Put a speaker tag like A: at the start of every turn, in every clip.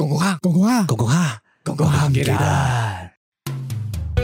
A: 공공화 공공화 공공화 공공화 계란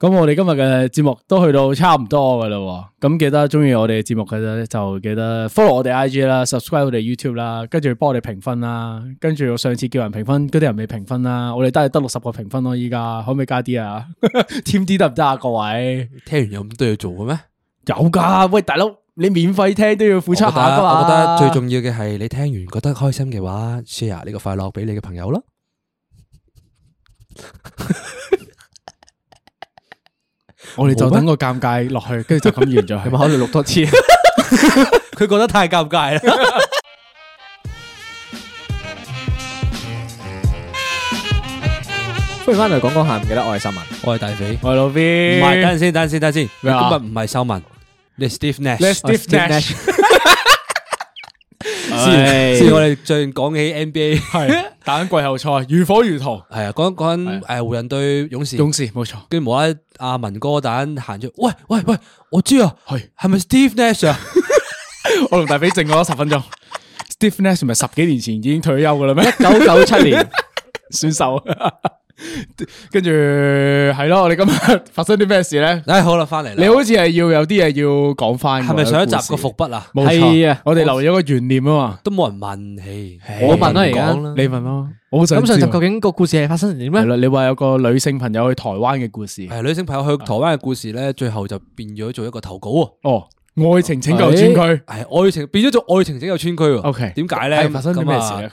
B: 咁我哋今日嘅節目都去到差唔多噶啦喎，咁記得中意我哋嘅節目嘅咧，就記得 follow 我哋 IG 啦，subscribe 我哋 YouTube 啦，跟住幫我哋評分啦，跟住我上次叫人評分，嗰啲人未評分啦，我哋都係得六十個評分咯，依家可唔可以加啲啊？ 添啲得唔得啊？各位
A: 聽完有咁多嘢做嘅咩？
B: 有噶，喂大佬，你免費聽都要付
A: 我
B: 出下
A: 覺得
B: 噶嘛？
A: 我覺得最重要嘅係你聽完覺得開心嘅話，share 呢個快樂俾你嘅朋友啦。
B: 我哋就等個尷尬落去，跟住就咁完咗佢。
A: 考慮錄 多次，佢覺得太尷尬啦。
C: 不如翻嚟講講下，唔記得我係新聞。
A: 我係大肥，唔
B: 我係老 V，
A: 係等陣先，等陣先，等陣先。你今
B: 咩啊
A: 日唔係秀文，你係 Steve
B: Let's
A: Nash。
B: Dạ. Steve Nash，
A: 先先，我哋最近講起 NBA，
B: 係打緊季後賽，如火如荼。
A: 係啊，講講緊誒湖人對勇士，
B: 勇士冇錯。
A: 跟住無啦啦阿文哥蛋行咗，喂喂喂，我知啊，係係咪 Steve Nash à? 啊？
B: 我同大肥靜咗十分鐘。Steve Nash 咪十幾年前已經退休噶啦咩？
C: 九九七 年
B: 選手，跟住係咯，我哋今日發生啲咩事咧？
A: 唉，好啦，翻嚟啦。
B: 你好似係要有啲嘢要講翻，
A: 係咪上一集個伏？筆啊？
B: 冇
C: 係
B: 錯
C: 啊，
B: 我哋留咗個懸念啊嘛。
A: 都冇人問起，
C: 我問啦而家
A: 講
B: 你問咯，我好想
C: 咁上集
B: 知喎
C: 究竟個故事係發生成點
B: 係
C: 咧？
B: 啦，你話有個女性朋友去台灣嘅故事，
A: 係女性朋友去台灣嘅故事咧，最後就變咗做一個投稿喎。
B: 哦，愛情拯救專區，
C: 哎
A: 係愛情變咗做愛情拯救村區喎。
B: OK
A: 點解咧？
B: 係發生啲咩事
A: 咁
B: 咧
A: 啊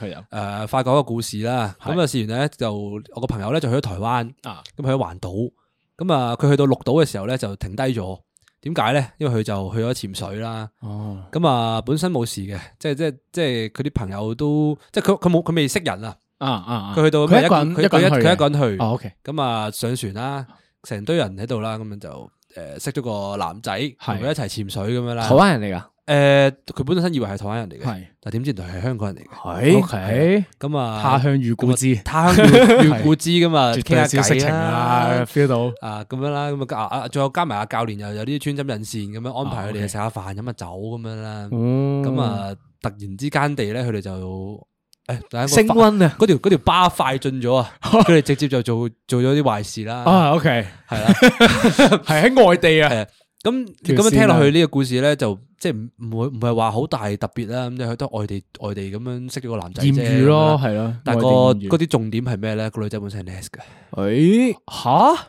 B: 佢
A: 誒，
B: 又
A: 快講個故事啦。咁啊，事完咧就我個朋友咧就去咗台灣，
B: 啊
A: 咁去咗環島。咁啊，佢去到綠島嘅時候咧就停低咗。點解咧？因為佢就去咗潛水啦。
B: 哦，
A: 咁啊，本身冇事嘅，即係即係即係佢啲朋友都即係佢佢冇佢未識人啊。
B: 啊啊啊，
A: 佢去到
B: 佢一個
A: 個
B: 人
A: 佢佢
B: 人
A: 一
B: 去嘅
A: 佢一個人去。
B: 哦，OK，
A: 咁啊上船啦，成堆人喺度啦，咁樣就誒識咗個男仔，同佢一齊潛水咁樣啦。
C: 台灣人嚟噶，
A: 誒，佢本身以為係台灣人嚟嘅
B: 係，
A: 但點知原來係香港人嚟嘅。
B: 係 OK，
A: 咁啊，
B: 他鄉遇故知。
A: 他鄉遇遇故知咁啊，
B: 絕
A: 傾
B: 對
A: 下
B: 有少色
A: 偈
B: 情啦
A: 啦。
B: ，feel 到
A: 啊咁樣啦，咁啊啊啊，仲有加埋阿教練又有啲穿針引線咁樣安
B: 啊
A: 排佢哋食下飯飲下酒咁樣啦。
B: 嗯
A: 咁啊，突然之間地咧，佢哋就誒突然間個
C: 升
A: 快
C: 温
B: à?
C: 啊！
A: 嗰條嗰條巴快進咗 啊！佢哋直接就做做咗啲壞事啦。
B: 啊，OK，À,
A: 係 啦，
B: 係喺外地啊，
A: 誒，咁
B: 條
A: 咁樣聽
B: 線啊
A: 落去呢個故事咧，就即係唔唔會唔係話好大特別啦，咁就去得外地外地咁樣識咗個男仔啫
B: 豔遇咯，
A: 咁樣
B: 係咯，
A: 但係個
B: 外地豔遇啊
A: 嗰啲重點係咩咧？個女仔本身係 Ness 嘅，
B: 誒吓，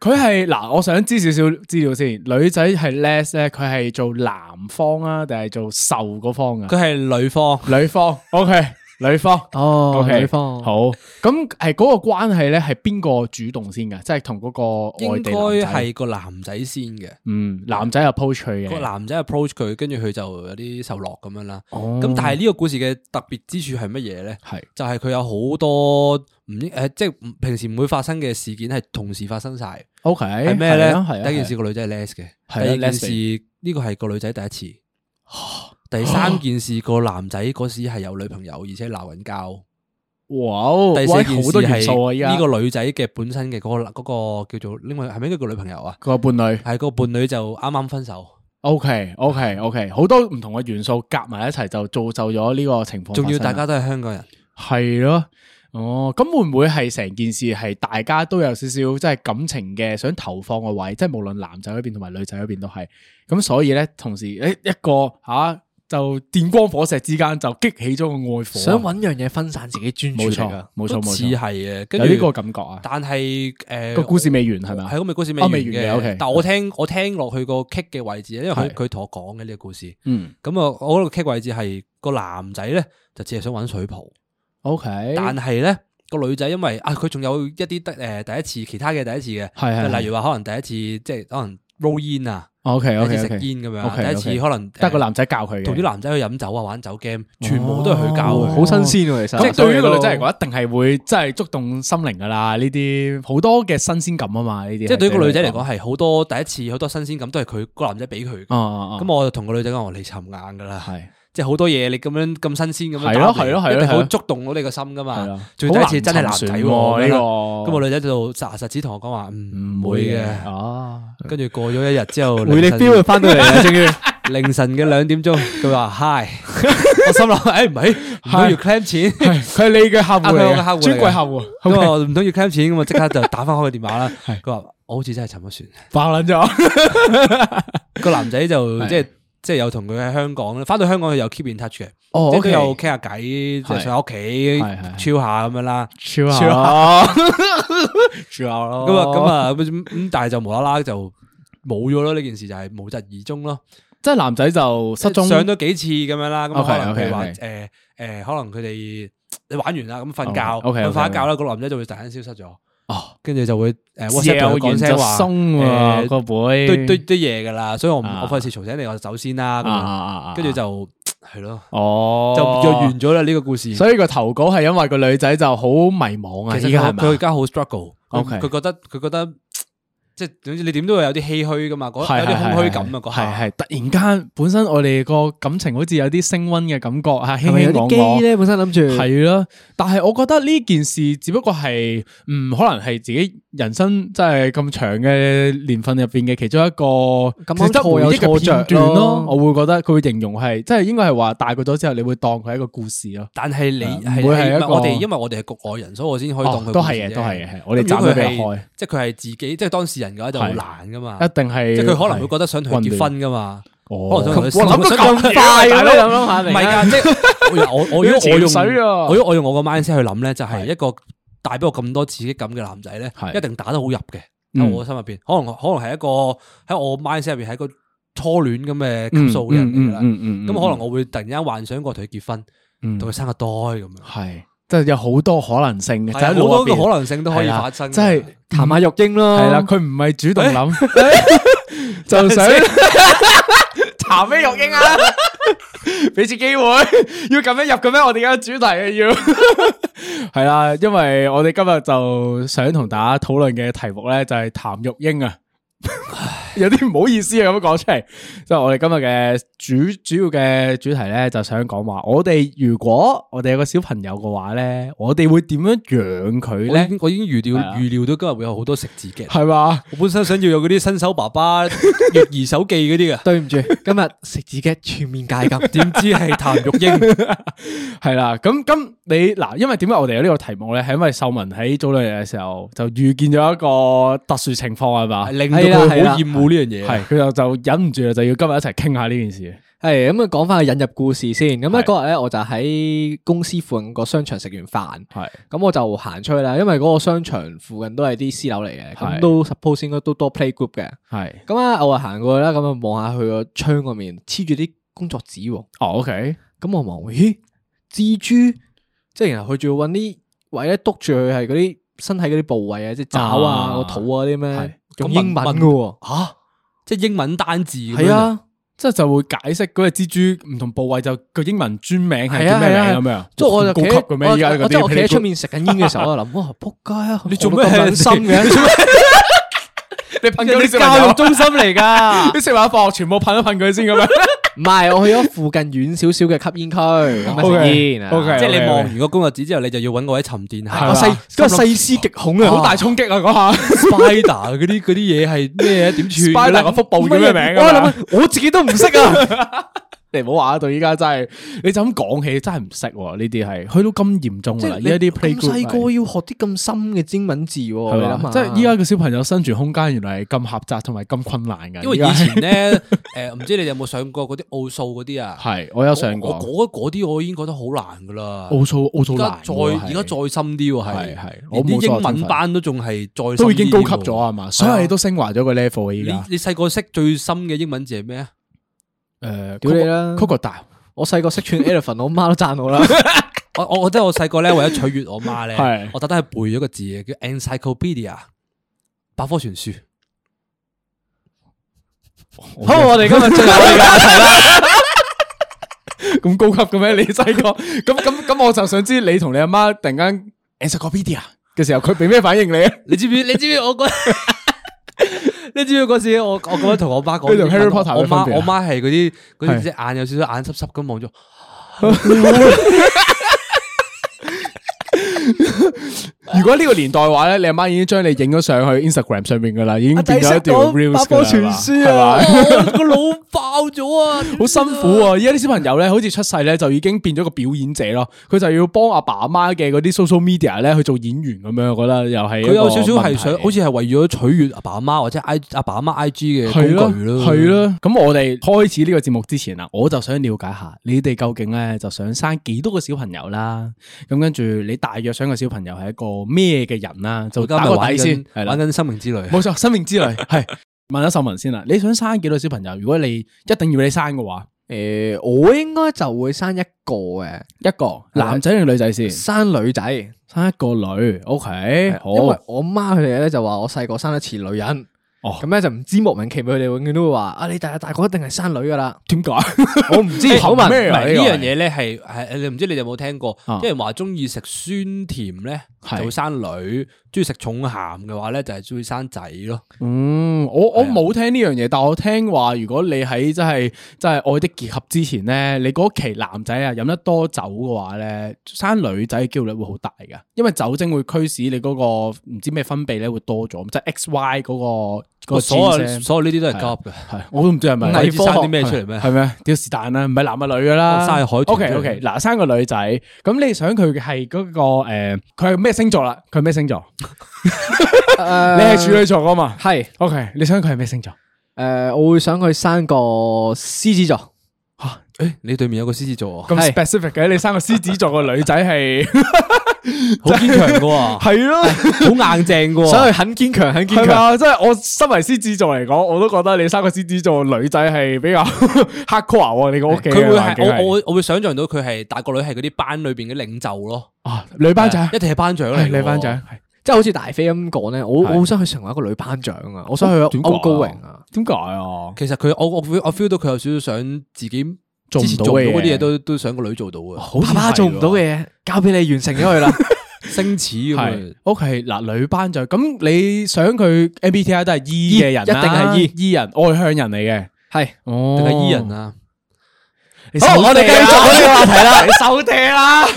B: 佢係嗱，我想知少少資料先。女仔係 less 咧，佢係做男方啊，定係做受嗰方啊？
A: 佢係女方，
B: 女方，OK，女方。
C: 哦，
B: OK，
C: 女方
B: 好，咁係嗰個關係咧，係邊個主動先嘅？即係同嗰個外
A: 應
B: 地
A: 該
B: 男仔，
A: 係個男仔先嘅。
B: 嗯，男仔 approach 佢
A: 個
B: 嘅，
A: 男仔 approach 佢，跟住佢就有啲受落咁樣啦。咁但係呢個故事嘅特別之處係乜嘢咧？
B: 哦係
A: 就係佢有好多唔應誒，即係唔平時唔會發生嘅事件係同時發生晒。
B: OK，
A: 係咩咧
B: 係啊係？啊
A: 第一件
B: 係
A: 事個女仔係 les 嘅，
B: 係啊
A: 第二件
B: les
A: 事呢個係個女仔第一次。 第三件事個男仔嗰時係有女朋友，而且鬧緊交。
B: 哇，
A: 第
B: 哇
A: 四件
B: 好
A: 事
B: 多元素啊！
A: 係
B: 依家
A: 呢個女仔嘅本身嘅嗰個嗰個叫做，因為係咪應該叫女朋友啊？
B: 個伴侶。
A: 係個伴侶就啱啱分手，
B: O K O K O K，好多唔同嘅元素夾埋一齊就造就咗呢個情況發生
A: 仲
B: 啊啦。
A: 要大家都係香港人。
B: 係咯，哦，咁會唔會係成件事係大家都有少少即係感情嘅想投放嘅位，即係無論男仔嗰邊同埋女仔嗰邊都係，咁所以咧同時誒一個吓、就電光火石之間就激起咗個愛火啊，
C: 想揾樣嘢分散自己專注
B: 冇
C: 力
B: 錯
C: 噶。
B: 冇錯
A: 都
B: 冇
A: 似
B: 錯，
A: 係嘅，跟
B: 有
A: 住
B: 呢個感覺啊，
A: 但係誒
B: 個故事未完係咪
A: 係
B: 啊？
A: 咁，咪故事未
B: 啊
A: 完
B: 未完嘅
A: 嘅
B: ，OK。
A: 但我聽我聽落去個 kick 嘅位置，因為佢
B: 係
A: 佢同我講嘅呢個故事，
B: 嗯
A: 咁啊，我嗰個 kick 位置係個男仔咧就只係想揾水泡，
B: ，O K，
A: 但係咧個女仔因為啊佢仲有一啲得誒第一次其他嘅第一次嘅，
B: 係係係
A: 例如話可能第一次即係可能 roll in 啊，
B: OK
A: 第一
B: OK
A: 次
B: OK，
A: 食煙咁樣，啊
B: OK，OK
A: 第一次可能
B: 得
A: 呃
B: 個男仔教佢嘅，
A: 同啲男仔去飲酒啊、玩酒 game，全部都係佢教
B: 哦
A: 嘅。
D: 好新鮮喎，其實
B: 即係對於一個女仔嚟
D: 講，
B: 講，一定係會真係觸動心靈噶啦。呢啲好多嘅新鮮感啊嘛，呢啲哦
A: 即係對於個女仔嚟
B: 講，
A: 講係好多第一次好多新鮮感，都係佢個男仔俾佢嘅。
B: 哦
A: 咁我就同個女仔講：我你沉硬㗎啦，
B: 係
A: 即係好多嘢你咁樣咁新鮮咁樣
B: 係咯
A: 打嚟
B: 係咯係咯
A: 一定好
B: 係咯
A: 觸動到你個心㗎
B: 係
A: 嘛
B: 啦。
A: 啊最第一次真係男仔
B: 好
A: 喎
B: 難沉船喎呢個
A: 咁個女仔就實牙實齒同我講話：嗯唔會嘅。
B: 哦，
A: 跟住過咗一日之後，
D: 回力
A: 凌晨
D: 標佢翻到嚟 啦，終於
A: 凌晨嘅兩點鐘，佢話 hi，我心諗哎誒唔係唔通要 claim 錢，
B: 係佢係你嘅客戶
A: 啊佢係我嘅客戶嚟嘅
B: 嚟嘅，專櫃客戶，
A: 咁我唔通要 claim 錢，咁我即刻就打翻開個電話啦。佢話我好似真係沉咗船。
B: 爆撚咗，
A: 個男仔就即係即係有同佢喺香港咧，翻到香港佢有 keep in touch 嘅，
B: 哦
A: 即係都
B: OK
A: 有傾下偈，就上屋企
B: 係係
A: chill 下咁樣啦。
B: 超
D: 超
B: 下， 超下咯
A: 咁啊咁，啊咁咁，但係就無啦啦就冇咗咯。呢件事就係無疾而終咯。
B: 即係男仔就失蹤，
A: 上咗幾次咁樣啦，咁啊
B: OK，
A: 可能譬如話
B: OK，OK
A: 誒誒，可能佢哋你玩完啦，咁瞓覺，
B: OK，OK，OK
A: 瞓翻一覺啦，個男仔就會突然間消失咗，
B: 哦，
A: 跟住就會誒 WhatsApp
B: 嚼
A: 同佢講
B: 完就
A: 聲話
B: 鬆
A: 誒
B: 喎個妹，
A: 堆堆堆嘢噶啦，所以我唔
B: 啊
A: 我費事嘈醒你，我就走先啦，咁
B: 啊
A: 樣
B: 啊啊，
A: 跟住就係咯，
B: 哦，
A: 就就完咗啦呢個故事。
B: 所以個投稿係因為個女仔就好迷茫啊，
A: 其
B: 依
A: 實
B: 家
A: 佢
B: 係
A: 佢
B: 咪
A: 而？家好 struggle，
B: OK
A: 佢佢覺得佢覺得即係總之你點都會有啲唏噓噶嘛，嗰
B: 係
A: 有啲空虛感啊，嗰下
B: 係係突然間，本身我哋個感情好似有啲升温嘅感覺啊，輕輕
D: 機
B: 講講。
D: 咧？本身諗住
B: 係咯，但係我覺得呢件事只不過係，嗯，可能係自己人生真係咁長嘅年份入邊嘅其中一個
D: 咁啱
B: 值得
D: 錯有
B: 回憶嘅片
D: 錯着
B: 段咯
D: 咯。
B: 我會覺得佢會形容係，即係應該係話大個咗之後，你會當佢係一個故事咯。
A: 但係你
B: 誒
A: 係
B: 唔會係
A: 係
B: 一個
A: 我哋，因為我哋係局外人，所以我先可以當
B: 哦
A: 佢
B: 都
A: 故事
B: 係嘅
A: 啫
B: 都係嘅係我哋
A: 咁如果
B: 斬咗
A: 佢
B: 佢
A: 係
B: 開
A: 即係佢係自己，即係當事人嘅話就好
B: 係
A: 難噶嘛，
B: 一定係，
A: 即係佢可能會覺得想同佢
B: 混亂
A: 結婚噶嘛，
B: 哦
A: 可能想同佢
B: 我諗得咁
A: 想
B: 快
A: 大佬
B: 嘅咩諗諗下啊
A: 唔係㗎，即 係我我我如果我
B: 你要
A: 用
B: 潛水啊
A: 我如果我用我個 mindset 去諗咧，就係一個帶俾我咁多刺激感嘅男仔咧，
B: 係
A: 一定打得好入嘅喺
B: 嗯
A: 我心入邊，可能可能係一個喺我 mindset 入邊係一個初戀咁嘅級數嘅人嚟㗎啦，
B: 嗯嗯嗯嗯嗯嗯
A: 咁可能我會突然間幻想過同佢結婚，
B: 嗯
A: 同佢生個胎咁 樣。
B: 係，即係有好多可能性嘅，就
A: 係啊好
B: 喺腦
A: 多
B: 入邊
A: 嘅可能性都可以
B: 係啦
A: 發生嘅
B: 即係
D: 談下育英咯，
B: 係啦，佢唔係主動諗， 就想查咩育英啊？俾次機會， 要咁樣入嘅咩？我哋而家主題啊要 係啦，因為我哋今日就想同大家討論嘅題目咧，就係譚玉英啊。 有啲唔好意思啊，咁樣講出嚟，即係我哋今日嘅主主要嘅主題咧，就想講話，我哋如果我哋有個小朋友嘅話咧，我哋會點樣養佢
A: 我已
B: 咧？
A: 經我已經預料
B: 係啊
A: 預料到今日會有好多食字嘅。
B: 係嘛？
A: 我本身想要有嗰啲新手爸 爸育兒手記嗰啲嘅，
D: 對唔住，今日食自己全面戒 禁，
A: 點知係譚玉英。
B: 系啦，咁咁你嗱，因為點解我哋有呢個題目咧？係因為秀文喺早兩日嘅時候就遇見咗一個特殊情況係嘛，
A: 令到佢好
D: 係啦
A: 厭惡呢樣嘢。
B: 係佢就就忍唔住啦，就要今日一齊傾下呢件事。
D: 係咁啊，講翻個引入故事先。咁咧
B: 係
D: 嗰日咧，我就喺公司附近個商場食完飯，
B: 係
D: 咁我就行出去啦。因為嗰個商場附近都係啲私樓嚟嘅，
B: 係
D: 咁都 suppose 應該都多 play group 嘅。
B: 係，
D: 咁啊，我就行過去啦，咁啊望下佢個窗外面黐住啲工作紙喎。
B: 哦，OK，
D: 咁我望，咦，蜘蛛，即係然後佢仲要搵啲位咧督住佢係嗰啲身體嗰啲部位啊，即係爪
B: 啊
D: 啊、個肚啊啲
B: 係
D: 咩，用
A: 咁
D: 英文
A: 文
D: 嘅喎，
A: 吓，即係英文單字咁樣。
D: 係啊，
B: 即係就會解釋嗰只蜘蛛唔同部位就個英文專名係
D: 係
B: 叫
D: 啊
B: 咩
D: 係
B: 名
D: 啊，
B: 咁樣。
D: 即係我就
B: 高
D: 企
B: 級
D: 喺
B: 嘅咩？
D: 我
B: 而家嗰
D: 我即係
B: 啲
D: 我企喺出，面食緊煙嘅時候，我就 諗，哇，仆街啊！
A: 你做咩
D: 我都咁忍心
A: 你做
D: 嘅？
B: 你噴
D: 人
B: 咗
D: 哋
B: 啲教
D: 教
B: 育
D: 育中心嚟㗎，
B: 啲食話放學全部噴一噴佢先咁樣。
D: 唔係我去咗附近遠少少嘅吸煙區， 咁啊食煙啊
B: OK，OK
A: 即係你望完個工作紙之後，你就要揾個位沉澱下。
B: 係啊
D: 我
B: 啦
D: 細嗰個細思極恐啊，
B: 好大衝擊啊！嗰下
A: Spider 嗰啲嗰啲嘢係咩？點串嘅
B: Spider
A: 咧
B: 個腹部叫咩名
D: 我
B: 啊嘛
D: 諗？我自己都唔識啊，
B: 你唔好話啦到依家真係，你就咁講起真係唔識喎。呢啲係去到咁嚴重
D: 即
B: 㗎啦，
D: 係
B: 而
D: 你
B: 家啲
D: 咁
B: playgroup
D: 細個要學啲咁深嘅英文字喎，
B: 係
D: 你
B: 嘛
D: 諗？
B: 即
D: 下，
B: 係依家個小朋友生存空間原來係咁狹窄同埋咁困難嘅。
A: 因為
B: 依家
A: 以前咧， 誒唔知你哋有冇上過嗰啲奧數嗰啲啊？
B: 係 我有上
A: 我
B: 過
A: 我嗰嗰啲我已經覺得好難噶啦。
B: 奧數，奧數
A: 而
B: 難
A: 家再
B: 喎。
A: 而家再
B: 係
A: 深啲喎，係
B: 係係我
A: 連
B: 冇
A: 啲
B: 所謂
A: 英文班都仲係再深
B: 都已經
A: 啲喎
B: 高級咗啊嘛，所有嘢都升華咗個 level 啊依
A: 你
B: 家。
A: 你細個識最深嘅英文字係咩啊？
B: 誒，
D: 屌你啦
B: c o c o d i
D: 我細個識串 elephant，我媽都讚我啦。
A: 我我我即係我細個咧，為咗取悦我媽
B: 係
A: 咧，我特登係背咗個字嘅，叫 encyclopedia 百科全書。
B: 好， 我哋今日進入我哋嘅話題啦。咁高級嘅咩？你細個咁咁咁，我就想知你同你阿媽突然間 encyclopedia 嘅時候，佢俾咩反應你啊？
D: 你知唔知？你知唔知我嗰？ 你知唔知嗰時我我咁樣同我媽講，
B: 你同 Harry Potter
D: 我
B: 有咩分
D: 媽
B: 別啊
D: 我媽係嗰啲嗰
B: 係
D: 啲隻眼有少少眼濕濕咁望咗，
B: 如果呢個年代話咧，你阿媽已經將你影咗上去 Instagram 上面噶啦，已
D: 啊
B: 經變咗一條 reels 噶啦，係
A: 啊
B: 嘛？
D: 我個腦爆咗啊！
B: 好辛苦啊！而家啲小朋友咧，好似出世咧就已經變咗個表演者咯，佢就要幫阿爸阿媽嘅嗰啲 social media 咧去做演員咁樣，我覺得又係一個
D: 佢有少少係
B: 問
D: 想，
B: 題
D: 好似係為咗取悦阿爸阿媽或者 I 阿爸阿媽 I G 嘅
B: 係
D: 工具咯，
B: 係。咯。咁我哋開始呢個節目之前啊，我就想了解下你哋究竟咧就想生幾多個小朋友啦？咁跟住你大約想個小朋友係一個咩嘅人啦？就
D: 而家
B: 打
D: 咪
B: 個
D: 玩
B: 底先
D: 緊，
B: 係啦
D: 玩。緊生命之旅。
B: 冇錯，生命之旅系問咗秀文先啦。你想生幾多小朋友？如果你一定要你生嘅話，
A: 诶，我應該就會生一個嘅，
B: 一個男仔定女仔先？
A: 生女仔，
B: 生一個女，OK，好
A: 因為我媽佢哋咧就話我細個生得似女人，
B: 哦
A: 咁咧就唔知莫名其妙佢哋永遠都會話啊，你大大個一定係生女噶 啦，
B: 點解？
A: 我唔知
B: 欸
A: 口吻
B: 咩
D: 唔
B: 啊
D: 係
B: 呢
D: 呢
B: 個係
D: 樣嘢咧係係你唔知你有冇聽過
B: 啊？
D: 啲人話中意食酸甜咧
B: 係
D: 就會生女，中意食重鹹嘅話咧就係中意生仔咯。
B: 嗯，我我冇聽呢樣嘢，但我聽話，如果你喺真係真係愛的結合之前咧，你嗰期男仔啊飲得多酒嘅話咧，生女仔嘅機會率會好大噶，因為酒精會驅使你嗰個唔知咩分泌咧會多咗，即係 X Y 嗰個嗰個
D: 所
B: genes
D: 有
B: 呢
D: 所有呢啲都係夾嘅。
B: 係，我都唔知係咪
D: 唔係
B: 你知
D: 科學
B: 生啲咩
D: 係
B: 出嚟咩？係咩？屌是但啦，唔係男嘅女噶啦，
D: 我生係海豚
B: O K
D: 啫
B: O K，嗱，生個女仔，咁你想佢係嗰個誒，佢係咩星座啦？佢係咩 星座？你係處女座 噶嘛
A: 係
B: ？O K，你想佢係咩星座？
A: 诶，我會想佢生個獅子座，
D: 誒，你對面有個獅子座喎，
B: 咁
A: 係
B: specific 嘅，你生個獅子座個女 仔係
D: 好堅強嘅 喎，
B: 係咯，
D: 好硬正嘅
A: 所以
D: 喎。
A: 佢很堅強，很堅
B: 係咪
A: 強。
B: 啊？即係我身為獅子座嚟講，我都覺得你生個獅子座女仔係比較 hardcore 喎，你個屋企嘅
D: 佢會
B: 環境
D: 係我我會我會想象到佢係大個女係嗰啲班裏邊嘅領袖咯，
B: 啊女班長
D: 一，定係班長嚟
B: 係
D: 嘅喎。
B: 女班長，係
A: 即係好似大飛咁講咧，我我好想佢成為一個女班長啊，我想佢有
B: 點解啊
A: 歐高榮啊，
B: 點解啊？
D: 其實佢我我 feel 我 feel 到佢有少少想自己
B: 做唔
D: 之前
B: 到
D: 做唔
B: 嘅
D: 到嗰啲
B: 嘢
D: 嘢都都想個女做到嘅，
B: 好似
A: 爸爸
B: 係
A: 做唔到
B: 喎
A: 嘅嘢，交俾你完成咗佢啦。
D: 星矢
B: 系
D: 咁啊。
B: ，OK 嗱，女班就咁，你想佢 MBTI 都係 E 嘅
A: 一
B: 人啦，
A: 定係
B: E 人外向人嚟嘅，
A: 係
B: 哦
D: 定係伊人啊？
B: 好，
A: 手
B: 我哋
A: 地
B: 繼
A: 啦
B: 續我哋嘅話題啦，你收嗲啦。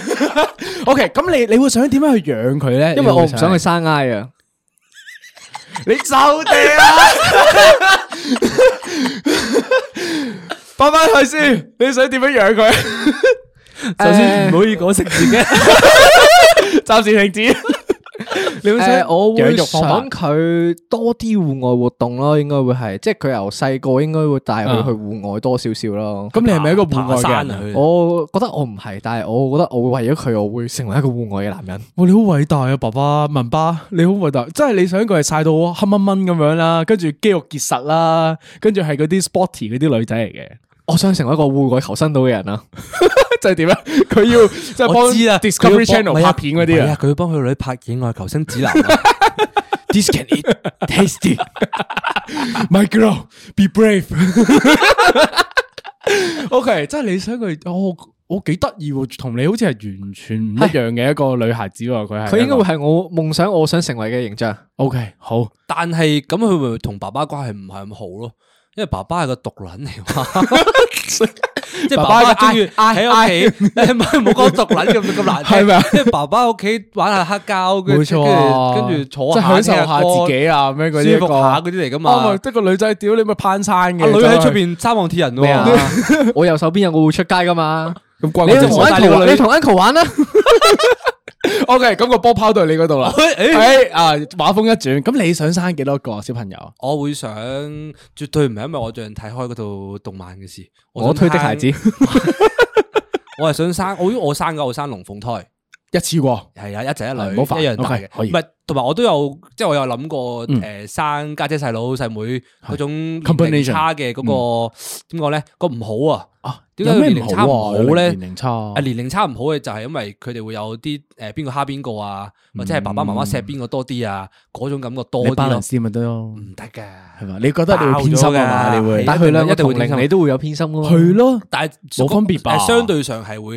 B: OK，咁你你會想點樣去養佢咧？
A: 因為我唔
B: 你會
A: 想佢生 I 啊。
B: 你收嗲啦。翻翻去先，你想點樣養佢？
A: 首先唔
B: 可以講食字嘅，暫時停止。你會
A: 誒，
B: 想
A: 我
B: 養
A: 會
B: 育方法
A: 想佢多啲戶外活動咯，應該會係，即係佢由細個應該會帶佢去戶外多少少咯。
B: 咁你係咪一個戶
D: 爬
B: 外嘅
D: 山
B: 人
D: 啊
B: 啊？
D: 佢。
A: 我覺得我唔係，但係我覺得我會為咗佢，我會成為一個戶外嘅男人。
B: 哇！你好偉大啊，爸爸文巴，你好偉大，即係你想佢係晒到黑蚊蚊咁樣啦，跟住肌肉結實啦，跟住係嗰啲 sporty 嗰啲女仔嚟嘅，
A: 我想成為一個戶外求生到嘅人啊！
B: 即係點咧？佢要即係幫
D: 我知啦
B: Discovery
D: 佢要
B: Channel
D: 幫唔係
B: 拍
D: 啊
B: 片嗰啲
D: 唔係
B: 啊
D: 啊，，佢要幫佢女拍《野外求生指南》啊。
A: This can eat tasty。啊
B: My girl, be brave 。OK，即係你想佢，我我幾得意喎，同你好似係完全唔一樣嘅一個女孩子喎，佢係
A: 佢應該會
B: 一個
A: 係我夢想，我想成為嘅形象。
B: OK 好。
D: 但係咁佢咪同爸爸關係唔係咁好咯？因為爸爸係個毒撚嚟嘛， 即係
B: 爸爸
D: 爸中意
B: 嗌
D: 喺屋 企，唔好講毒撚咁咁難聽，
B: 係咪啊
D: 因為爸爸屋企玩下黑膠，跟
B: 冇
D: 住
B: 錯啊
D: 跟住跟住坐
B: 即係
D: 下
B: 享受下自己啊，咩嗰啲
D: 聽下歌舒服下嗰啲嚟噶嘛
B: 啱啊，得個女仔屌你咪攀山嘅，
D: 啊阿女喺
B: 走
D: 出
B: 去
D: 邊三望鐵人
A: 咩啊
D: 喎。？
A: 我右手邊有個會出街噶嘛？
B: 咁關
A: 你
B: 我
A: 同
B: 正
D: 啊
B: 事帶你個
A: uncle 你
B: 女
A: 同 uncle 玩啦。
B: O K，咁個波拋到你嗰度 啦。
D: 誒
B: 诶啊，畫風一轉，咁你想生幾多個小朋友？
D: 我會想，絕對唔係因為我最近睇開嗰套動漫嘅事。嗯
A: 我推的孩子，
D: 我係想生，我我生噶，我生龍鳳胎。
B: 一次過，
D: 系啊，一仔一女，
B: 唔好煩
D: 一樣大
B: OK，
D: 嘅，
B: 可以
D: 唔係同埋我都有，即係我有諗過
B: 嗯
D: 诶，生家姐、細佬、細妹嗰種年齡
B: Combination 嗯
D: 差嘅嗰個點講咧，個唔好啊。
B: 啊，
D: 點解
B: 有咩
D: 年齡差唔好咧
B: 年齡差
D: 啊，年齡差唔好嘅就係因為佢哋會有啲诶邊個蝦邊個啊，或者係爸爸媽媽錫邊個多啲啊，嗰種感覺多
B: 你
D: 啲
B: 班
D: 咯
B: 人，先咪得咯，
D: 唔得㗎。
B: 係嘛？你覺得你會偏心啊嘛？
D: 爆咗㗎
B: 你會
D: 係
C: 但係佢兩
D: 一
C: 個
D: 定會
C: 同
D: 影響
C: 齡，你都會有偏心噶嘛？
B: 係咯，
D: 但係
B: 冇分別吧
D: 誒相對上係會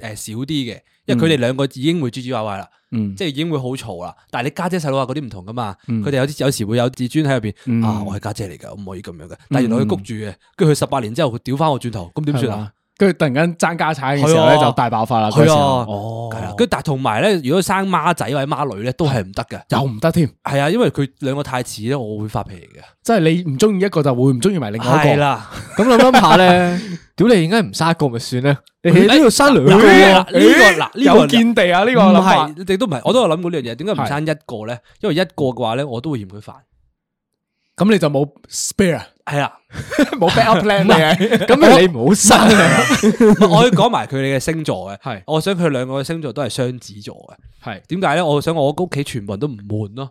D: 诶少啲嘅，因為佢哋兩個已經會唧唧歪歪啦。
B: 嗯，
D: 即係已經會好嘈啦。但係你家姐細佬啊嗰啲唔同噶嘛，佢哋有啲有時會有自尊喺入
B: 嗯
D: 邊啊，我係家姐嚟㗎，我唔可以咁樣嘅。但係原來佢谷住嘅，跟住佢十八年之後佢屌翻我轉頭，咁點
B: 係
D: 算
B: 嘛
D: 啊？？
B: 跟住突然間爭家產嘅時候
D: 係
B: 咧，
D: 啊
B: 就大爆發啦。嗯嗰
D: 係
B: 時候
D: 啊，
B: 哦，
D: 係啦。跟住但係同埋咧，如果生孖仔或者孖女咧，都係唔得嘅。
B: 又唔得添，
D: 係啊，因為佢兩個太似咧，我會發脾氣嘅。
B: 即係你唔中意一個就會唔中意埋另外一
D: 係
B: 個。
D: 啦，
C: 咁諗諗下 咧，屌你，點解唔生一個咪算咧？你
D: 誒
C: 喺呢度生兩個
D: 嗱
C: 喎
D: 呢個嗱呢個
B: 有見地啊！呢個
D: 唔
B: 諗法
D: 係，亦都唔係，我都有諗過呢樣嘢。點解唔
B: 係
D: 生一個咧？因為一個嘅話咧，我都會嫌佢煩。
B: 咁你就冇 spare，
D: 係啦，
B: 冇 backup plan 你係。
C: 咁你唔好生 啊！
D: 唔 係我可以講埋佢哋嘅星座嘅。
B: 係
D: 我想佢兩個嘅星座都係雙子座嘅。
B: 係
D: 點解咧？我想我屋企全部人都唔悶咯，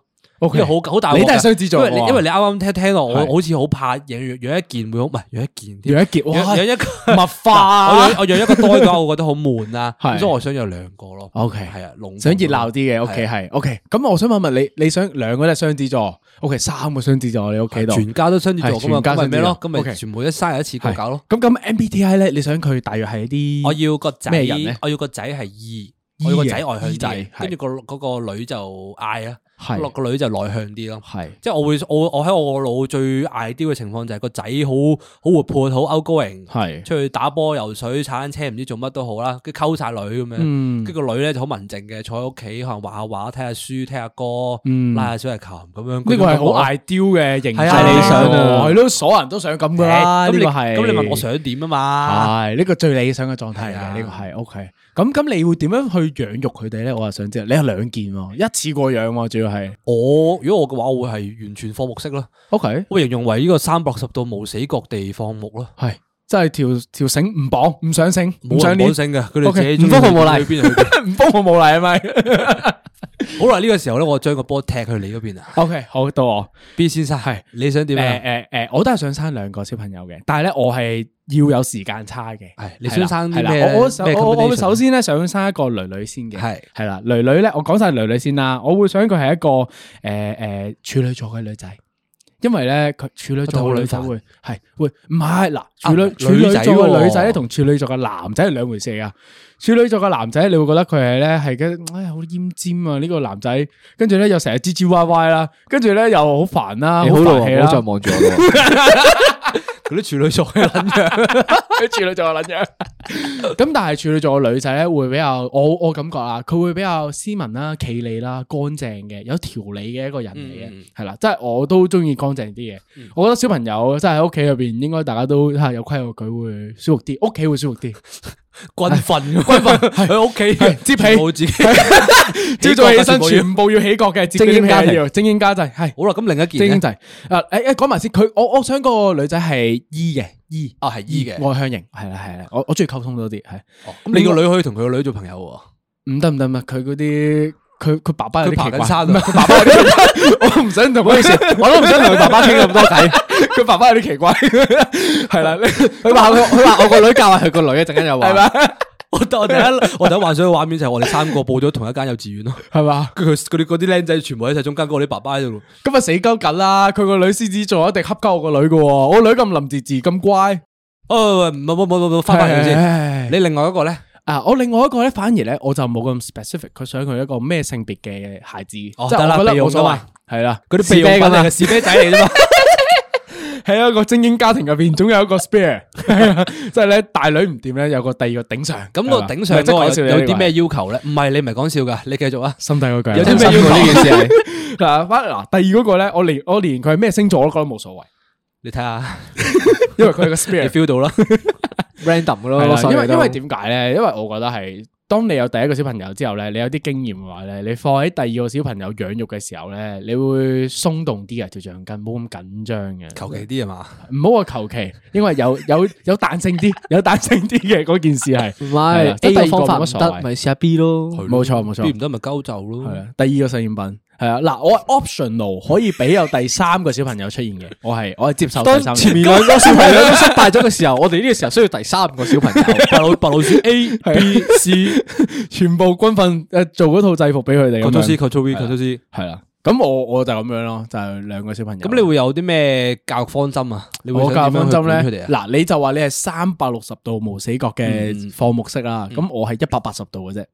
D: 因
B: OK，
D: 為好好大鑊㗎。
B: 你都係雙子座
D: 因為
B: 喎
D: 你因為你啱啱聽聽落，我
B: 係
D: 我好似好怕養養一件會好，唔係養一件添，
B: 楊一杰，
D: 養
B: 哇，
D: 養 一個。
B: 物
D: 我
B: 化
D: 養我養一個多嘅話，我覺得好悶啊，
B: 係
D: 咁所以我想養兩個咯。
B: OK
D: 係啊，龍
B: 想熱鬧啲嘅屋企
D: 係啊
B: 係 OK。咁我想問問你，你想兩個都係雙子座，OK，三個雙子座你屋企度，
D: 全家都雙子座
B: 係
D: 咁嘛，
B: 全家
D: 咁咪
B: 雙子
D: 咩
B: 座
D: 咯？咁咪
B: OK
D: 全部一生日一次過
B: 係
D: 搞咯。
B: 咁咁 MBTI 咧，你想佢大約係啲
D: 我要個仔啊
B: 咩人呢，
D: 我要個仔係 E，
B: E
D: 我要個仔外向
B: 嘅 E
D: 啲
B: 仔
D: 嘅，
B: 係
D: 跟住個嗰個女就 I 啦，
B: 係
D: 落個女就內向啲咯。
B: 係
D: 即係我會我我喺我腦最 ideal 嘅情況就係個仔好好活潑，好 outgoing，
B: 係
D: 出去打波、游水、踩單車，唔知做乜都好啦，跟住溝晒女咁
B: 嗯
D: 樣，跟住個女咧就好文靜嘅，坐喺屋企可能畫下畫、睇下書、聽下歌、拉下小提琴咁樣。
B: 嗯呢個係
D: 嗰種
B: 好 ideal 嘅形
D: 係啊
B: 態
D: 理想
C: 啊
B: 係咯，所有人都想咁噶啦。
D: 感覺
B: 呢
D: 咁
B: 個
D: 你
B: 係
D: 咁你問我想點啊嘛？
B: 係呢個最理想嘅狀態嚟
D: 係啊
B: 嘅，呢個係 OK。咁咁你會點樣去養育佢哋咧？我又想知，你有兩件喎，一次過養喎，主要係
D: 我如果我嘅話，我會係完全放牧式咯，
B: OK，
D: 我會形容為呢個三百六十度無死角地放牧咯，
B: 係即係條條繩唔綁，唔上繩，唔
D: 冇
B: 上
D: 人冇
B: 鏈，
D: 性嘅，佢哋自己
B: OK，
D: 中
B: 唔
D: 意
B: 幫我冇
D: 去邊就去邊。
B: 唔幫我冇禮係咪
D: 好啦，呢個時候咧，我將個波踢去你嗰邊啊。
B: ？OK，好到我。
D: B 先生系你想點
B: 诶
D: 啊？
B: 诶诶，誒我都係想生兩個小朋友嘅，但係咧我係要有時間差嘅。
D: 係你想生
B: 係
D: 啲
B: 啦
D: 咩？
B: 我我首
D: 咩
B: 我我
D: combination？
B: 我首先咧想生一個女女先嘅，
D: 係
B: 係啦，女女咧，我講晒女女先啦，我會想佢係一個诶诶處女座嘅女仔，因為咧佢處女座嘅女仔
D: 覺得好
B: 會係會唔係嗱處女
D: 啊
B: 處女
D: 女仔
B: 座嘅女仔咧
D: 喎
B: 同處女座嘅男仔係兩回事嚟噶，處女座嘅男仔你會覺得佢係咧係嘅，哎呀好奄尖啊呢個男仔，跟住咧又成日唧唧歪歪啦，跟住咧又好煩啦，好
C: 你好咯，
A: 啊
B: 煩氣
C: 唔好再
B: 啦。
C: 望住我 咯。
D: 嗰啲處女座嘅撚樣，
B: 佢處女座嘅撚樣。咁但係處女座嘅女仔咧，會比較我我感覺啊，佢會比較斯文啦、企理啦、乾淨嘅、有條理嘅一個人嚟
D: 嗯
B: 嘅，係啦、即係我都中意乾淨啲嘅。我覺得小朋友即係喺屋企入邊，應該大家都嚇有規矩，佢會舒服啲，屋企會舒服啲。
D: 軍訓軍訓喺屋企
B: 係接被
D: 冇自己。
B: 朝早起身
D: 起角
B: 全部要起角嘅，
C: 精英家庭
B: 接嗰啲咩嘢 精英家制係
D: 好啦，咁另一
B: 精
D: 件
B: 英
D: 咧
B: 制。啊誒誒，講埋先，佢我我想嗰個女仔係 E 嘅，E
D: 啊係 E 嘅
B: 外向型，係啦係啦，我我中意溝通多啲係。
D: 哦咁你個女可以同佢個女做朋友喎。
B: 唔得唔得唔得，佢嗰啲佢佢爸爸有啲
D: 佢爬
B: 奇怪
D: 緊山啊
B: 唔係佢 爸爸有啲，我唔想同佢，我都唔想同佢爸爸傾咁多偈。佢爸爸有啲奇 怪，係啦，佢
C: 佢話佢佢話我個女教下佢個女，一陣間又話
B: 係嘛
D: 我我第一我第一幻想嘅畫面就係我哋三個報咗同一間幼稚園咯。
B: 係嘛，
D: 跟住佢佢哋嗰啲僆仔全部喺晒中間，嗰啲爸爸喺度。
B: 咁啊死鳩緊啦！佢個女獅子座一定恰鳩我個女噶，我女咁林字字咁乖，
D: 哦，唔唔唔唔唔，翻返去先。
B: 先。
D: 你另外一個咧，
B: 啊！我另外一個咧，反而咧我就冇咁 specific，佢想佢一個咩性別嘅孩子，即
D: 哦
B: 係
D: 得
B: 我
D: 啦
B: 覺得
D: 備用
B: 冇所
D: 㗎
B: 謂
D: 嘛，
B: 係啦，
D: 嗰啲備用品嚟嘅
B: 士啤
D: 仔嚟 啫嘛。
B: 喺一個精英家庭入邊，總有一個 spare，即 係咧大女唔掂咧，有個第二個頂上。
D: 咁
B: 係
D: 個
B: 嘛
D: 頂上
B: 唔係真係
D: 嗰
B: 講笑啫
D: 個有有
B: 呢個
D: 啲
B: 係
D: 咩要求咧？唔係你唔係講笑㗎，你繼續啊。
B: 心底嗰句啊？
D: 有啲咩要
B: 呢
D: 求
B: 件事係 嗱，反嗱第二嗰個咧，我連我連佢係咩星座我都覺得冇所謂，
D: 你睇下，
B: 因為佢係個
D: 你
B: spare。
D: feel 到啦。
C: random 嘅
B: 係
C: 咯，
B: 啦
C: 所以
B: 因為
C: 都
B: 因為點解咧？因為我覺得係當你有第一個小朋友之後咧，你有啲經驗嘅話咧，你放喺第二個小朋友養育嘅時候咧，你會鬆動啲嘅條橡筋，冇咁緊張 嘅。
D: 求其啲啊嘛，
B: 唔好話求其，因為有有有彈性啲， 有彈性啲嘅嗰件 事係
A: 唔
B: 係啦
A: 係 A
B: 第二
A: 個方
B: 個
A: 法
B: 冇乜
A: 唔
B: 所
A: 得，
B: 謂
A: 咪試下 B 咯。
B: 冇錯冇錯
D: 啲唔得咪鳩就咯。
B: 係啊，第二個實驗品係啊，嗱，我 optional 可以俾有第三個小朋友出現嘅，我係我係接受第三
A: 當
B: 個。
A: 前面兩個小朋友都失敗咗嘅時候，我哋呢個時候需要第三個小朋友。白老白老鼠 A
B: B C 全部軍訓诶做嗰套制服俾佢哋咁樣。啊
D: 求師，求操師，求操師。
B: 系啦，咁我我就咁样咯，就係兩個小朋友。
D: 咁你會有啲咩教育方針啊？你會
B: 我教
D: 想點
B: 方
D: 樣去
B: 針
D: 管佢
B: 咧，
D: 哋啊？
B: 嗱你就話你係三百六十度無死角嘅放牧式啦，咁我係一百八十度嘅啫，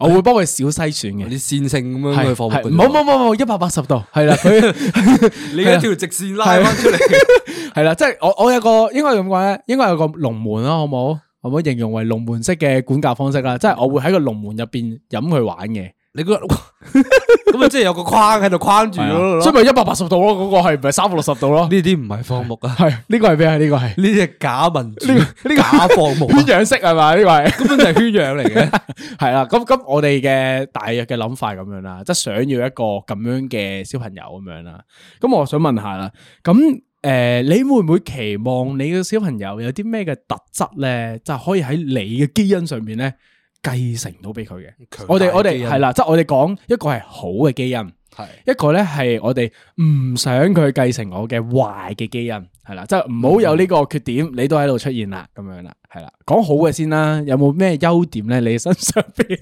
B: 我會幫佢小篩選
D: 嗱，
B: 嘅。
D: 啲線性咁樣
B: 係
D: 去放牧
B: 係
D: 佢哋。
B: 冇
D: 啊
B: 冇冇冇一百八十度，啊係啦，佢
D: 你一條直線拉翻出嚟。
B: 係啊啦，即係我我有個應該咁講咧，應該有個龍門啦，好唔好？可唔可以形容為龍門式嘅管教方式啦？即係我會喺個龍門入邊飲佢玩嘅，
D: 你個咁啊，即係有個框喺度框住咗咯。
B: 啊所以咪一百八十度咯，嗰個係唔係三百六十度咯？
D: 呢啲唔係放牧啊，
B: 係呢個係咩啊？呢個係
D: 呢啲係假民主，
B: 呢 個呢個
D: 假放牧啊，
B: 圈養式係咪？呢個係。
D: 根本就係圈養嚟 嘅。
B: 系啦，咁咁我哋嘅大約嘅諗法咁樣啦，即系想要一個咁樣嘅小朋友咁樣啦。咁我想問下啦，咁诶、呃你會唔會期望你嘅小朋友有啲咩嘅特質咧，就可以喺你嘅基因上面咧繼承到俾佢嘅？我哋我哋係啦，即系我哋講一個係好嘅基因。
D: 係
B: 一個咧係我哋唔想佢繼承我嘅壞嘅基因，係啦，即係唔好有呢個缺點，你都喺度出現啦，咁樣啦，係啦，講好嘅先啦，有冇咩優點咧？你身上邊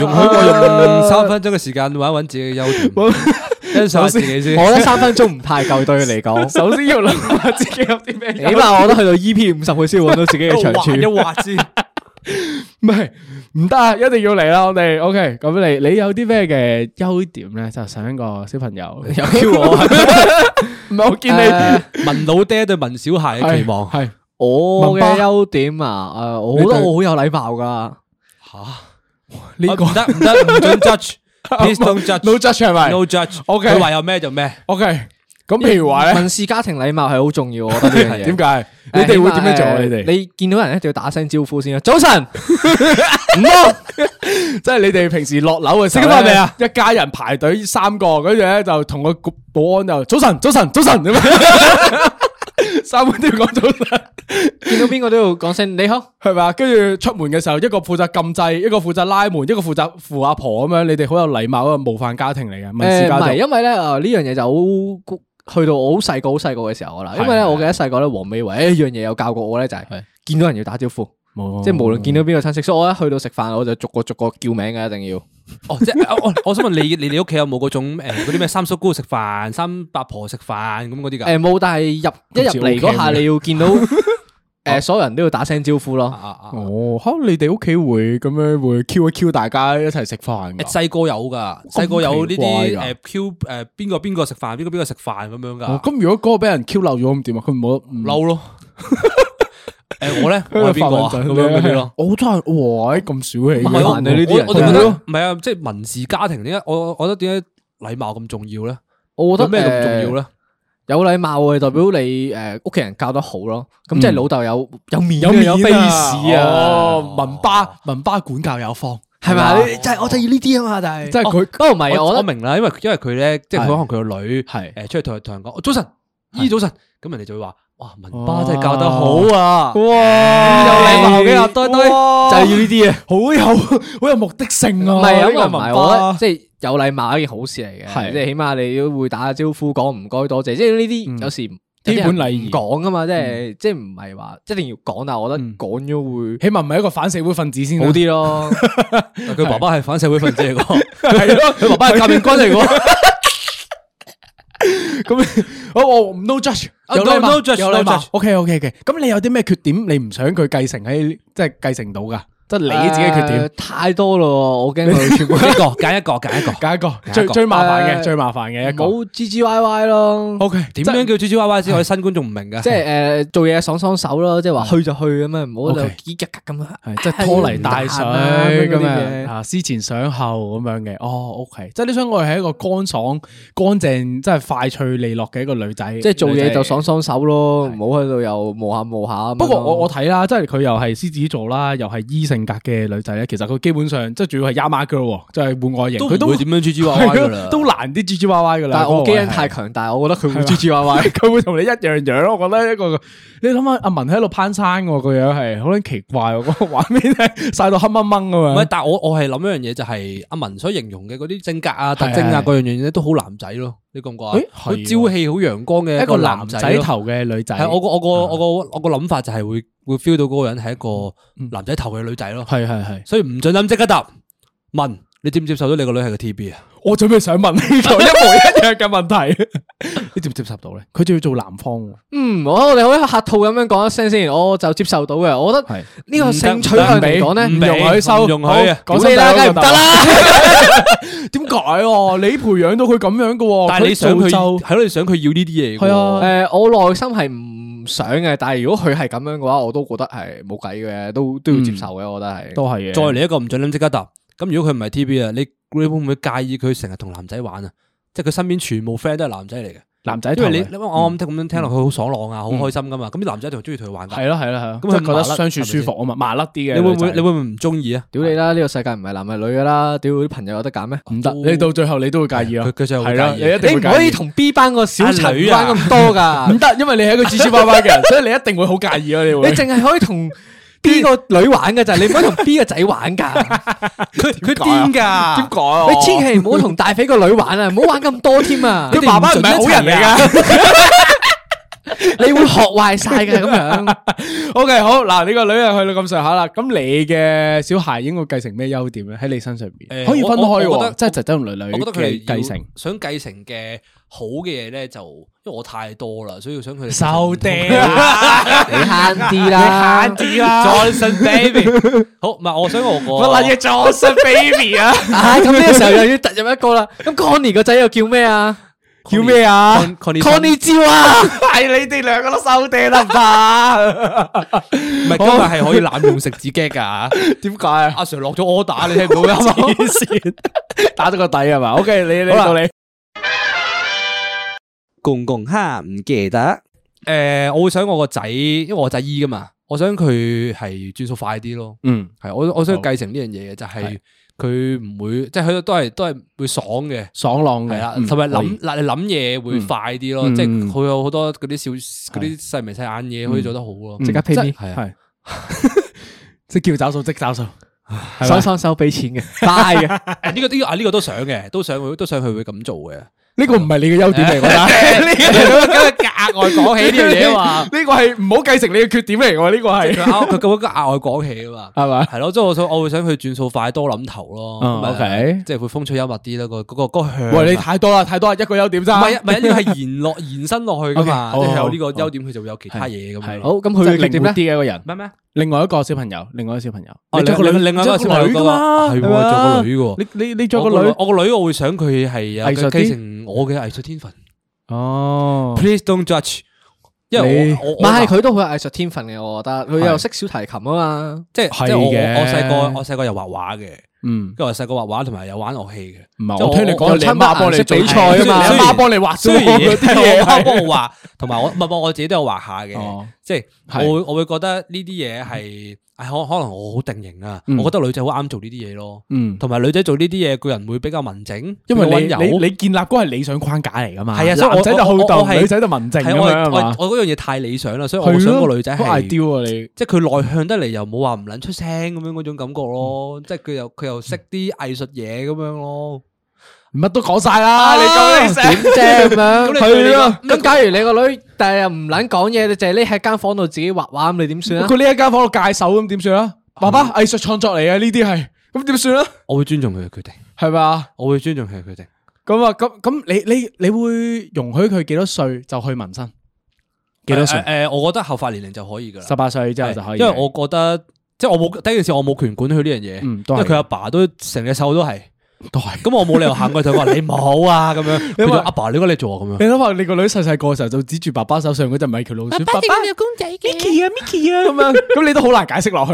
D: 容許我用三分鐘嘅時間揾一揾自己嘅優 點，欣賞下自己先。
A: 我覺得三分鐘唔太夠對佢嚟講，
B: 首先要諗下自己 有啲咩優
A: 起碼我覺得去到 EP 五十佢先會揾到自己嘅長 處。
D: 滑 先，
B: 唔係唔得啊，一定要嚟啦，我哋 OK，咁你你有啲咩嘅優點咧？就想個小朋友，
A: 有 Q 我，
B: 唔係我見
A: 誒
B: 你
D: 問老爹對問小孩嘅期望
B: 係
A: 我
B: 文巴
A: 嘅優點啊，誒，我覺得我好有禮貌噶。
D: 吓，
B: 呢
D: 呢
B: 個
D: 個唔得唔得，唔 准 judge，please don't
B: no judge 係咪
D: judge，no judge。
B: OK
D: 佢話有咩就咩，
B: ？OK，咁譬如 話咧，
A: 民事家庭禮貌係好重要，我覺得呢樣嘢。
B: 點解你哋會點樣做啊？你哋
A: 你見到人一定要打聲招呼先啦。早 晨，
B: 唔咯， 即系你哋平时落楼嘅时候
A: 食咗飯未啊？
B: 一家人排队三个，跟住咧就同个保安就早晨，早晨，早晨咁樣三個都要讲早晨，
A: 見到邊個都要講聲你好。
B: 系嘛？跟住出门嘅时候，一个负责禁制，一个负責拉门，一个负責扶阿婆咁樣。你哋好有禮貌啊，模範家庭嚟嘅，民事
A: 誒唔
B: 家
A: 係，
B: 庭。
A: 因為咧誒呢樣嘢就好去到我好細個好細個嘅時候啦。因為咧
B: 係
A: 我記得細個咧，黃美維一樣嘢有教過我咧，就係見到人要打招呼。
B: 冇
A: 即係無論見到邊個親戚，所以我一去到食飯，我就逐個逐個叫名嘅，一定 要。
D: 哦，即係我我想問你，你哋屋企有冇嗰種誒嗰啲咩三叔姑食飯、三八婆食飯咁嗰啲㗎？
A: 誒冇，但係入一入嚟嗰下，
B: 咁似 OK
A: 你要見 到誒所有人都要打聲招呼
D: 啊
A: 咯。
D: 啊啊！
B: 哦，吓你哋屋企會咁樣會 Q 一 Q 大家一齊食飯㗎
D: 細個有㗎，細個有呢
B: 咁奇
D: 啲
B: 怪㗎
D: 誒 Q 誒邊個邊個食飯，邊個邊個食飯咁樣
B: 哦
D: 㗎，
B: 咁如果嗰個俾人 Q 漏咗咁點啊？佢唔好唔
D: 嬲咯。誒我咧，我係邊個啊？咁樣嗰啲咯。
B: 我真係哇，咁小氣
A: 唔係
B: 嘅
A: 煩你呢啲人
D: 我我就覺得唔係啊，即係民事家庭點解我我覺得點解禮貌咁重要咧？
A: 我覺
D: 有
A: 得
D: 咩咁重要
A: 誒
D: 咧？
A: 有禮貌嘅代表你誒屋企人教得好咯，咁即係老豆有有面
B: 有
A: 啊
B: 面
A: 有 face 啊，
B: 哦，文巴文巴管教有方，
A: 係咪啊？你就係我就要呢啲啊嘛，但係
B: 即係佢
A: 不過唔係啊，
D: 我
A: 我覺
D: 我
A: 得
D: 明啦，因為因為佢咧，即係佢可能
B: 係
D: 佢個女
B: 係
D: 誒出去同人同人講早晨，姨早晨，咁人哋就會話哇文
A: 哦
D: 巴真係教得好啊，
B: 哇，有
D: 禮
B: 禮
D: 貌嘅阿呆呆
B: 就係要呢啲嘢，啊好有好有目的性啊！
A: 唔係啊，
B: 呢
A: 因為
B: 個
A: 唔係我覺得即係有禮貌係一件好事嚟嘅，
B: 係
A: 即係起碼你都會打下招呼，講唔該多謝，即係呢
B: 嗯
A: 啲有時有
B: 基
A: 啲人
B: 本禮儀
A: 唔講噶嘛，即係即係唔係話一定要講，但係我覺得
B: 嗯
A: 講 咗
B: 起碼唔係一個反社會分子先啊
A: 會好啲咯。
D: 但佢爸爸係反社會分子嚟㗎，
B: 係咯，
D: 佢爸爸係革命軍嚟㗎。
B: 咁我我哦 no judge，
D: 啊
B: 有禮
D: no-
B: 貌
D: no judge，
B: 有禮
D: no
B: 貌
D: judge。
B: OK OK OK，咁你有啲咩缺點你唔想佢繼承喺即係繼承到噶？即係你自己嘅缺
A: 誒
C: 呃
B: 點，
A: 太多咯，我驚 佢全部
D: 一個揀一個揀一個，
B: 揀一個
D: 一
B: 最
D: 個
B: 最麻煩嘅
A: 誒
B: 最麻煩嘅一個。
A: 冇唧唧歪歪咯。
B: OK，
D: 點
B: 即係
D: 樣叫豬豬歪歪先？我啲新觀眾唔明㗎，
A: 即係
C: 呃
A: 诶做嘢爽爽手咯，即係話去就去咁樣，唔好就
B: 嗯 OK
A: 叽吉吉咁樣，
B: 係即係拖泥帶水咁樣
A: 樣。
B: 啊，思前想後咁樣嘅。哦，OK，即係你想我係一個乾爽、乾淨、即係快脆利落嘅一個女仔，
A: 即係做
B: 女
A: 嘢
B: 仔
A: 就爽。爽手咯，唔好喺度又磨下磨下咁樣咯。
B: 不過我我睇啦，即係佢又係獅子座啦，又係 E 性性格嘅女仔咧，其實佢基本上即係主要係 Yama girl，喎即係換外形，
D: 都
B: 佢
D: 唔會點樣 GG 娃娃㗎啦
B: 係咯 都難啲 G G 娃娃噶啦。
C: 但系我基
B: 嗰個
C: 因
B: 位係
C: 太強大，我覺得佢會 G G Y Y。
B: 佢會同你一樣樣咯。我覺得一個你諗下，阿文喺度攀山喎，個樣係好撚奇怪喎，嗰個畫面係晒到黑掹掹咁
D: 唔係，
B: 樣。
D: 但係我我係諗一樣嘢，就係阿文所形容嘅嗰啲性格啊、特徵
B: 係
D: 啊
B: 係
D: 嗰樣樣嘢都好男仔咯，你覺唔覺啊？
B: 誒
D: 好
B: 係
D: 朝
B: 喎
D: 氣、好陽光嘅
B: 一個
D: 個
B: 男
D: 仔
B: 仔
D: 咯。
B: 頭啊嘅女仔，
D: 係我個我個我個我個諗法就係會會 feel 到嗰個人係一
B: 嗯
D: 個男仔頭嘅女仔咯，
B: 係係係，
D: 所以唔准諗即刻答問你接唔接受到你個女係個 TB 啊？
B: 我準備想問呢個一模一樣嘅問 題，你接唔接受到咧？佢仲要做男方喎，
C: 嗯，我我哋可以客套咁樣講一聲先，我就接受到嘅。我覺得
B: 係
C: 呢個性取向嚟講
B: 唔
C: 咧，
B: 容許收，
D: 唔容許啊
B: 好
C: 屌
B: 講聲
C: 你啦，梗
B: 第一
C: 係
B: 個
C: 唔
B: 答
C: 得啦。
B: 點解喎？你培養到佢咁樣嘅喎，
D: 但係你想
B: 佢
D: 佢
B: 造就
D: 係咯，你想佢要呢啲嘢㗎喎
B: 係啊
C: 诶，我內心係唔想嘅，但係如果佢係咁樣嘅話，我都覺得係冇計嘅，都都要接受嘅。我覺得係。
B: 都係嘅，
D: 再嚟一個唔准諗即刻答。咁如果佢唔係 TB 啊，你你會唔會介意佢成日同男仔玩啊？即係佢身邊全部 friend 都係男仔嚟嘅。
B: 男仔
D: 因
B: 頭嗯
D: 為你
B: 嘅
D: 你我咁聽咁樣聽落去好爽朗啊，好開心噶嘛。咁啲男仔就中意同佢玩㗎。
B: 嗯係咯係咯係咯，
D: 咁
B: 咁佢
D: 佢
B: 覺
D: 麻
B: 得
D: 甩
B: 相處
D: 係咪先
B: 舒服啊嘛，麻甩啲嘅
D: 你會唔
B: 女仔
D: 會你會唔會唔中意啊？
C: 屌你啦！呢個世界唔係男係女噶啦，屌啲朋友有得揀咩？
B: 唔得，你到最後你都會介意啊！
D: 佢佢就會
B: 係啦，
D: 介
B: 你
D: 意
B: 一
C: 你
B: 定
C: 唔
B: 會介意
C: 可以同 B 班個小
D: 阿
C: 陳
D: 女啊
C: 班咁多
B: 唔
C: 噶，
B: 得，因為你係一個吱吱歪歪 嘅人，所以你一定會好介意啊！你
C: 你
B: 會
C: 淨係可以同 B 個女玩噶咋，你唔可以同 B 個仔玩 噶。
D: 佢佢癲㗎。
B: 點解啊
C: 你千祈唔好同大肥個女玩啊，唔好玩咁多添啊！
B: 佢爸爸唔係好人嚟㗎。
C: 你會學壞晒嘅 咁樣。
B: O K，好嗱，你個女啊去到咁上下啦，咁你嘅小孩應該繼承咩優點咧？喺你身上
D: 誒
B: 邊可以分開
D: 我我我覺得
B: 喎，即係仔仔同女女
D: 我覺得佢哋要
B: 嘅繼承。
D: 想繼承嘅好嘅嘢咧，就因為我太多啦，所以想佢哋
C: 你慳啲啦，
B: 啲啦，
D: Johnson baby，好唔係我想我個
B: 我捻嘢 Johnson baby 啊，
C: 唉，咁呢個時候又要突入一個啦。咁 Connie 個仔又叫咩啊
B: 叫咩啊
D: Con- Connie-
C: ？Connie 招啊！
B: 係你哋兩個都收嗲啦吧？
D: 唔係今日係可以濫用食指 g 㗎。
B: 點解啊？
D: 阿 Sir 落咗 order，你 聽唔到咩？
B: 黐 線，打咗個底係嘛？O K，你你
D: 好啦
B: 到你。
D: 公公哈唔記得。诶、我會想我個仔，因為我仔醫噶嘛，我想佢係轉數快啲咯。
B: 嗯，
D: 係我我想
B: 好
D: 繼承呢樣嘢嘅，就係佢唔會，即係佢都係都係會爽嘅。
B: 爽朗嘅
D: 係 啦，啊
B: 嗯
D: 同埋
B: 可以
D: 諗嗱，你諗嘢會快啲咯，
B: 嗯
D: 即係
B: 嗯
D: 佢有好多嗰啲小嗰啲細眉細眼嘢可以做得好咯。
B: 嗯即刻 pay me
D: 係啊，
B: 系，即係叫找數 即找數，係
C: 手
B: 咪
C: 手手俾錢嘅， 大嘅。
D: 啊呢個呢個啊呢個都想嘅，都想會都想佢會咁做嘅。
B: 呢個唔係你嘅優點嚟，我覺得。
D: 咁 額外講起呢樣嘢 嘛，
B: 呢個係唔好繼承你嘅缺點嚟喎，呢個
D: 佢
B: 係
D: 啱佢咁樣額外講起啊嘛。
B: 係嘛？
D: 系咯，即系我想，我會想佢轉數快，多諗頭咯。
B: 嗯
D: 咁啊
B: OK
D: 即係會風趣幽默啲啦。個嗰個嗰個向啊。
B: 喂，你太多啦，太多啦，一個優點
D: 唔
B: 咋？
D: 係啊唔係啊，呢個係延落延伸落去噶嘛，即
B: OK，好
D: 係有
B: 好
D: 呢個
B: 好
D: 優點，佢就會有其他嘢咁樣。
C: 好，咁
B: 即係
C: 佢
B: 靈
C: 點
B: 活啲
C: 咧？
B: 嘅一個人。
D: 咩咩？
B: 另外一個小朋友，另外一個小朋友，
D: 哦
B: 你做
D: 另另外一個
B: 你做女㗎
D: 小朋友
B: 嘛，
D: 係喎做個女㗎喎
B: 喎。你你你做個
D: 我
B: 女
D: 我個女，我會想佢係有
B: 藝術啲
D: 繼承我嘅藝術天分。
B: 哦，
D: Please don't judge，因
B: 你
D: 為我我
C: 唔
D: 我
C: 係佢都好有藝術天分嘅，我覺得佢又識小提琴啊嘛。
D: 即係
B: 係
D: 即係我
B: 嘅
D: 我細個我細個又畫畫嘅，
B: 嗯，
D: 跟住我細個畫畫同埋有玩樂器嘅。
B: 唔係
D: 即係
B: 我聽你
D: 我
B: 講，你阿
C: 參加
B: 媽幫
C: 顏
B: 你
C: 色
B: 做
C: 比賽啊嘛
B: 你
D: 雖
B: 阿
D: 然
B: 媽幫你畫咗
D: 雖然
B: 嗰啲嘢，
D: 我幫我畫，同埋我唔係我自己都有畫下嘅
B: 哦，
D: 即係
B: 係
D: 我會我會覺得呢啲嘢係，唉可可能我好定型啊，
B: 嗯
D: 我覺得女仔好啱做呢啲嘢咯，
B: 嗯，
D: 同埋女仔做呢啲嘢個人會比較文靜，
B: 因為
D: 比較
B: 你
D: 溫柔
B: 你你建立嗰係理想框架嚟噶嘛，
D: 係啊所以我
B: 男仔就好
D: 我我我
B: 鬥，
D: 係
B: 女仔就文靜咁
D: 係我
B: 樣係
D: 我
B: 嘛，
D: 我嗰樣嘢太理想啦，所以我想個女仔
B: 好
D: 係。
B: ideal 啊你。
D: 即係佢內向得嚟又冇話唔撚出聲咁樣嗰種感覺咯，即係佢又佢又識啲藝術嘢咁樣咯。
B: 乜都講晒啦，你咁你成
C: 點 啫咁樣？
D: 咁你對你
C: 係
D: 個
C: 咯。咁假如你個女但係又唔撚講嘢，你就係匿喺間房度自己畫畫，咁你點算啊？
B: 佢呢一間房度戒手咁點算啊？爸爸藝術創作嚟嘅呢啲係，咁點算啊？
D: 我會尊重佢嘅決定，
B: 係咪啊？
D: 我會尊重佢嘅決定。
B: 咁啊，咁咁你你你會容許佢幾多歲就去紋身？幾多歲？
D: 誒，誒我覺得合法年齡就可以㗎啦。
B: 十八歲之後就可以。
D: 因為我覺得即係我冇第一件事，我冇權管佢呢樣嘢，
B: 嗯都
D: 因
B: 係
D: 為佢阿爸都成隻手都係，
B: 都係。
D: 咁我冇理由行過去同佢話你冇啊咁 樣，佢就話阿爸你解你做啊咁樣
B: 你。諗下，你個女細細個嘅時候就指住爸爸手上嗰隻米奇老鼠，爸爸
E: 公仔嘅
B: Mickey 啊 Mickey 啊咁樣，咁你都好難解釋落去。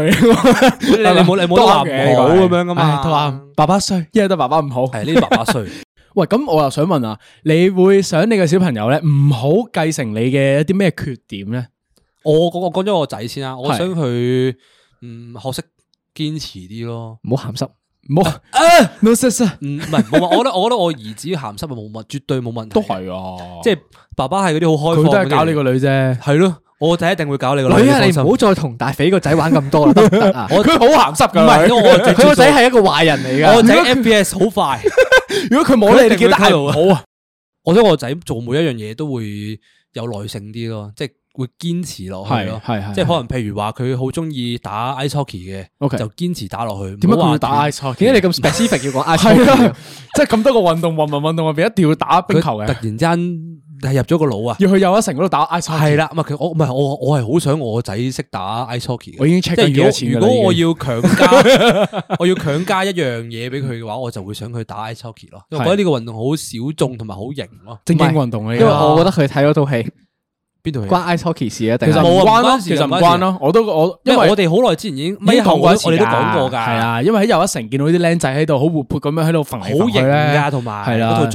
B: 你
D: 你 冇你冇得話唔好咁樣㗎嘛
B: 都啱。爸爸衰，一係都爸爸唔好。
D: 係呢啲爸爸衰，
B: 喂，咁我又想問啊，你會想你嘅小朋友咧唔好繼承你嘅一啲咩缺點咧？
D: 我我我講咗我仔先啦，我
B: 係
D: 想佢嗯學識堅持啲咯。
C: 唔好鹹濕，
B: 冇
D: 啊
B: no sense 啊
D: 唔唔係冇問，我覺得我覺得我兒子鹹濕啊冇問，絕對冇問題。
B: 都係啊，
D: 即係爸爸係嗰啲好開
B: 佢
D: 放，
B: 都係搞你個女啫。
D: 係咯，我仔一定會搞你個
C: 女
D: 女
C: 啊，
D: 放
C: 你
D: 心
C: 唔好再同大肥個仔玩咁多啦，得唔得啊？
B: 佢好鹹濕
D: 唔係，因為我仔
C: 佢個仔係一個壞人嚟噶，
D: 我
B: 啊
D: 仔 FPS 好快，
B: 如果佢冇
D: 佢一
B: 你，你
D: 定
B: 記
D: 會
B: 得係
D: 卡
B: 唔
D: 路
B: 好啊。
D: 我想我仔做每一樣嘢都會有耐性啲咯，即係會堅持落去咯。
B: 係係係
D: 即係可能譬如話佢好中意打 ice hockey 嘅，
B: OK
D: 就堅持打落去。
B: 點解
D: 唔好
B: 佢
D: 話
B: 要打 ice hockey？
C: 點解你咁 specific 要講 I
B: 係啊，即係咁多個運動混混運動入邊，一定要打冰
D: 佢
B: 球嘅
D: 突，然之間係入咗個腦啊！
B: 要去又一城嗰度打 ice hockey。
D: 係啦，唔係佢我唔係我我係好想我仔識打 ice hockey 嘅。
B: 我已經 check 緊幾多
D: 即係
B: 錢㗎啦
D: 如果如果我
B: 已經
D: 要強加 我要強加一樣嘢俾佢嘅話，我就會想佢打 ice hockey 咯，因為我覺得呢個運動好小眾同埋好型咯。
B: 正經
C: 唔係
B: 運動嚟㗎，
C: 因為我覺得佢睇嗰套戲
D: 邊度嚟㗎？
C: 關 ice hockey 事啊，定
B: 其實
C: 係
B: 唔
D: 冇啊
B: 關
D: 唔
B: 咯，
D: 關事
B: 其實唔
D: 唔關事
B: 關咯，我都我
D: 因
B: 因
D: 為
B: 為
D: 我哋好耐之前已經
B: 已
D: 咪
B: 經
D: 後
B: 講
D: 我
B: 過一
D: 哋
B: 次
D: 我哋都講過㗎，
B: 係，啊，因為喺又一城見到啲僆仔喺度好活潑咁樣喺度揈
D: 好型㗎，
B: 噶，
D: 同埋
B: 係啦
D: 嗰套
B: 係啦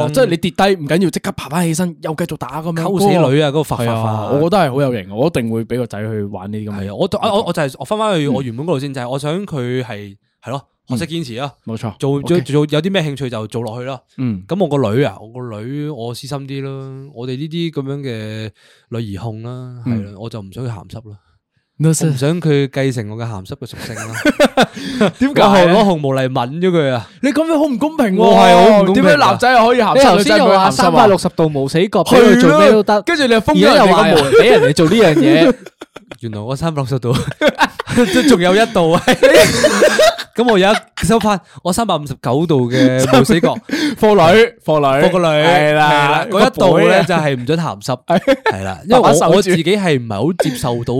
D: 裝，
B: 即係你跌低唔緊要，即刻爬翻起身又繼續打咁樣，
D: 溝死女
B: 啊！
D: 啊嗰個發發
B: 係
D: 發
B: 啊，，我覺得係好有型嘅，我一定會俾個仔去玩呢啲咁嘅
D: 係啊，我嗯我我我就係我翻翻去我原本嗰度先，就係我想佢係係咯，學識堅持啊，
B: 冇錯，哦
D: 做做
B: OK，
D: 做有啲咩興趣就做落去咯。
B: 嗯，
D: 咁我個女啊，我個女我私心啲咯，我哋呢啲咁樣嘅女兒控啦，
B: 嗯
D: 係啦，我就唔想佢鹹濕啦，我唔想佢繼承我嘅鹹濕嘅屬 性啦。
B: 點
D: 我紅我紅毛嚟吻咗佢啊！
B: 你咁樣好唔公平啊喎，
D: 我係好唔公平
B: 點
D: 㗎
B: 解男仔又可以鹹
C: 你
B: 濕，
C: 頭
B: 女
C: 先
B: 仔
C: 又
B: 冇
C: 話
B: 鹹
C: 三
B: 濕
C: 百
B: 啊
C: 六？十度無死角，俾
B: 去
C: 佢做咩都得，
B: 跟住你又封
C: 而
B: 咗
C: 家又
B: 人哋
C: 話
B: 個門，
C: 俾人 哋做呢樣嘢，
D: 原來我三百六十度， 即仲有一度啊！ 咁我有一收翻我三百五十九度嘅冇死角，
B: 貨女貨女
D: 我個女
B: 係啦，
D: 嗰一度咧就
B: 係
D: 係唔准鹹 濕，係啦，因為
B: 把手
D: 我
B: 住
D: 我自己係唔係好接受到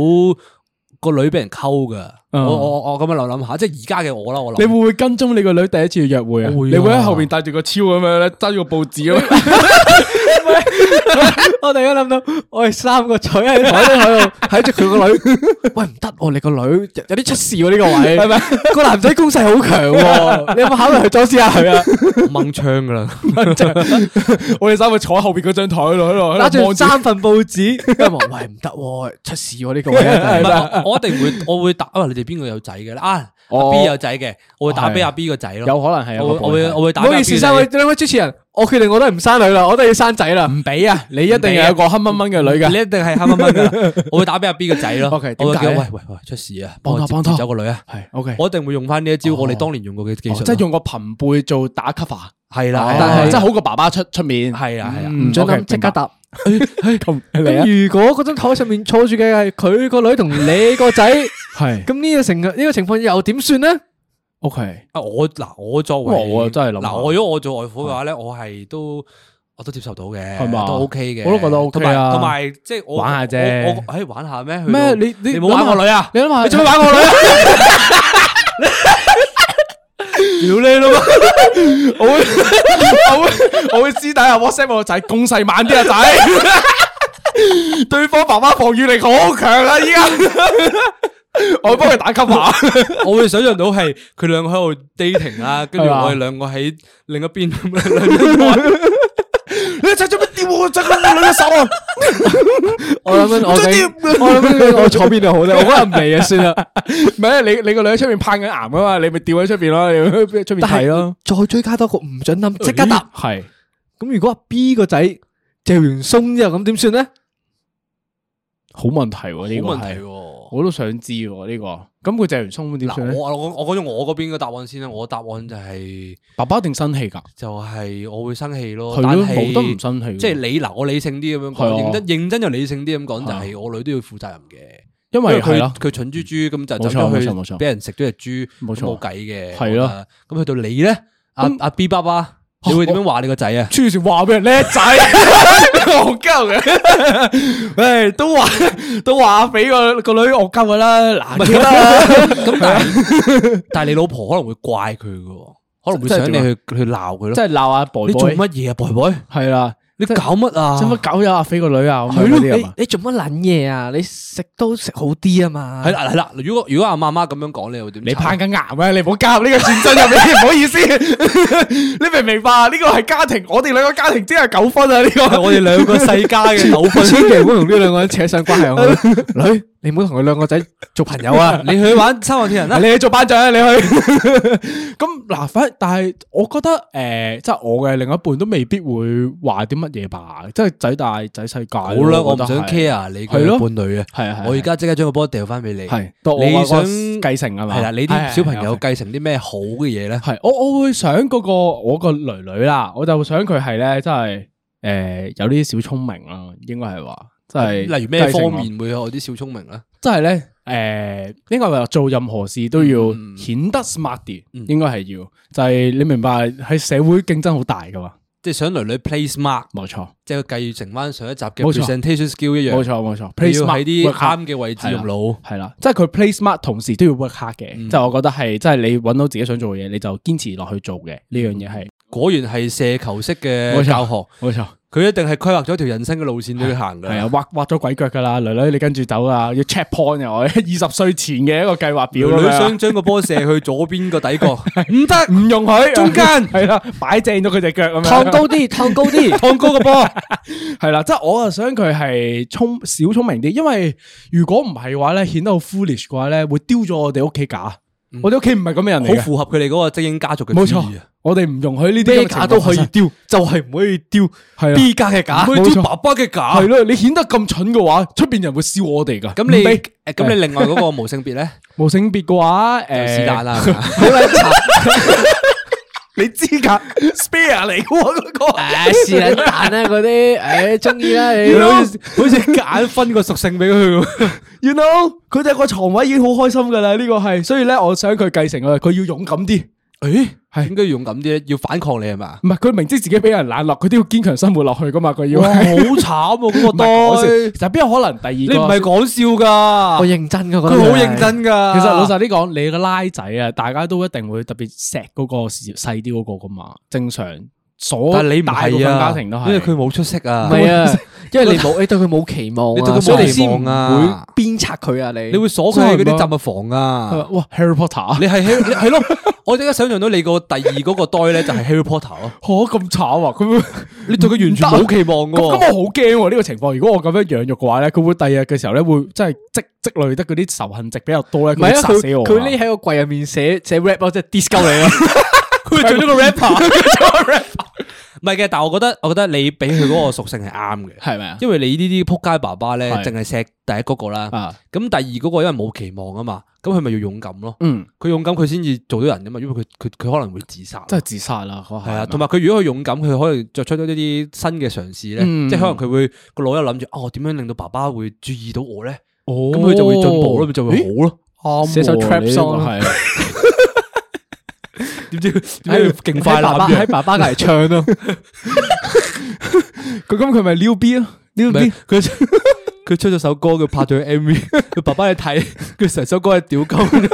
D: 個女俾人溝噶，我
B: 嗯
D: 我我咁樣諗諗下，即係而家嘅我啦，我
B: 你會
D: 諗
B: 唔會跟蹤你個女第一次約會啊？啊
D: 我會啊
B: 你會喺後邊帶住個超咁樣咧，揸住個報 紙咁樣，
C: 我突然間諗到，我哋三個坐喺台喺度睇住佢個女，喂唔得喎，你個女有有啲出事喎呢個位，係咪？個男仔攻勢好強 喎，你有冇考慮去阻止下佢啊？
D: 掹槍噶啦，
B: 我哋三個坐喺後邊嗰張台度喺度
C: 攞
B: 喺度
C: 住
B: 望 住。
C: 三份報紙，跟住話喂唔得喎，出事喎呢個位
D: 唔
B: 啊
C: 一定。
D: 係我我一定會我會打，啊你哋邊個有仔嘅咧？啊阿
B: 我
D: B 有仔嘅，我會打俾
B: 哦係
D: 阿 B 個仔咯，
B: 有可能係有
D: 我
B: 個
D: 會我
B: 保
D: 會我會
C: 唔
D: 打俾
C: 好
D: 阿 B 個仔。
C: 意思，三位兩位主持人，我決定我都係唔生女啦，我都要生仔啦。
B: 唔俾啊！你一定有個黑掹掹嘅女
D: 你
B: 㗎。
D: 一定係黑掹掹噶，我會打俾阿 B 個仔咯。
B: OK，
D: 我會
B: 點解
D: 叫
B: 咧
D: 喂喂喂出事啊，
B: 幫拖
D: 我接
B: 幫拖
D: 接走個女啊，
B: 係 OK，啊
D: 我一定會用翻呢一招，我哋當年用過嘅技術，啊
B: 哦即係用個朋輩做打 cover，
D: 係啦，
B: 但係即係好過爸爸出出面。
D: 係啦係啦，
B: 嗯
C: 唔准
B: OK，
C: 諗，即刻答。
B: 咁嚟啊！
C: 咁如果嗰張台上面坐住嘅係佢個女同你個仔，
B: 係
C: 咁呢個情呢個情況又點算咧？
B: OK，
D: 啊我嗱我作
B: 哇
D: 為
B: 我真係諗
D: 嗱我如果我做外父嘅話咧，我係都。我都接受到嘅，
B: 係嘛
D: 都 OK 嘅，
B: 我都覺得 OK
D: 同埋
B: 啊
D: 同埋即係我
B: 玩下啫
D: 我我誒玩下咩？去到
B: 咩你你
D: 你冇玩我女啊？
B: 你諗下，
C: 你做咩玩我女啊？
B: 屌你咯！我會我會我會私底下 WhatsApp 我仔，攻勢慢啲啊仔。對方爸爸防禦力好強啊！依家我幫佢打 cover，啊
D: 我會想象到係佢兩個喺度 dating 啦，跟住
B: 係嘛
D: 我哋兩個喺另一邊，兩個
B: 你仔做乜掂我仔咁兩隻手啊？
C: 我諗緊我
B: 真
C: 緊我諗緊我坐邊度好咧？我可能嚟啊，算啦。
B: 唔係你你個女喺出面攀緊岩噶嘛，你咪吊喺出邊咯，你去出面
C: 但
B: 睇
C: 係
B: 咯。
C: 再追加多個唔准諗，即刻答。
B: 係
C: 咁如果阿 B 個仔嚼完鬆之後咁點算咧？
B: 好問題喎，呢個
D: 冇問題
B: 係
D: 喎。
B: 我都想知喎呢個。咁佢鄭元松點算
D: 嗱，
B: 咧？
D: 我我我講咗我嗰邊嘅答案先啦，我答案就係、
B: 爸爸一定生氣㗎，
D: 就係、我會生氣咯，
B: 係
D: 哦但
B: 咯，
D: 係
B: 冇得唔生氣。
D: 即係你嗱，我理性啲咁樣
B: 係啊
D: 講，認真認真又理性啲咁講，就
B: 係啊
D: 係我女都要負責任嘅，
B: 因為係
D: 佢
B: 咯，嗯
D: 佢蠢豬豬咁就
B: 冇錯
D: 走咗
B: 冇錯冇
D: 去
B: 錯
D: 俾人食咗隻豬，
B: 冇
D: 咁
B: 錯
D: 冇計嘅，
B: 係咯
D: 我覺得。咁去到你咧，阿
B: 咁哦
D: 阿 B 爸爸，你會點樣話你個仔 啊？
B: 黐線話俾人叻仔， 戇鳩嘅。唉，都話 都話俾個個女戇鳩噶啦，嗱，記得啦
D: 咁 但係 但係你老婆可能會怪佢嘅喎，可能會
B: 即係
D: 想你
B: 點啊
D: 去去鬧佢
B: 即係
D: 咯。
B: 鬧阿寶，
D: 你做？乜嘢啊，boy boy？
B: 係啦，
D: 你搞乜啊？
B: 使乜搞咗阿肥個女啊？
C: 係
B: 係
C: 咯，
B: 咯，
C: 你你做乜撚嘢啊？你食都食好啲啊嘛。
D: 系啦系啦，如果如果阿媽媽咁樣講，你又點？
B: 你攀緊岩啊！你唔好加入呢個戰爭入面，唔好意思， 你明唔明白啊？呢個係家庭，我哋兩個家庭之間嘅糾紛啊！呢個
D: 係我哋兩個世家嘅
C: 千祈唔好同呢兩個人扯上關係。我女
B: 你唔好同佢兩個 仔做朋友啊！
D: 你去玩三個鐵人啦
B: 你，去做班長啊！你去 咁嗱，反但係我覺得诶，即係我嘅另一半都未必會話啲乜嘢吧，即係仔大仔世界。
D: 哎好啦，我唔想 care 你
B: 係
D: 嘅
B: 咯
D: 伴侶啊，
B: 係啊係啊
D: 我而家即刻將個波掉翻俾你，
B: 系，到我
D: 你
B: 話
D: 想
B: 我繼承啊嘛？
D: 係啦，你
B: 係
D: 啲小朋
B: 係係
D: 友
B: 係
D: 繼承啲咩好嘅嘢咧？
B: 系我我会想嗰、個个我個女女啦，我就想佢係咧，真係诶、有啲小聰明啦，應該係話，即係
D: 例如咩
B: 繼承
D: 方
B: 我？
D: 面會有啲小聰明咧？
B: 即係呃咧
D: 嗯
B: 诶，应该话做任何事都要顯得 smart 啲，
D: 嗯
B: 應該係要，就係你明白喺社會競爭好大噶嘛，
D: 即係想女女 play smart，
B: 冇錯，
D: 即係繼承翻上一集嘅
B: 冇錯
D: presentation skill 一樣，
B: 冇錯，冇錯
D: 你
B: ，play
D: 要
B: smart
D: 喺啲
B: work hard
D: 啱嘅位置用腦。
B: 系啦，即係啊佢 play smart 同時都要 work hard 嘅，
D: 嗯
B: 即係我覺得係，即係你揾到自己想做嘅嘢，你就堅持落去做嘅呢樣嘢係
D: 果然係射球式嘅
B: 冇錯
D: 教學，
B: 冇錯。
D: 佢一定係規劃咗條人生嘅路線都要行㗎。
B: 系啊，畫画咗鬼腳噶啦，女女你跟住走啊，要 check point 啊，我 二十歲前嘅一個啊計劃表
D: 女
B: 咁
D: 女
B: 樣
D: 想將個波射去左邊個 底角，
B: 唔得，唔容許，
D: 中間
B: 系啦，擺正咗佢只腳咁樣，
A: 烫高啲，烫高 啲，
B: 烫高個波， 係啦，即係我啊想佢係聰小聰明啲，因為如果唔係嘅話咧，顯得好 foolish 嘅話咧，會丟咗我哋屋企架，我哋屋企唔係咁嘅人嚟
D: 嗯好
B: 嘅，
D: 符合佢哋嗰個精英家族嘅
B: 冇
D: 主
B: 錯
D: 義啊。，
B: 我哋唔容許呢啲
D: 咩架都可以
B: 丢，
D: 就係唔可以丟
B: 係啊
D: B 架嘅架，
B: 唔可以
D: 唔可以
B: 丟
D: 爸爸嘅架
B: 係。咯，你顯得咁蠢嘅話，出邊人會笑我哋噶，
D: 咁
B: 唔俾
D: 你誒咁你另外嗰個無性別咧，
B: 無性別嘅話，诶，
D: 是但啦。係嘛
B: 好卵惨，你知噶 spare 嚟嘅喎嗰個，
A: 唉，是卵蛋 啦嗰啲，唉，中意啦你。
B: 好似好似夾硬分個屬性俾佢喎。You know，佢哋個床位已經好開心噶啦，呢個係，所以咧，我想佢繼承啊，佢要勇敢啲。
D: 誒，係應該要勇敢啲咧，要反抗你係啊嘛？
B: 唔係佢明知自己俾人冷落，佢都要堅強生活落去噶嘛，佢要。
D: 好啊慘喎，嗰
B: 唔係講笑其實邊有可能第二
D: 你唔係講啊笑
A: 我
D: 㗎，
A: 認真噶，佢
D: 佢好認。真㗎。
B: 其實老實啲講，你個拉仔啊，大家都一定會特別錫嗰個細啲嗰個噶嘛，正常。所
D: 但係你唔
B: 大部分
D: 係啊，
B: 家庭都係，
D: 因為佢冇出息啊。
A: 唔係啊，因為你冇，你對佢冇期望啊，
D: 你對佢冇
A: 所以
D: 期望啊
A: 先唔會鞭策佢啊，你
D: 你會鎖佢喺嗰啲雜物房啊。
B: 哇 Harry Potter，
D: 你係 Harry 你係咯，我即刻想象到你個第二嗰個袋咧就係 Harry Potter 咯。啊
B: 吓咁慘啊！佢
D: 你對佢完全冇期望
B: 咁咁我
D: 㗎喎。
B: 好驚喎呢個情況。如果我咁樣養育嘅話咧，佢會第二日嘅時候咧，會真係積積累得嗰啲仇恨值比較多
A: 唔
B: 咧，
A: 係
B: 會
A: 啊？
B: 殺
A: 佢
B: 死我啊。
A: 佢匿喺個櫃入面寫寫 rap 咯，即係 disco 你咯。
D: 佢做咗個 rapper，唔係嘅，但係我覺得，我覺得你俾佢嗰個屬性係啱嘅。
B: 係咪啊？
D: 因為你呢啲仆街爸爸咧，
B: 係
D: 淨係錫第一嗰個啦，
B: 啊，
D: 咁第二嗰個因為冇期望啊嘛，咁佢咪要勇敢咯。
B: 嗯，
D: 佢勇敢佢先至做到人噶嘛，因為佢佢佢可能會自殺。
B: 真係自殺啦！
D: 係啊，同埋佢如果佢勇敢，佢可以作出一啲新嘅嘗試咧，
B: 嗯
D: 即係可能佢會個腦又諗住，哦，點樣令到爸爸會注意到我咧？
B: 咁
D: 咁佢就會進步咯，咪就會好咯。
B: 哦啱
A: 寫首 trap song 咯
B: 係
D: 點知點解要勁
A: 喺
D: 快
A: 爸
D: 攬
A: 爸
D: 嘅
A: 喺？爸爸隔離唱 咯，
B: 佢咁佢咪撩 B 咯，撩
D: 唔
B: B
D: 係佢佢出咗 首歌，佢拍咗個 M V，佢爸爸去睇，佢成首歌係屌 鳩，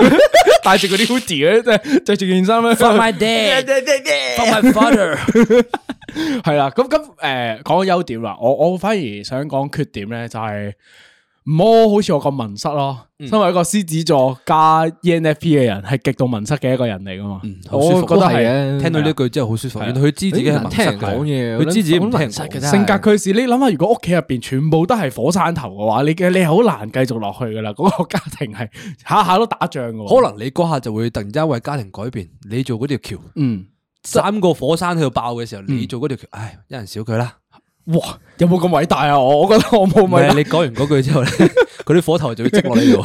D: 戴住嗰啲 hoodie 咧，真係
B: 着住件衫咧，
D: my dad，fuck my father。
B: 係啦。咁咁誒講優點啦，我我反而想講缺點咧，就係唔好好似我咁文質咯。
D: Ừ.
B: 身為一個獅子座加 ENFP 嘅人，係極度文質嘅一個人嚟噶嘛。
D: 好舒
B: 我
D: 服
B: 覺得
A: 都係
B: 係
A: 嘅
D: 聽到呢句真係好舒服，原來佢知自己係文
A: 聽人
D: 人
A: 講嘢，
D: 佢知自己唔聽人
A: 識
D: 講
A: 嘅
D: 嘅
A: 啫。
B: 哦性格驅使，你諗下，如果屋企入邊全部都係火山頭嘅話，你嘅你係好難繼續落去噶啦。嗰、個 家庭係下下都打仗嘅喎，
D: 可能你嗰下就會突然之間為家庭改變，你做嗰條橋，
B: 嗯，
D: 三個火山喺度爆嘅時候，你做嗰條橋，唉，一人少佢啦。
B: 哇，有冇咁偉大啊？我我覺得我 冇
D: 唔係
B: 偉
D: 你講完嗰句之後 咧，嗰啲火頭就會積落你度，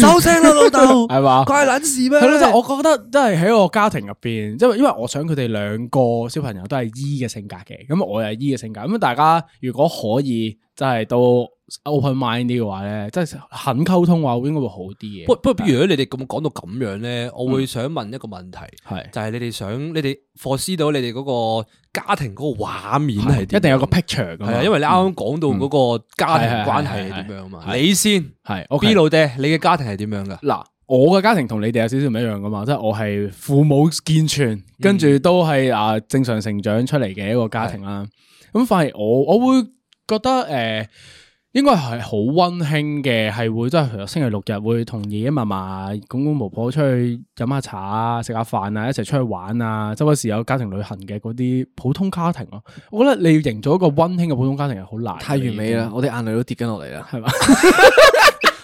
D: 收聲啦，老豆，
B: 大，係嘛？
D: 怪撚事咩？
B: 啊係咯，即係我覺得真係喺我家庭入邊，因為因為我想佢哋兩個小朋友都係 E 嘅性格嘅，咁我又係 E 嘅性格，咁大家如果可以真係都 open mind 啲嘅話咧，即係肯溝通嘅話，應該會好啲嘅。
D: 不不過，如果你哋咁講到咁樣咧，我會想問一個問題，
B: 係
D: 就係你哋想你哋 f o 到你哋嗰個家庭嗰個畫面係點樣
B: 一定有個 picture 㗎
D: 係
B: 嘛，
D: 啊，因為你啱啱講到嗰個家庭
B: 嗯
D: 關係係點樣啊嘛，你先
B: 係 OK
D: B 老爹，你嘅家庭係點樣噶？
B: 嗱，我嘅家庭同你哋有少少唔一樣噶嘛，即係我係父母健全，跟住
D: 嗯
B: 都係啊正常成長出嚟嘅一個家庭啦。咁反而我我會覺得诶、呃，应该系好温馨嘅，係會真係譬如星期六日會同爺爺嫲嫲、公公婆婆出去飲下茶啊、食下飯啊、一齊出去玩啊，周不時有家庭旅行嘅嗰啲普通家庭咯。我覺得你要營造一個温馨嘅普通家庭係好難嘅，
D: 嗯
A: 太完美
B: 已經
A: 啦，我哋眼淚都跌緊落嚟啦。
B: 係嘛？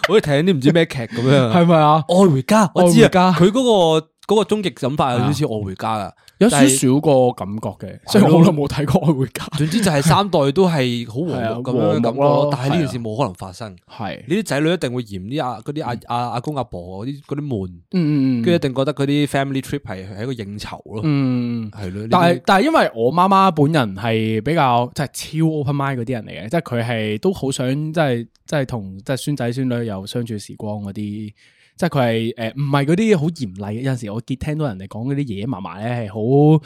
D: 好似睇緊啲唔知咩劇咁 樣。
B: 係咪啊？
D: 愛回家，我知啊
B: 愛回，家
D: 佢嗰個嗰個終極諗法有啲似愛回家噶，
B: 有
D: 但
B: 少
D: 係
B: 少個感覺嘅，雖然
D: 係咯
B: 我好耐冇睇過《愛回家》，
D: 總之就係三代都係好和睦咁樣嘅感
B: 係啊和睦咯
D: 覺，但係呢件事冇可能發生。呢
B: 係，
D: 啲仔女一定會嫌啲阿嗰啲阿阿阿公阿婆嗰啲嗰啲悶，
B: 嗯嗯
D: 跟住一定覺得嗰啲 family trip 係係一個應酬咯，
B: 嗯。
D: 係咯。呢啲
B: 但係但係因為我媽媽本人係比較即係超 open mind 嗰啲人嚟嘅，即係佢係都好想即係即係同即係孫仔孫女有相處時光嗰啲，即係佢係誒唔係嗰啲好嚴厲嘅。有陣時我見聽到人哋講嗰啲爺爺嫲嫲咧係好。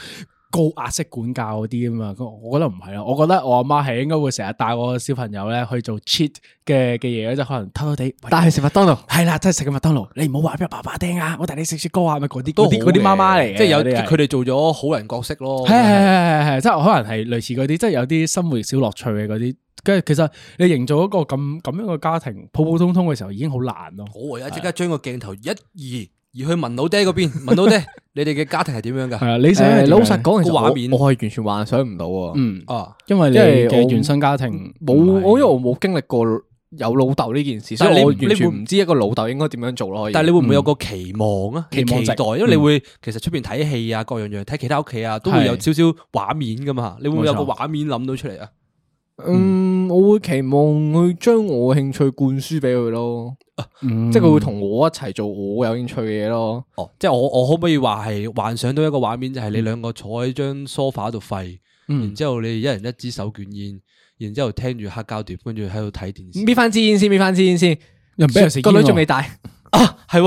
B: 高壓式管教嗰啲啊嘛，咁我覺得唔係啦，我覺得我阿媽係應該會成日帶我小朋友咧去做 cheat 嘅嘅嘢，即係可能偷偷地帶去食麥當勞，係啦，即係食個麥當勞，你唔好話俾我爸爸聽啊，我帶你食雪糕啊，咪嗰啲
D: 都
B: 嗰啲
D: 好
B: 嗰啲
D: 嘅
B: 媽媽嚟嘅，
D: 即係有
B: 嗰啲係啊
D: 佢哋做咗好人角色咯。
B: 系系系系，即係可能係類似嗰啲，即係有啲生活小樂趣嘅嗰啲。跟住其實你營造一個咁咁樣嘅家庭，普普通通嘅時候已經好難咯。
D: 我而家啊即刻將個鏡頭一移移去文老爹嗰 邊，文老爹，你哋嘅家庭係點樣
B: 係
D: 㗎？
B: 啊，你想係
A: 誒
B: 點樣
A: 老實講，其實
D: 個畫
A: 我
D: 面
A: 我係完全幻想唔到喎。
B: 嗯，
D: 啊，
B: 因為你
A: 因為
B: 嘅
A: 我
B: 原生家庭
A: 冇，我因為我冇經歷過有老豆呢件事，所
D: 但係
A: 以
D: 你
A: 我
D: 你
A: 完全
D: 會
A: 唔知一個老豆應該點樣做咯。可以
D: 但係你會唔會有個期望啊？
B: 期望值
D: 期待，因為你
B: 嗯
D: 會其實出邊睇戲啊，各樣樣睇其他屋企啊，都會有少少畫面噶嘛。你會唔會有個
B: 冇錯
D: 畫面諗到出嚟啊？
A: 嗯，我會期望佢將我嘅興趣灌輸俾佢咯，
B: 嗯
A: 即係佢會同我一齊做我有興趣嘅嘢咯。
D: 哦，即係我我可唔可以話係幻想到一個畫面，就係你兩個坐喺張 sofa 度吠，然之後你一人一支手捲煙，然之後聽住黑膠碟，跟住喺度睇電視。
A: 搣翻支煙先，搣翻支煙先。
B: 又唔俾人食煙
A: 個女仲
B: 喎
A: 未大，
D: 啊，係喎，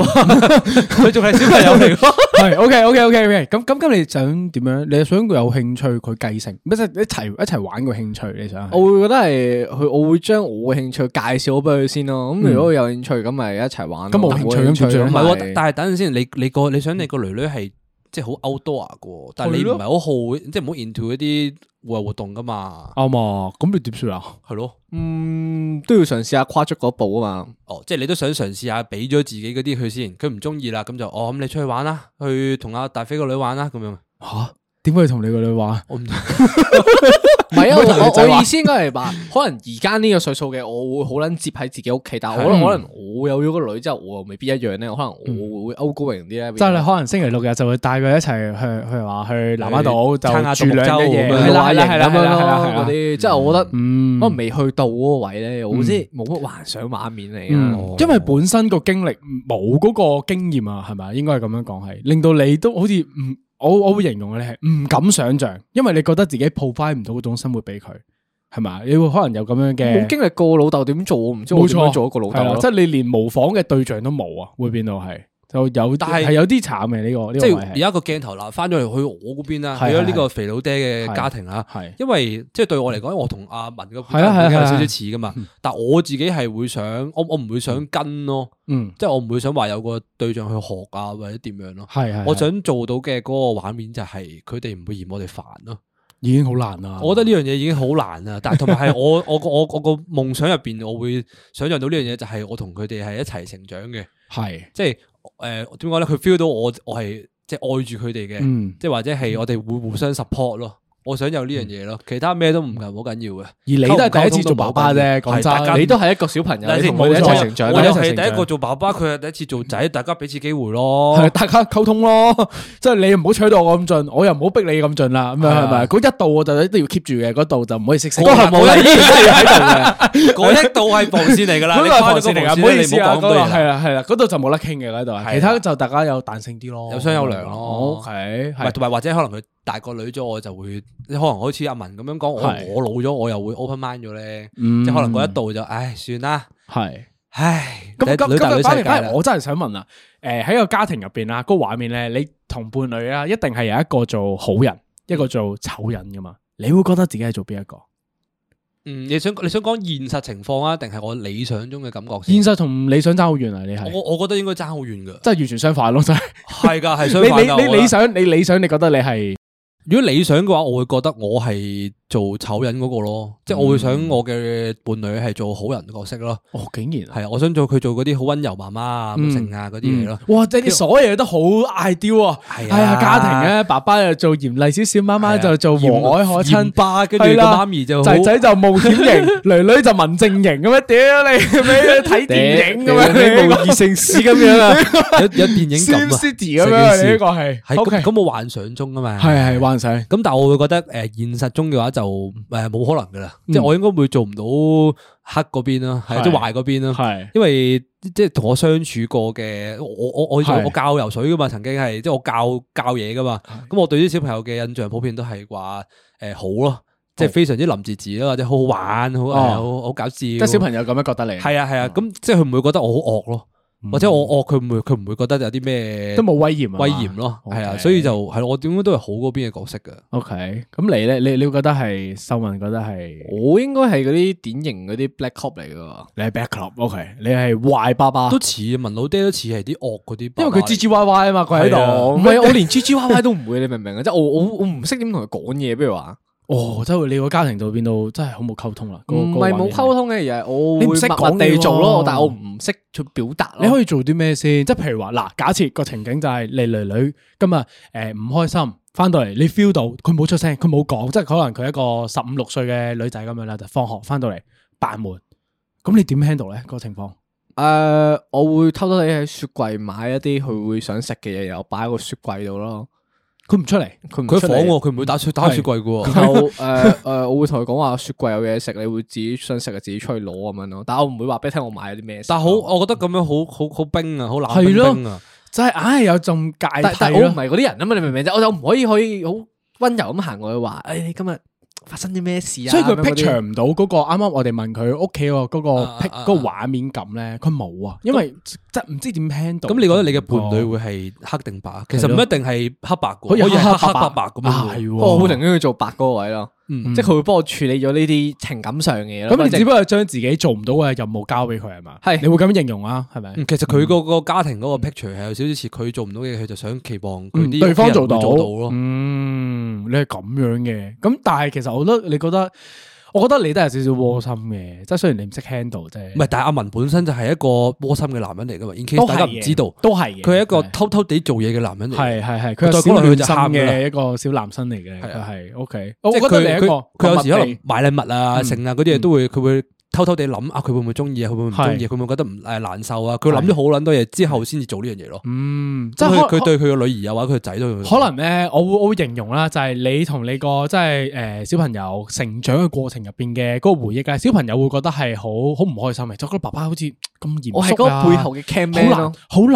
D: 佢仲係小朋友嚟 喎。
B: 係 OK OK OK OK。咁咁咁，你想點樣？你想佢有興趣，佢繼承，咩即係一齊一齊玩個興趣？你想係？
A: 我會覺得係佢，我會將我嘅興趣介紹俾佢先咯。咁如果佢有興趣，咁咪一齊玩咯。
B: 咁冇興趣咁點算唔
D: 唔係
A: 冇興
D: 喎，
A: 趣
D: 但係等陣先，你你個你想你個女女係即係好 outdoor 嘅，但係你唔係好好，即係唔好 into 一啲戶外活動噶嘛，
B: 啱啊，咁你點算啊？
D: 係咯。
A: 嗯，都要嘗試下跨出嗰一步啊嘛。
D: 哦，即係你都想嘗試下俾咗自己嗰啲佢先，佢唔中意啦，咁就哦咁你出去玩啦，去同阿大飛個女玩啦，咁樣。
B: 吓？點解要同你個女玩？
D: 我唔
A: 唔係啊，
B: 唔好同女
A: 我
B: 仔
A: 我
B: 玩
A: 我意思應該係話，可能而家呢個歲數嘅我會好撚接喺自己屋企，但
B: 嗯
A: 係我覺得可能我有咗個女之後，我又未必一樣咧。可能我會 outgoing 啲啊咧。
B: 嗯即係你可能星期六日就會帶佢一齊去去話去南丫島
D: 去撐下
B: 就住兩
D: 獨
B: 日
D: 木舟
B: 夜，
D: 咁樣
B: 係啦係啦係啦
A: 咁
B: 係
A: 樣
B: 啦係啦係
A: 咯，
B: 啦
A: 嗰啲即係我覺得，
B: 嗯
A: 可能未去到嗰個位咧，我即係冇乜幻想畫面嚟啊。
B: 嗯，因為本身個經歷冇嗰個經驗啊，係咪？應該係咁樣講，係令到你都好似唔，我我會形容你係唔敢想像，因為你覺得自己 provide 唔到嗰種生活俾佢，係咪？你會可能有咁樣嘅
A: 冇經歷過我老豆點做，我唔知我
B: 冇
A: 點樣
B: 錯，
A: 做一個老
B: 係啦
A: 豆咯啊
B: 即係你連模仿嘅對象都冇啊，會變到係就有，
D: 但
B: 但
D: 係
B: 係有啲慘嘅呢個呢
D: 即
B: 個
D: 係
B: 位
D: 而
B: 係
D: 家個鏡頭啦，翻咗嚟去我嗰邊啦，去
B: 係
D: 咗呢
B: 係
D: 個肥佬爹嘅
B: 係
D: 家庭啦。
B: 係
D: 因為即係對我嚟講，我同阿文嘅
B: 係啊係啊
D: 家庭
B: 係
D: 有
B: 啊
D: 少少似噶嘛，但我自己係會想，我我唔會想跟咯，
B: 嗯
D: 即係我唔會想話有個對象去學啊或者點樣咯。
B: 係係，
D: 我
B: 係
D: 想做到嘅嗰個畫面就係佢哋唔會嫌我哋煩咯。
B: 已經好難啦，
D: 我覺得呢樣嘢已經好難啦，但係同埋係我 我個我我個夢想入邊，我會想象到呢樣嘢就係我同佢哋係一齊成長嘅，
B: 係
D: 即係誒點講咧？佢 feel 到我我係即係愛住佢哋嘅，
B: 嗯。
D: 即係或者係我哋會互相 support 咯。我想有呢樣嘢咯，其他咩都唔係好緊要嘅。
B: 而你都係第一次做爸爸啫，
D: 溝
B: 講
D: 唔溝通都冇關係係大
B: 真，
D: 家
A: 你都係一個小朋友，
D: 但
A: 你
D: 係
A: 同佢哋一齊成長
D: 我
A: 啦，
D: 又
A: 一齊
D: 係
A: 成
D: 第一個
A: 長。
D: 做爸爸，佢係第一次做仔，大家俾次機會咯。
B: 係大家溝通咯， 即係你唔好取到我咁盡，我又唔好逼你咁盡啦，咁樣係咪？嗰一度我就一定要 keep 住嘅，嗰度就唔可以識識。
D: 啊嗰個冇
B: 依然係喺度嘅，
D: 嗰一度係防線嚟 㗎啦，
B: 嗰
D: 你
B: 個係防
D: 跨咗個
B: 線嚟
D: 防
B: 噶，
D: 線
B: 唔好意思
D: 你唔
B: 啊，
D: 好
B: 嗰
D: 講
B: 個
D: 多嘢啦
B: 係啦係啦，嗰度就冇得傾嘅嗰度，
D: 係啊
B: 其他就大家有彈性啲咯，
D: 有商有量咯
B: 哦 OK，
D: 唔係
B: 係
D: 同埋或者可能佢大個女咗，我就會你可能好似阿文咁樣講，我
B: 係
D: 我老咗，我又會 open mind 咗咧，
B: 嗯
D: 即係可能嗰一度就唉算啦，
B: 係。
D: 唉
B: 咁咁
D: 女大
B: 咁，
D: 女
B: 反
D: 世
B: 而
D: 界
B: 反而
D: 啦。
B: 我真係想問啦，誒喺個家庭入邊啦，嗰個畫面咧，你同伴侶啦，一定係有一個做好人，一個做醜人噶嘛？你會覺得自己係做邊一個？
D: 嗯，你想你想講現實情況啊，定係我理想中嘅感覺先？
B: 嗯現實同理想爭好遠啊！你係
D: 我我覺得應該爭好遠㗎，
B: 真係完全相反咯，真係。
D: 係㗎，係
B: 你
D: 相反㗎。
B: 你
D: 我
B: 你
D: 覺得
B: 理，想，你理想，你覺得你係
D: 如果理想嘅話，我會覺得我係做醜人嗰個咯，即係我會想我嘅伴侶係做好人角色咯，
B: 哦，竟然啊
D: 係啊，我想做佢做嗰啲好温柔媽媽啊、咁成啊嗰啲嘢咯。
B: 嗯哇！即係啲所有嘢都好 ideal 啊，
D: 係啊
B: 係啊，家庭咧，爸爸又做嚴厲少少，媽
D: 啊
B: 媽就做和蔼可
D: 鹽
B: 親，
D: 巴跟住個
B: 係啦
D: 媽咪就好
B: 仔仔就冒險型， 女女就文靜型咁樣，屌你俾你睇電影咁樣，你呢個
D: 無疑城市咁樣啊， 有有電影感
B: Sim
D: 啊，
B: City 咁樣，你呢個係
D: 係
B: OK
D: 咁咁我幻想中啊嘛，
B: 係係幻想。
D: 咁但係我會覺得诶、呃、现实中嘅話就诶冇、可能噶啦，即係我應該會做唔到黑嗰邊啦，嗯係啊
B: 係
D: 即係壞嗰邊啦，
B: 係
D: 因為即係同我相處過嘅，我我我我
B: 係
D: 我教游水噶嘛，曾經係即係我教教嘢噶嘛，咁我對啲小朋友嘅印象普遍都係話诶好咯，即係非常之林字字啦，或者好好玩，好呃好好搞笑，即
B: 即係小朋友咁樣覺得你嗯
D: 系啊係啊，咁即係佢唔會覺得我好惡咯，或者我惡佢唔會佢唔會覺得有啲咩
B: 都冇威嚴啊嘛，
D: 威嚴咯，係啊，
B: OK
D: 所以就係我點解都係好嗰邊嘅角色嘅。
B: OK，咁你咧，你你會覺得係秀文覺得係
A: 我應該係嗰啲典型嗰啲 black cop 嚟噶，
B: 你係 back club，OK，你係壞爸爸
D: 都，似啊，文老爹都似係啲惡嗰啲爸
B: 因
D: 爸嚟，
B: 為佢唧唧歪歪啊嘛，佢喺
D: 係啊
B: 度，
A: 唔係我連 G G Y Y 都唔會，你明唔明啊？即係我我我唔識點同佢講嘢，比如話
B: 哦，真係你個家庭度變到真係好冇溝通啦，
A: 唔係冇溝，通嘅，而係我
B: 你唔
A: 會
B: 識
A: 默默
B: 講
A: 地
B: 嘢
A: 做
B: 喎
A: 咯，但係我唔識去表達咯。
B: 你可以做啲咩先？即係譬如話嗱，假設個情景就係你女女今日誒唔開心，翻到嚟你 feel 到佢冇出聲，佢冇講，即係可能佢一個十五六歲嘅女仔咁樣啦，就放學翻到嚟扮門，咁你點 handle 咧個情況？
A: 诶、我會偷偷地喺雪櫃買一啲佢會想食嘅嘢，然後擺喺個雪櫃度咯。
B: 佢唔出嚟，
A: 佢唔
D: 佢
A: 出
D: 房
A: 嚟
D: 喎，佢唔會打雪打雪櫃嘅喎。
A: 就诶诶，誒我會同佢講話雪櫃有嘢食，你會自己想食就自己出去攞咁樣咯。但我唔會話俾你聽我買咗啲咩食咯。
D: 但係好，我覺得咁樣好好好冰啊，好冷
B: 係咯
D: 冰冰啊。
B: 就係硬係有浸芥
A: 但但
B: 蒂
A: 我唔
B: 咯。
A: 係嗰啲人啊嘛，你明唔明啫？我就唔可以可以好温柔咁行過去話，诶、你今日發生啲咩事啊？
B: 所以佢
A: 咁樣嗰啲
B: picture 唔到嗰個啱啱我哋問佢屋企個嗰個
D: 啊啊
B: pic
D: 啊
B: 嗰個畫面感咧，佢冇啊，因為即係唔知點 handle。
D: 咁你覺得你嘅伴侶會係黑定白啊？其實唔一定係黑白嘅，
B: 哦可
D: 可
B: 以
D: 以
B: 黑
D: 係黑
B: 白
D: 白白咁
B: 啊
D: 樣
B: 係
D: 嘅。
B: 喎
A: 哦我會寧願佢做白嗰個位咯，
D: 嗯
A: 即係佢會幫我處理咗呢啲情感上嘅嘢咯。
B: 咁你
A: 即係
B: 只不過將自己做唔到嘅任務交俾佢係嘛？
A: 係
B: 你會咁樣形容啊？係咪？
D: 嗯其實佢嗰個家庭嗰個 picture 係有少少似佢做唔到嘅，佢就想期望佢啲
B: 嗯對方
D: 屋企人會
B: 到，
D: 做到咯。
B: 嗯，你係咁樣嘅，咁但係其實我覺得你覺得，我覺得你都有少少窩心嘅，即係雖然你唔識 handle 啫，
D: 唔係，但係阿文本身就係一個窩心嘅男人嚟噶嘛。in
B: 都
D: case 大家唔知道，
B: 都係嘅，
D: 佢係一個
B: 哦係
D: 偷偷地做嘢嘅男人嚟嘅。
B: 係係係，佢有小
D: 佢再講落
B: 暖
D: 去
B: 心
D: 就喊㗎啦
B: 嘅一個小男生嚟嘅，
D: 係
B: 佢
D: 啊
B: 係 OK，我
D: 即係
B: 覺得你係一
D: 佢
B: 個嗯
D: 佢佢有時可能
B: 物
D: 買禮物啊、剩啊嗰啲嘢都會，佢會偷偷地諗啊，佢會唔會中意啊？佢會唔中意
B: 係
D: 啊？佢會唔會覺得唔誒難受啊？佢諗咗好撚多嘢之後先至做呢樣嘢咯。
B: 嗯，即
D: 即係
B: 係可
D: 佢對佢個女兒啊，或者佢仔都會
B: 可能咧，我會我會形容啦，就係你同你個即係誒小朋友成長嘅過程入邊嘅嗰個回憶咧，小朋友會覺得係好好唔開心嘅，就覺得爸爸好似咁嚴肅
A: 我係嗰
B: 啊
A: 個背後嘅 cam man
B: 好
A: 咯
B: 難。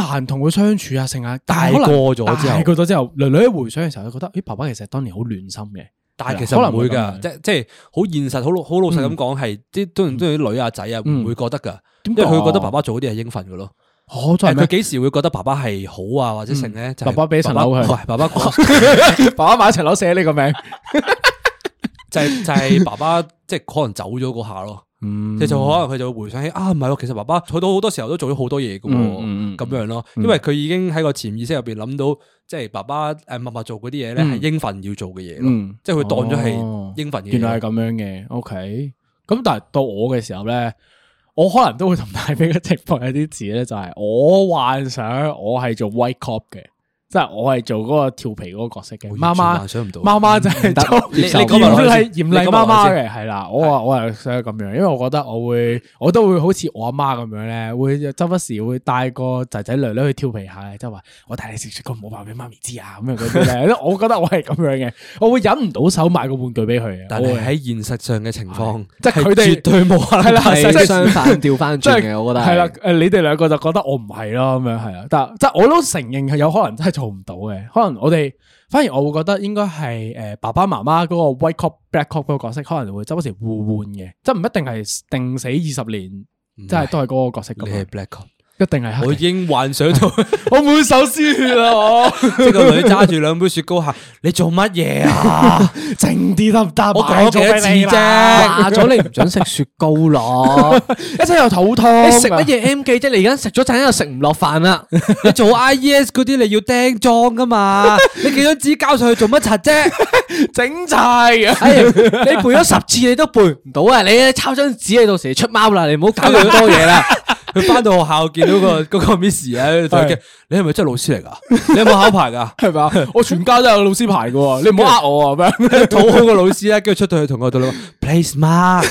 B: 好難同佢相處啊，成啊，
D: 大
B: 個
D: 個咗之後
B: 大個咗之後，女女一回想嘅時候，佢覺得，咦，爸爸其實當年好暖心嘅，
D: 但係其
B: 啊可
D: 實
B: 能
D: 唔會
B: 會咁
D: 㗎，即即係好現實，好老好老實咁講係啲都都啲女啊仔啊
B: 嗯
D: 唔會覺得㗎，
B: 點
D: 因
B: 解
D: 為佢會覺得爸爸做嗰啲係應份㗎咯。
B: 我哦真
D: 誒
B: 係咩嗯
D: 佢幾時會覺得爸爸係好啊，或者成咧？就係
B: 爸爸俾層樓佢
D: 喂爸爸講
B: 爸爸買層樓寫你個名，
D: 就係 就係爸爸即係可能走咗嗰下咯。
B: 嗯
D: 即係就可能佢就會回想起啊，唔係喎，其實爸爸去到好多時候都做咗好多嘢嘅
B: 嗯嗯嗯
D: 喎，咁樣咯，因為佢已經喺個潛意識入邊諗到，即係爸爸誒默默做嗰啲嘢咧係應份要做嘅嘢咯
B: 嗯，
D: 即係佢當咗
B: 哦
D: 係應份嘅嘢。
B: 原來係咁樣嘅，OK。咁但係到我嘅時候咧，我可能都會同大飛嘅情況有啲似咧，就係我幻想我係做 white cop 嘅，即係我係做嗰個調皮嗰個角色嘅，
D: 我完全
B: 媽媽
D: 幻想唔到嗯
B: 媽媽就係做
D: 你你
B: 嚴
D: 講埋落去
B: 厲
D: 先
B: 嚴
D: 你
B: 厲
D: 講
B: 媽媽
D: 埋落去
B: 嘅，係啦，我話我係想咁樣，因為我覺得我會我都會好似我阿媽咁樣咧，會周不時會帶個仔仔女女去調皮下，即係話我帶你食雪糕，唔好話俾媽咪知啊咁樣嗰 啲咧，我覺得我係咁樣嘅，我會忍唔到手買個玩具俾佢嘅，
D: 但
B: 我
D: 係
B: 會
D: 喺現實上嘅情況，
B: 即哦係佢哋
D: 絕對冇可能
B: 係啦
D: 係
B: 實際
A: 係相反調翻轉嘅，我覺得
B: 係啦。誒，你哋兩個就覺得我唔係咯，咁樣係啊。但即係我都承認係有可能真係做唔到嘅。可能我哋反而我會覺得應該係誒爸爸媽媽嗰個 white cop black cop 嗰個角色，可能會周不時互換嘅，即係唔一定係定死二十年，即係都係嗰個角色
D: 你
B: 咁樣。
D: 係 black cop，
B: 一定係
D: 我
B: 黑
D: 已經幻想到，
B: 我滿手鮮血啊！我
D: 即係個女揸住兩杯 雪糕嚇，你做乜嘢啊？
B: 靜啲得唔得？
D: 我講咗幾多次啫？
A: 話咗你唔准食雪糕咯，
B: 一陣又肚痛啊，
A: 你食乜嘢 M 記啫？你而家食咗陣又食唔落飯 啦，啊
D: 你做 IES 嗰啲你要釘裝噶 嘛？你幾張紙交上去做乜柒啫？
B: 整晒嘅？
A: 哎你背咗十次你都背唔到啊！你抄張紙你到時你出貓啦，你唔好搞咁多嘢啦。
D: 佢翻到學校見到 個嗰個 Miss 喺度同佢傾，你係咪真係老師嚟㗎？你有冇考牌 㗎？
B: 係咪啊？我全家都有老師牌嘅喎，你唔好呃我啊！咁樣
D: 討好個老師啊啦，跟住出到去同個導老 place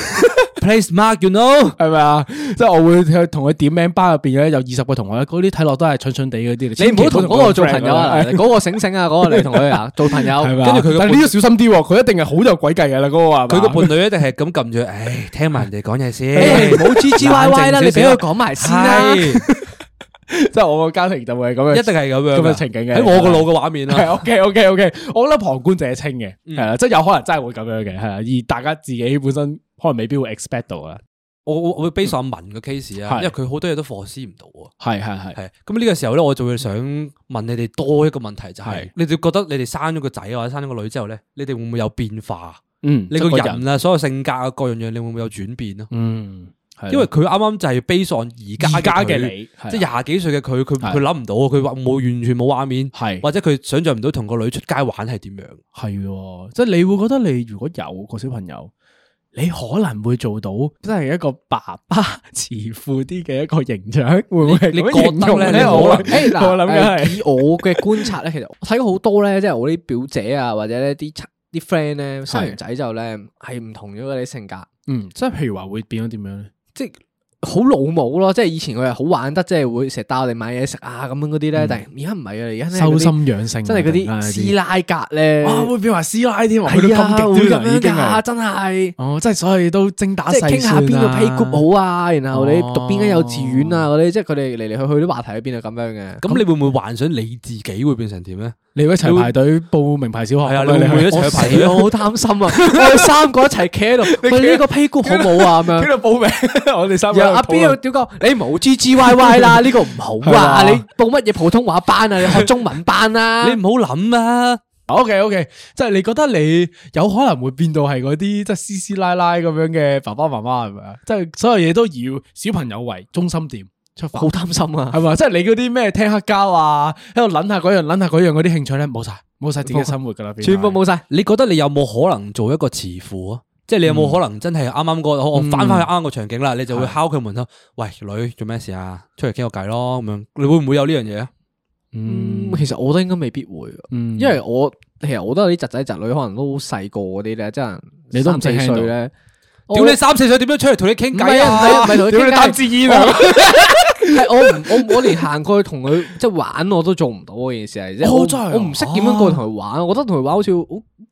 D: mark，place mark，you know。
B: 係咪啊？即係我會去同佢點名班入邊咧有二十個同學，嗰啲睇落都係蠢蠢地嗰啲。
A: 你
B: 千
A: 唔
B: 祈
A: 好同嗰個做
B: friend
A: 朋友啊！
B: 係
A: 嗰個醒醒啊，嗰個你同佢 啊做朋友，
B: 係咪
A: 跟
B: 啊
A: 住佢
B: 但係
A: 嘅
B: 呢個小心啲喎，佢一定係好有詭計嘅啦，嗰個話。
D: 佢個伴侶一定係咁撳住佢，唉，聽埋人哋講嘢 先，
A: 哎誒唔好唧
D: 哎
A: 唧歪歪啦
D: 冷靜少少
A: 你俾佢講埋先啦
D: 係
B: 即係我個家庭就會係 咁樣，
D: 啊一定係咁樣
B: 咁
D: 㗎
B: 嘅情景嘅
D: 喺我個腦嘅畫面啊
B: 係
D: 啦。
B: OK OK OK，我覺得旁觀者清嘅，係啦，即係有可能真係會咁樣嘅，係啦，而大家自己本身可能未必會 expect 到啊，
D: 我我我會 base 上文嘅 case 啊，
B: 係
D: 因為佢好多嘢都 foresee 唔到啊。
B: 係係係，
D: 係咁呢個時候咧，我就會想問你哋多一個問題，就係
B: 係
D: 你哋覺得你哋生咗個仔或者生咗個女之後咧，你哋會唔會有變化？
B: 嗯，
D: 你個人啊，所有性格啊，各樣嘢，你會唔會有轉變啊？
B: 嗯，
D: 因為佢啱啱就係 base 上而
B: 而
D: 家
B: 家嘅
D: 嘅佢
B: 你，
D: 即係廿幾歲嘅佢，佢
B: 係
D: 佢諗唔到，啊佢話冇完全冇畫面，
B: 係
D: 或者佢想象唔到同個女出街玩係點樣。
B: 係喎，即係你會覺得你如果有個小朋友，你可能會做到真係一個爸爸慈父啲嘅一個形象，會唔會係
D: 你
B: 咁
D: 覺
B: 形
D: 得
B: 容
D: 咧
B: 咧？
D: 你
B: 我 我
D: 可能
A: 誒嗱，
B: 諗緊
A: 誒
B: 係
A: 以我嘅觀察咧，其實我睇過好多咧，即係我啲表姐啊，或者咧啲親啲 friend 咧，生完仔之後咧係唔同咗嘅啲性格，
B: 嗯，即係譬如話會變咗點樣咧？
A: 即係好老母咯，即係以前佢係好玩得，即係會成日帶我哋買嘢食啊咁樣嗰啲咧，但係而家唔係啊，而家呢
B: 修
A: 嗰啲
B: 嗯心養性啊，
A: 真係嗰
B: 突
A: 啲
B: 然間有
A: 師奶格咧，
B: 哇，會變話師奶添，我去到
A: 係啊，
B: 咁
A: 會咁
B: 極端啦，已
A: 樣
B: 經
A: 㗎，
B: 係。
A: 真係。
B: 哦，即係所以都精打
A: 即
B: 細
A: 係傾下邊
B: 邊
A: 個 play group 好啊，然後你讀邊間幼稚園啊
B: 哦
A: 嗰啲，即係佢哋嚟嚟去去啲話題變到咁樣嘅。
D: 咁你會唔會幻想你自己會變成點咧？
B: 你會一齊排隊報名牌小學，
D: 係啊
B: 咁樣
D: 你會唔會一齊
B: 係
A: 我死
D: 去排隊啊
A: 我好擔心啊！我哋三個一齊企 喺度，喂呢個 play group 好冇啊咁樣。
B: 喺度報名？ 我哋三個
A: 然後阿 B 又屌講：你冇 G G Y Y 啦，呢個唔好啊！
B: 係嘛
A: 你報乜嘢普通話班啊？你學中文班啊 啦。
B: 啊
D: 你唔好諗啊！
B: O K O K，即係你覺得你有可能會變到係嗰啲即係師師奶奶咁樣嘅爸爸媽媽係咪啊？即係所有嘢都以小朋友為中心點出發
A: 好，擔心啊！
B: 係嘛？即係你嗰啲咩聽黑膠啊，喺度諗下嗰樣諗下嗰樣嗰啲興趣咧，冇晒冇晒自己嘅生活噶啦，變
A: 全部
B: 態
A: 冇晒。
D: 你覺得你有冇可能做一個慈父啊？即係你有冇可能真係啱啱個我我翻翻去啱啱個場景啦，你就會敲佢門口，喂女做咩事啊？出嚟傾個偈咯咁樣，你會唔會有呢樣嘢啊？
A: 嗯其實我都應該未必會，
B: 嗯
A: 因為我其實我都有啲侄仔侄女，可能都細個嗰啲咧，即係
B: 你都唔
A: 三
B: 識
A: 四
B: handle
A: 歲咧。我
D: 屌你三四歲點樣出嚟同你傾
A: 唔
D: 偈
A: 係啊，唔係啊
D: 啊
A: 唔？係同佢
B: 屌
A: 傾
B: 你
A: 偈
B: 擔支煙啊！
A: 係我唔我我連行過去同佢即係玩我都做唔到嗰件事係，即係
B: 哦
A: 我
B: 真係啊
A: 我唔識點樣過去同佢玩，我覺得同佢玩好似好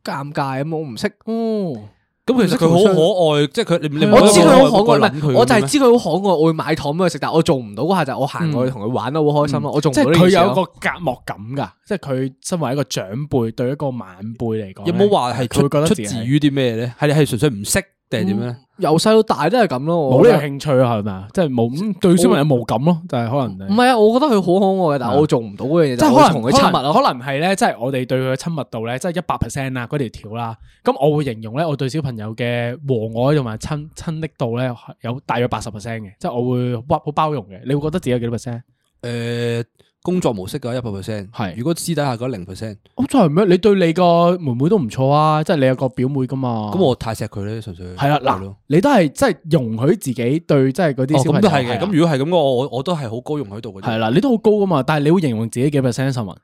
A: 尷尬咁，我唔識。嗯
B: 哦，
D: 咁其實佢好可愛，即係佢你你
A: 我
D: 冇
A: 知
D: 一個
A: 佢
D: 外
A: 好
D: 國
A: 可愛，
D: 諗
A: 唔
D: 佢
A: 係我就
D: 咁
A: 係
D: 樣
A: 知佢好可愛，我會買糖俾佢食，但係我做唔到嗰下就係我行過去同佢玩得好開心咯，我做唔
B: 即
A: 到
B: 係
A: 呢
B: 佢
A: 件事
B: 有一
A: 咯。
B: 個隔膜感噶，即係佢身為一個長輩對一個晚輩嚟講，
D: 有冇話係
B: 佢會覺得
D: 出
B: 自
D: 出
B: 己
D: 自
B: 係
D: 於啲咩咧？係你係純粹唔識定係點樣咧？
A: 由細到大都係咁咯，我
B: 冇
A: 覺
B: 呢
A: 得
B: 個興趣啊？係咪啊？即係冇咁對小朋友冇感咯，就係可能
A: 唔係啊，我覺得佢好可愛嘅，但係
B: 係啊
A: 我做唔到嗰樣嘢，
B: 即係
A: 係
B: 可能
A: 同佢親密啊咯。
B: 可能係咧，即係我哋對佢嘅親密度咧，即係一百 percent 啦，嗰條條啦。咁我會形容咧，我對小朋友嘅和蔼同埋親親昵度咧，有大約八十 percent 嘅，即係我會包好包容嘅。你會覺得自己有幾多
A: 嗯
B: percent？
D: 誒呃工作模式嘅一百 percent，
B: 係
D: 如果私底下嗰零 percent，
B: 咁真係咩？你對你個妹妹都唔錯啊，即係你有個表妹噶嘛。
D: 咁我太錫佢咧，純粹
B: 哦係啦，
D: 係
B: 嗱
D: 咯，
B: 你都係即係容許自己對即係嗰
D: 哦
B: 啲小朋友
D: 咁都係嘅。
B: 係啦
D: 咁如果係咁，我我我都係好高容喺度嘅。
B: 係啦，你都好高噶嘛，但係你會形容自己幾 percent 新聞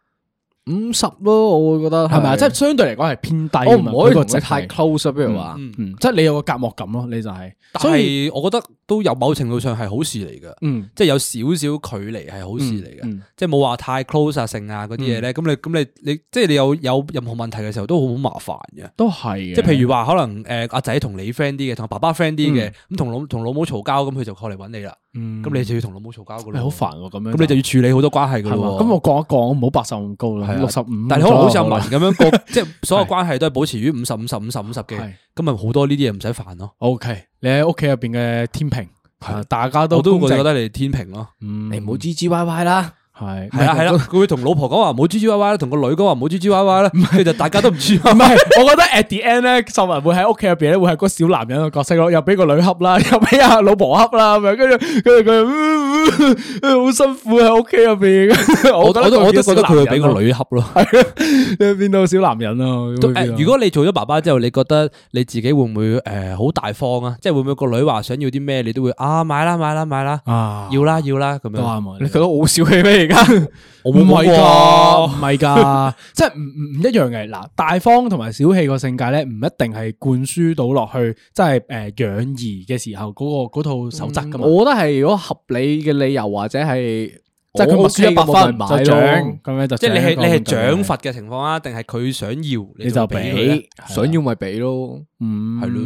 A: 五十咯，我會覺得
B: 係咪啊？即係相對嚟講係偏低㗎
A: 我
B: 嘛，
A: 唔可以同
B: 嗰個
A: 佢
B: 值
A: 太
B: 係
A: close 啊，比如話。
D: 嗯，
B: 嗯，即係你有個隔膜感咯，你就係，
D: 但
B: 所以
D: 係我覺得都有某程度上係好事嚟嘅，
B: 嗯
D: 即係有少少距離係好事嚟
B: 嗯
D: 嘅，即係冇話太 close 啊、性啊嗰啲嘢咧。咁你咁你你即係你有有任何問題嘅時候都好麻煩嘅。
B: 都係嘅，
D: 即係譬如話，可能誒阿仔同你 friend 啲嘅，同爸爸 friend 啲嘅，咁同老同老母嘈交，咁佢就過嚟揾你啦。
B: 嗯
D: 咁你就要同老母嘈交
B: 係
D: 噶
B: 好
D: 咯。
B: 煩喎，咁樣
D: 咁你就要處理好多關係噶
B: 係嘛？
D: 咯喎。
B: 咁我講一講，唔好八十咁高
D: 係
B: 啦，
D: 啊
B: 六十五，
D: 但係可能好似阿文咁樣 個，即係所有關係都係保持於五十五十五十五十嘅
B: 係，
D: 咁咪好多呢啲嘢唔使煩咯。
B: ，OK，你喺屋企入邊嘅天平啊大家都
D: 我都
B: 公
D: 會
B: 正
D: 覺得你天平咯，
A: 你唔好唧唧歪歪啦。
B: 係
D: 係啊係啦，佢會同老婆講話唔好唧唧歪歪啦，同個女講話唔好唧唧歪歪啦，佢就大家都唔知
B: 唔係，我覺得 at the end 咧，秀文會喺屋企入邊咧，會係嗰個小男人嘅角色咯，又俾個女恰啦， 又俾阿老婆恰啦，咁樣跟住跟住佢嗯嗯好辛苦喺屋企入邊。
D: 我都我都
B: 覺
D: 覺
B: 得
D: 得佢會
B: 佢
D: 俾
B: 變
D: 個
B: 個小男人咯，你變到小男
D: 女恰咯。
B: 人啊咯。
D: 啊都誒如果你做咗爸爸之後，你覺得你自己會唔會誒好大方啊？即係會唔會個女話想要啲咩，你都會啊買啦買啦買啦，
B: 啊
D: 要啦要啦咁
B: 都
D: 樣。
B: 啱啊，
A: 你覺得我好小氣咩？而家
B: 我
D: 冇
B: 唔
D: 講
B: 係㗎，
D: 過
B: 唔係㗎，即係唔唔唔一樣嘅。嗱，大方同埋小氣個性格咧，唔一定係灌輸到落去，即係誒養兒嘅時候嗰個嗰套守則㗎
D: 嗯
B: 嘛。
A: 我覺得係如果合理嘅理由或者係
B: 即係佢
A: 我
B: 冇輸
A: OK
B: 一百
A: 咁我咪
B: 分
A: 買
B: 就
A: 咯
B: 獎，咁樣就
D: 即係你係
B: 獎
D: 你係
B: 咁樣
D: 獎罰嘅情況啊，定係佢想要
B: 你就
D: 會佢咧
B: 俾
A: 俾，想要咪俾咯。
B: 嗯，
D: 係咯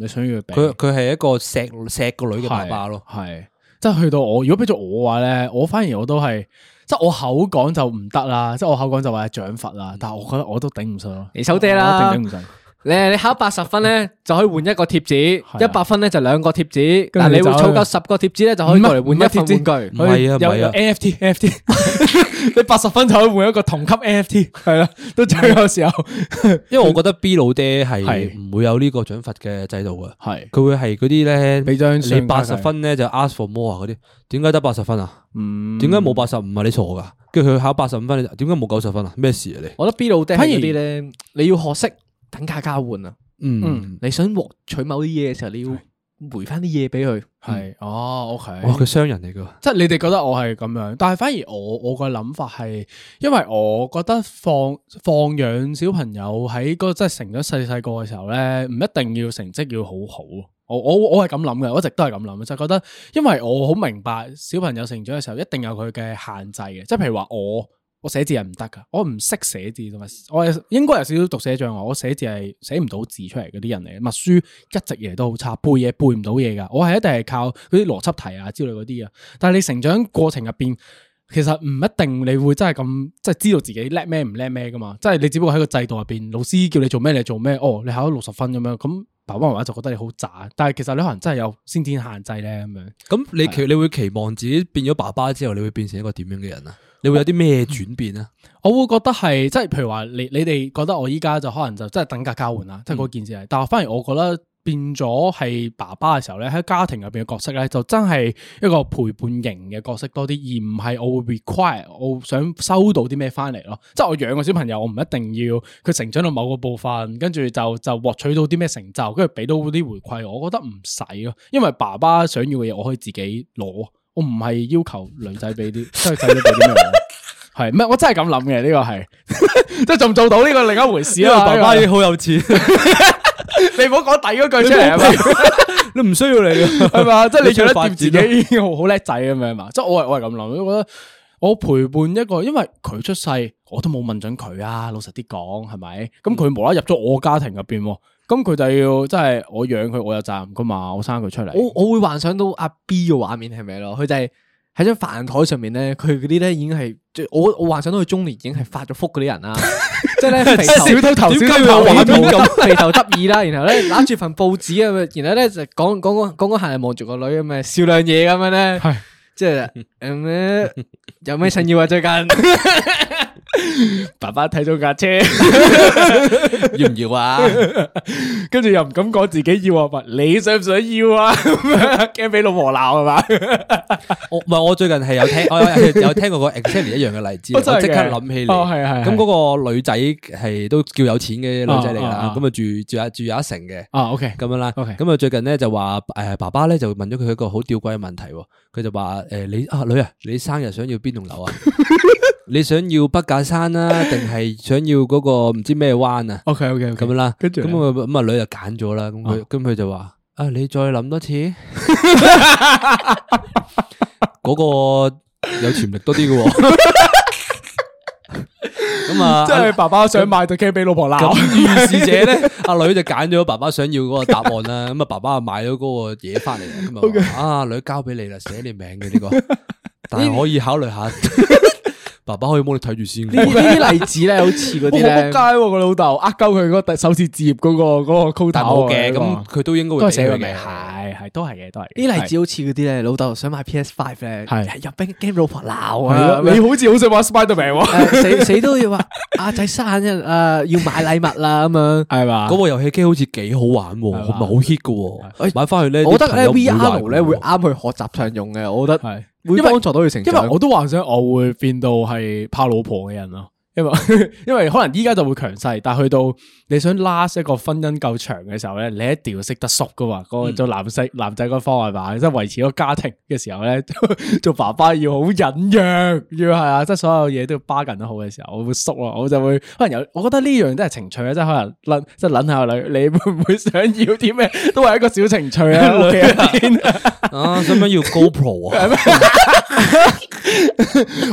B: 你想要俾
D: 佢佢係一個錫錫個女嘅爸爸咯。
B: 係即係去到我，如果俾咗我嘅話咧，我反而我都係，即係我口講就唔得啦，即係我口講就話係獎罰啦，但係我覺得我都頂唔順咯，
A: 你手嗲啦
B: 我啊一定頂唔順，
A: 你你考八十分咧，就可以換一個貼紙；
B: 係啊
A: 一百分咧就兩個貼紙。
B: 跟
A: 但
B: 住
A: 你會
B: 就
A: 湊夠十個貼紙咧，就可以過嚟換
B: 唔係
A: 一份玩具
B: 唔。
D: 唔係啊
B: 有
D: 唔係
B: 有
D: 啊
B: NFT NFT，你八十分就可以換一個同級 NFT，係啦，到最後時候
D: 因為我覺得 B 老爹係
B: 係
D: 唔會有呢個獎罰嘅制度嘅，
B: 係
D: 佢會係嗰啲咧，
B: 俾張信
D: 你八十
B: 卡佢
D: 分咧就 ask for more 啊嗰啲，點解得八十分啊？
B: 嗯
D: 點解冇八十五啊？你錯噶，跟住佢考八十五分，你就點解冇九十分啊？咩事啊你？
A: 我覺得 B 老爹係
B: 反而
A: 嗰啲咧，你要學識等價交換啊！
D: 嗯，
A: 你想獲取某啲嘢嘅時候，你要回翻啲嘢俾佢。
B: 係哦，OK，
D: 哇佢商人嚟噶，
B: 即係你哋覺得我係咁樣，但係反而我我個諗法係，因為我覺得放放養小朋友喺嗰個即係成咗細細個嘅時候咧，唔一定要成績要好好。我我我係咁諗嘅，我一直都係咁諗嘅，就覺得因為我好明白小朋友成長嘅時候一定有佢嘅限制嘅，即係譬如話我我寫字係唔得噶，我唔識寫字同埋我係應該有少少讀寫障礙，我寫字係寫唔到字出嚟嗰啲人嚟嘅，默書一直以嚟都好差，背嘢背唔到嘢噶，我係一定係靠嗰啲邏輯題啊之類嗰啲啊。但係你成長過程入邊，其實唔一定你會真係咁，即係知道自己叻咩唔叻咩噶嘛。即係你只不過喺個制度入邊，老師叫你做咩你就做咩。哦，你考咗六十分咁樣，咁爸爸媽媽就覺得你好渣。但係其實你可能真係有先天限制咧咁樣。
D: 咁你期你會期望自己變咗爸爸之後，你會變成一個點樣嘅人啊？你會有啲咩轉變啊？
B: 我會覺得係即係，譬如話你你哋覺得我依家就可能就真係等價交換啦，即係嗰件事係。但係反而我覺得變咗係爸爸嘅時候咧，喺家庭入邊嘅角色咧，就真係一個陪伴型嘅角色多啲，而唔係我會 require 我想收到啲咩翻嚟咯。即係我養個小朋友，我唔一定要佢成長到某個部分，跟住就就獲取到啲咩成就，跟住俾到啲回饋我，我覺得唔使咯，因為爸爸想要嘅嘢我可以自己攞，我唔係要求女仔俾啲，即係仔女俾啲咩我。系咩？我真系咁谂嘅，呢个系 即系做唔做到呢个另一回事啦。呢個
D: 好有錢，
B: 你唔好讲第嗰句出嚟啊嘛，
D: 你唔需要你啊 㗎
B: 系嘛？即系你做得掂
D: 發展
B: 自己已經好好叻仔咁樣嘛。即系我系我系咁諗，我覺得我陪伴一個，因為佢出世我都冇問準佢啊。老實啲講，係咪？
D: 嗯
B: 咁佢無啦啦入咗我家庭入边，咁佢就要即係我養佢，我有責任噶嘛，我生佢出嚟。
A: 我我會幻想到阿 B 嘅畫面係咪咯？佢就係喺張飯台上面咧，佢嗰啲咧已經係即係我我幻想到佢中年已經係發咗福嗰啲人 啦，即係咧肥頭
B: 小偷頭
D: 點
B: 小
D: 解
B: 偷
D: 會有
B: 頭
D: 畫面
A: 咁 肥頭得意啦，然後咧攬住份報紙啊，然後咧就講講講講講下嚟望住個女咁嘅笑兩嘢咁樣咧，
B: 係
A: 即係誒咩有咩想要啊 最近？
B: 爸爸睇咗架車，
A: 要唔要啊？
B: 跟住又唔敢講自己要啊，問你想唔想要啊？驚俾老婆鬧係啊嘛？
D: 我唔係我最近係有聽，我有有聽過個 exactly 一樣嘅例子，啊我
B: 哦真係嘅
D: 即刻諗起你。
B: 哦係係係
D: 咁嗰個女仔係都叫有錢嘅女仔嚟
B: 啊啊
D: 啦
B: 啊，
D: 咁啊住住有住有一城嘅。
B: 啊，OK，
D: 咁樣啦。
B: OK
D: 咁啊最近咧就話誒爸爸咧就問咗佢一個好吊詭嘅問題喎，佢就話誒你啊女啊，你生日想要邊棟 樓啊？你想要北架山啊，定係想要嗰個唔知咩灣啊？
B: OK OK
D: 咁樣啦，
B: 跟住
D: 咁
B: 呢哦
D: 我咁啊女就揀咗啦，咁佢咁佢就話啊你再諗多次， 嗰個有潛力多啲嘅 喎。咁啊，
B: 即係爸爸想買就驚俾老婆鬧。
D: 咁於是者 咧，阿女就揀咗爸爸想要嗰個答案啦。咁啊，爸爸啊買咗嗰個嘢翻嚟 啦，咁啊話，啊女交俾你啦，寫你名嘅呢個，但係可以考慮 下，爸爸可以幫你睇住先
A: 呢
D: 嘅。
A: 啲例子咧，好似嗰啲
B: 我好仆街
A: 咧，
B: 喎，個老豆呃鳩佢嗰個首次置業嗰個嗰個 quota
D: 但係冇嘅，咁佢都應該
B: 啊都
D: 會
B: 係
D: 寫
B: 寫佢
D: 佢嘅
B: 名，。係係係都係嘅，都係嘅
A: 啲例子好似嗰啲咧，老豆想買 PS Five 咧，
B: 係
A: 入冰 game 老婆鬧啊
B: 係，咯，你好似好想玩 Spiderman 喎，
A: 誒死死都要話阿仔生日啊，要買禮物啦咁樣。
B: 係嘛？
D: 嗰部遊戲機好似幾好玩喎，唔係好 hit 嘅喎，買翻去咧，
A: 我覺得咧
D: 啲朋友唔
A: VR 咧
D: 會
A: 會
D: 玩嘅喎
A: 啱去學習上用嘅，我覺得
B: 係。
A: 會幫助到佢成
B: 因為
A: 長。
B: 我都幻想我會變到係怕老婆嘅人咯，因為 因為可能依家就會強勢，但去到你想 last 一個婚姻夠長嘅時候咧，你一定要識得縮噶嘛，嗰、個做男仔男仔嗰方係嘛，即係維持個家庭嘅時候咧， 做爸爸要好忍讓，要係啊，即係所有嘢都要 bargain 得好嘅時候，我會縮咯，我就會可能有，我覺得呢樣都係情趣啊，即係可能諗即係諗下你你會唔會想要啲咩，都係一個小情趣啊，屋企入邊
D: 啊，想唔想要 GoPro 啊？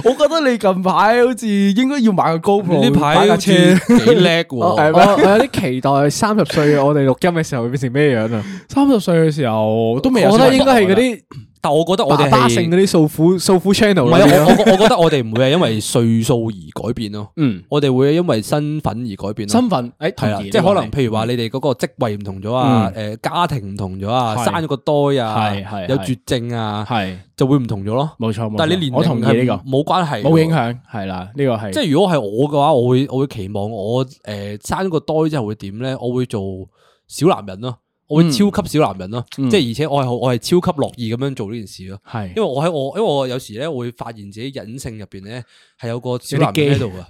B: 我覺得你近排好似應該要買個 GoPro，
D: 呢
B: 買
D: 排
B: 架啊
D: 好似幾叻
A: 我
D: 喎，
A: 我我有啲期待三十歲我哋錄音嘅時候會變成咩樣啊？
B: 三十歲嘅時候都未有
A: 我
B: 小
A: 覺
B: 朋友，
A: 得應該係嗰啲
D: 但我覺得我
A: 爸
D: 哋
A: 爸性嗰
D: 係
A: 啲訴苦訴苦 channel
D: 唔
A: 咯
D: 係啊？我我我覺得我哋唔會係因為歲數而改變咯，
B: 嗯
D: 我哋會因為身份而改變咯。
B: 身份，誒
D: 係啦，即係可能譬如
B: 嗯
D: 話你哋嗰個職位唔同咗啊，誒家庭唔同咗啊，
B: 係
D: 生咗個胎啊
B: 係係，
D: 有
B: 係
D: 絕症啊，
B: 係
D: 就會唔同咗咯。
B: 冇錯冇錯，
D: 但係你年齡
B: 我同意呢
D: 係
B: 個
D: 冇關係，
B: 冇影。響，係啦，呢個係
D: 即係如果係我嘅話，我會我會期望我誒生咗個胎之後會點咧？我會做小男人咯，我會超級小男人咯。即係而且我係我係超級樂意咁樣做呢件事咯。
B: 係
D: 因為我喺我，因為我有時咧會發現自己隱性入邊咧係有個小男人喺度噶，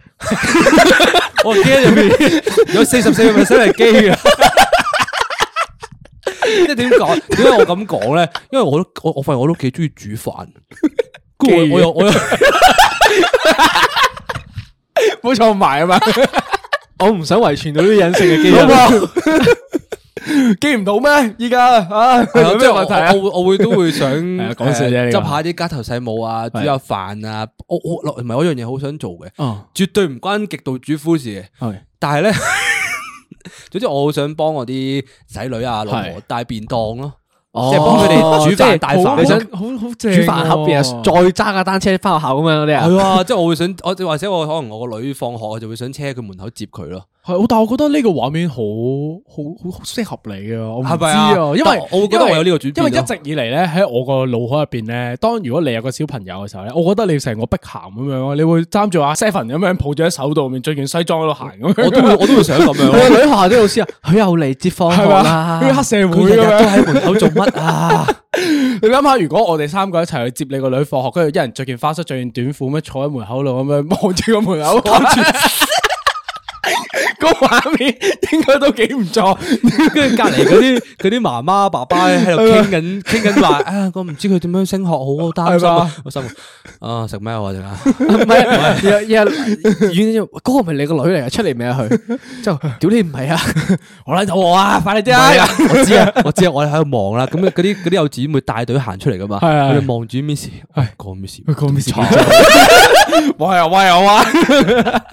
D: 我基因入邊 有四十四個 percent 係基嘅。 即係點講？點解我咁講咧？因為我都我我發現我都幾中意煮 飯，跟住我我又我又
B: 冇錯埋啊嘛，
A: 我唔想遺傳到啲隱性嘅基因。
B: 記唔到咩？依家啊，
D: 係啊
B: 有
D: 即
B: 咩
D: 係我
B: 問題啊？
D: 我會我會都會 想
B: 啊講笑啫
D: 呃
B: 呢
D: 執
B: 個
D: 下啲家頭細務啊，煮下飯啊。我我唔係嗰樣嘢好想做嘅，
B: 哦，
D: 絕對唔關極度主夫事嘅。
B: 係
D: 但係咧， 總之我好想幫我啲仔女啊、老婆
B: 係哦
D: 帶便當咯，哦即係幫佢哋煮飯
B: 好
D: 帶
B: 啊
D: 飯。
A: 你想
B: 好好正
A: 煮
B: 喎，
A: 飯盒嘅，再揸架單車翻學校咁樣嗰啲啊。
D: 係啊，即係我會想，我或者我可能我個女放學，我就會想車佢門口接佢咯。
B: 係，但我覺得呢個畫面好好好好適合你啊！我唔
D: 係
B: 知
D: 咪啊
B: 啊，因
D: 但
B: 為
D: 我會覺得我有呢個轉變
B: 因為
D: 咯
B: 一直以嚟咧喺我個腦海入邊咧，當如果你有個小朋友嘅時候咧，我覺得你成個碧咸咁樣咯，你會擔住阿 Seven 咁樣抱住喺手度面，着件西裝喺度行咁樣，
D: 我 都會我都會想咁樣
A: 我
D: 咯。
A: 女學校啲老師啊，佢又嚟接放學
B: 係嘛？
A: 啦
B: 好。似黑社會
D: 佢日日
B: 咁
D: 都
B: 樣。
D: 喺門口做 乜啊？
B: 你諗下，如果我哋三個一齊去接你個女放學，跟住一人着件花恤、着件短褲咁樣坐喺門口度咁樣望住個門口， 個畫面應該都幾唔錯。
D: 跟 住隔離嗰啲嗰啲媽媽爸爸咧喺度傾緊傾緊話 啊，我唔知佢點樣升學好，我擔心
B: 係
D: 啊
B: 嘛，
D: 我心諗啊食咩啊陣 間？
A: 唔係，日日遠嗰個唔係你個女嚟啊，出嚟未啊 佢？之後屌你唔係啊，
D: 我嚟到我啊，快啲啊！我知啊，我知啊，我哋喺度望啦。咁嗰啲嗰啲幼稚妹帶隊行出嚟噶嘛，
B: 係
D: 佢哋望住 Miss，唉，個 Miss，
B: 個 miss 喂啊喂啊哇！係啊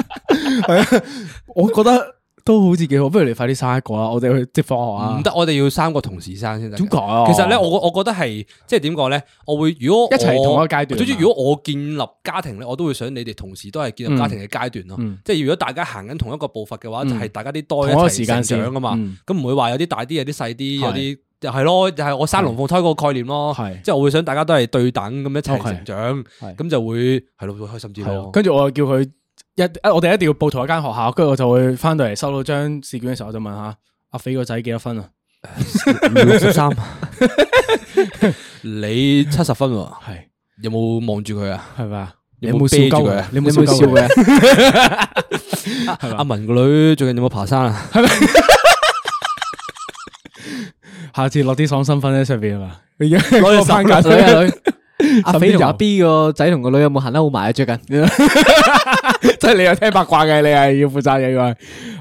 B: 我覺得都好似幾好，不如你快啲生一個啦，我哋去接放學啊！
D: 唔得，我哋要三個同時生先得㗎。
B: 點解啊
D: 嗯其實咧，我我覺得係即係點講咧，我會如果我
B: 一齊同一個階段
D: 總之
B: 嘛
D: 如果我建立家庭咧，我都會想你哋同時都係
B: 嗯
D: 建立家庭嘅階段咯。即係如果大家行緊同一個步伐嘅話，就係大家啲
B: 嗯同
D: 袋
B: 一
D: 一
B: 個
D: 齊
B: 時間
D: 成
B: 線
D: 長啊嘛
B: 嗯。
D: 咁唔會話有啲大啲，有啲細啲，有
B: 係
D: 啲。就係咯，就係我生龍鳳胎嗰個概念咯，
B: 係
D: 即係我會想大家都係對等咁一齊
B: OK，
D: 成長，
B: 係
D: 咁就會係咯，會開心啲
B: 係啊
D: 咯。
B: 跟住我就叫佢一，啊我哋一定要報同一間學校，跟住我就會翻到嚟收到張試卷嘅時候，我就問下阿肥個仔幾多分啊？
D: 六十三，你七十分喎，
B: 係
D: 有冇望住佢啊？
B: 係咪啊？
D: 你有冇
B: 笑鳩
D: 啤住佢
B: 佢
D: 啊
B: 啊？ 你有
A: 你
B: 冇
A: 冇
B: 笑
A: 笑
B: 嘅？
A: 嘅，
D: 阿文個女最近有冇爬山啊？
B: 下次落啲爽身粉喺上邊啊嘛？而家
D: 攞
B: 攞
D: 隻手
B: 架
A: 女啊女。阿肥同阿 B 個仔同個女有冇行得好埋啊？最近
B: 即係你又聽八卦嘅，你係要負責嘅，佢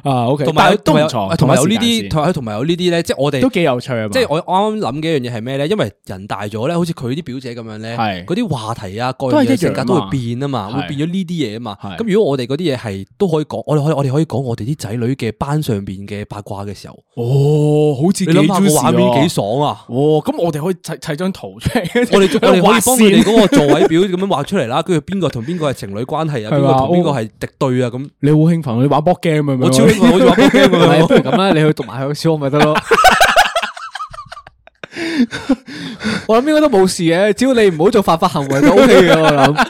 B: 啊 OK，
D: 同埋
B: 但
D: 有
B: 係都唔
D: 同埋有啊
B: 錯，
D: 同埋有呢
B: 同一時間
D: 啲，
B: 線
D: 同埋同埋有呢啲咧，即係我
B: 都
D: 哋。
B: 幾有趣啊嘛！
D: 即係我啱啱諗嘅一樣嘢係咩咧？因為人大咗咧，好似佢啲表姐咁樣咧，
B: 係
D: 嗰啲話題啊，各
B: 都係
D: 樣
B: 一樣
D: 嘢性格都
B: 嘛
D: 會變啊嘛，
B: 係
D: 會變咗呢啲嘢啊嘛。
B: 係
D: 咁如果我哋嗰啲嘢係都可以講，我哋可以我哋可以講我哋啲仔女嘅班上邊嘅八卦嘅時候，
B: 哦，好似
D: 你諗下個畫面幾
B: 幾
D: 爽啊！
B: 哦，咁我哋可以砌砌張圖出嚟，
D: 我哋我哋可以幫佢哋
B: 畫線
D: 嗰個座位表咁樣畫出嚟啦，跟住邊個同邊個係情侶關係啊，邊
B: 係
D: 個
B: 嘛
D: 同邊個係敵對啊咁。
B: 你好興奮，你玩 board game 啊？
D: 我超興奮，好似玩 b game 啊
A: 唔係
D: 咁
A: 不
D: 樣。
A: 如咁啦，你去讀埋佢個小學咪得咯。我諗應該都冇事嘅，只要你唔好做犯法行為都 OK 嘅。我諗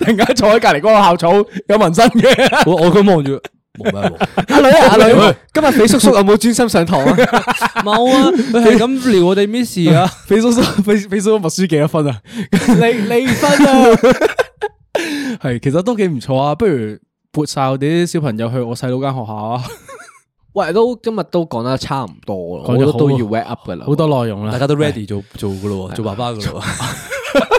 B: 突然間坐喺隔離嗰個校草有紋身嘅，
D: 我我咁望住，冇咩冇。
A: 阿女啊，阿女，今日肥叔叔有冇專心上堂啊？
D: 冇啊，佢係咁撩我哋 miss 啊，
B: 肥叔叔肥肥叔叔默書幾多分啊？
A: 離離婚啊！
B: 係其實都幾唔錯啊，不如撥晒我哋啲小朋友去我細佬間學校 啊，
A: 喂，都今日都講得啊差唔多啦，
B: 講
A: 我
B: 咗
A: 覺
B: 好
A: 得都要 wrap up 噶啦。
B: 好多內容
D: 大
B: 啦，
D: 家都 ready 做做噶咯喎，做爸爸噶咯喎。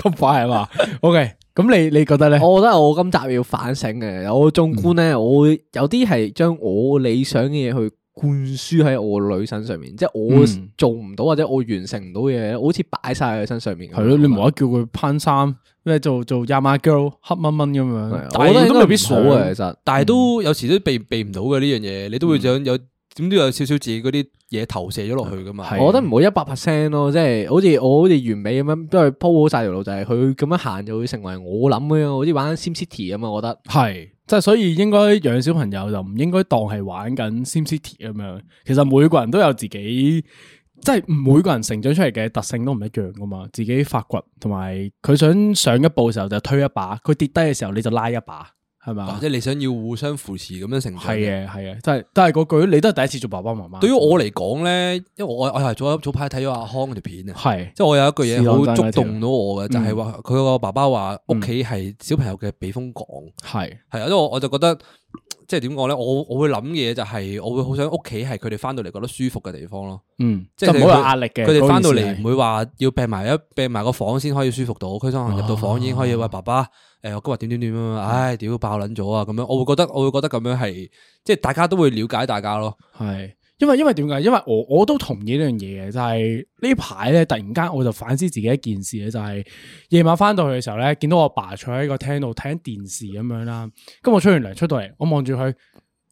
B: 咁快係嘛？OK，咁你你覺 得咧？
A: 我覺得我今集要反省嘅，我縱觀咧，我會有啲係將我理想嘅嘢去灌輸喺我女身上面，即係我
B: 嗯
A: 做唔到或者我完成唔到嘅嘢咧，我好似擺晒喺佢身上面咁樣。
B: 係咯，你唔好叫佢攀衫，咩做做 Yama Girl 黑蚊蚊咁樣，
A: 係，我覺得
B: 都
A: 應
B: 未
A: 該
B: 必
A: 必
B: 數
A: 數
B: 啊
A: 嘅，。其實
D: 但係
B: 嗯
D: 都有時都避避唔到嘅呢樣嘢，你都會想有點都有少少自己嗰啲嘢投射咗落去噶嘛。
B: 係
A: 啊我覺得唔好一百 percent 咯，即係好似我好似完美咁樣，都係鋪好晒條路，就係佢咁樣行就會成為我諗咁樣，好似玩 Sim City 咁啊！我覺得
B: 係，即係所以應該養小朋友就唔應該當係玩緊 SimCity 咁樣。其實每個人都有自己，即係每個人成長出嚟嘅特性都唔一樣噶嘛。自己發掘同埋佢想上一步嘅時候就推一把，佢跌低嘅時候你就拉一把，係咪
D: 或
B: 啊？
D: 者你想要互相扶持咁樣成長
B: 係啊
D: 嘅。
B: 嘅，係嘅，即係都係嗰句，你都係第一次做爸爸媽媽。
D: 對於我嚟講咧，因為我我係早早排睇咗阿康嗰條片啊，
B: 係
D: 即係我有一句嘢好
B: 是但真係嗯
D: 觸
B: 一條
D: 動到我嘅，就係話佢個爸爸話屋企係小朋友嘅避風港。
B: 係
D: 係啊，因為我我就覺得即係點講咧，我我會諗嘅嘢就係我會好想屋企係佢哋翻到嚟覺得舒服嘅地方咯。
B: 嗯，
D: 即
B: 即
D: 係
B: 係唔好有壓力嘅。
D: 佢哋翻到
B: 嗰件
D: 嚟
B: 事係
D: 唔會話要病埋一病埋個房先可以舒服到，佢可能入到房已經可以喂爸爸，誒我今日點點點咁
B: 嗯
D: 樣，唉屌爆撚咗啊咁樣，我會覺得我會覺得咁樣係即係大家都會了解大家咯，
B: 係，因為因為點解？因為我我都同意呢樣嘢嘅，就係呢排咧，突然間我就反思自己一件事咧，就係、夜晚翻到去嘅時候咧，見到我爸坐喺個廳度睇緊電視咁樣啦。咁我吹完涼出到嚟，我望住佢，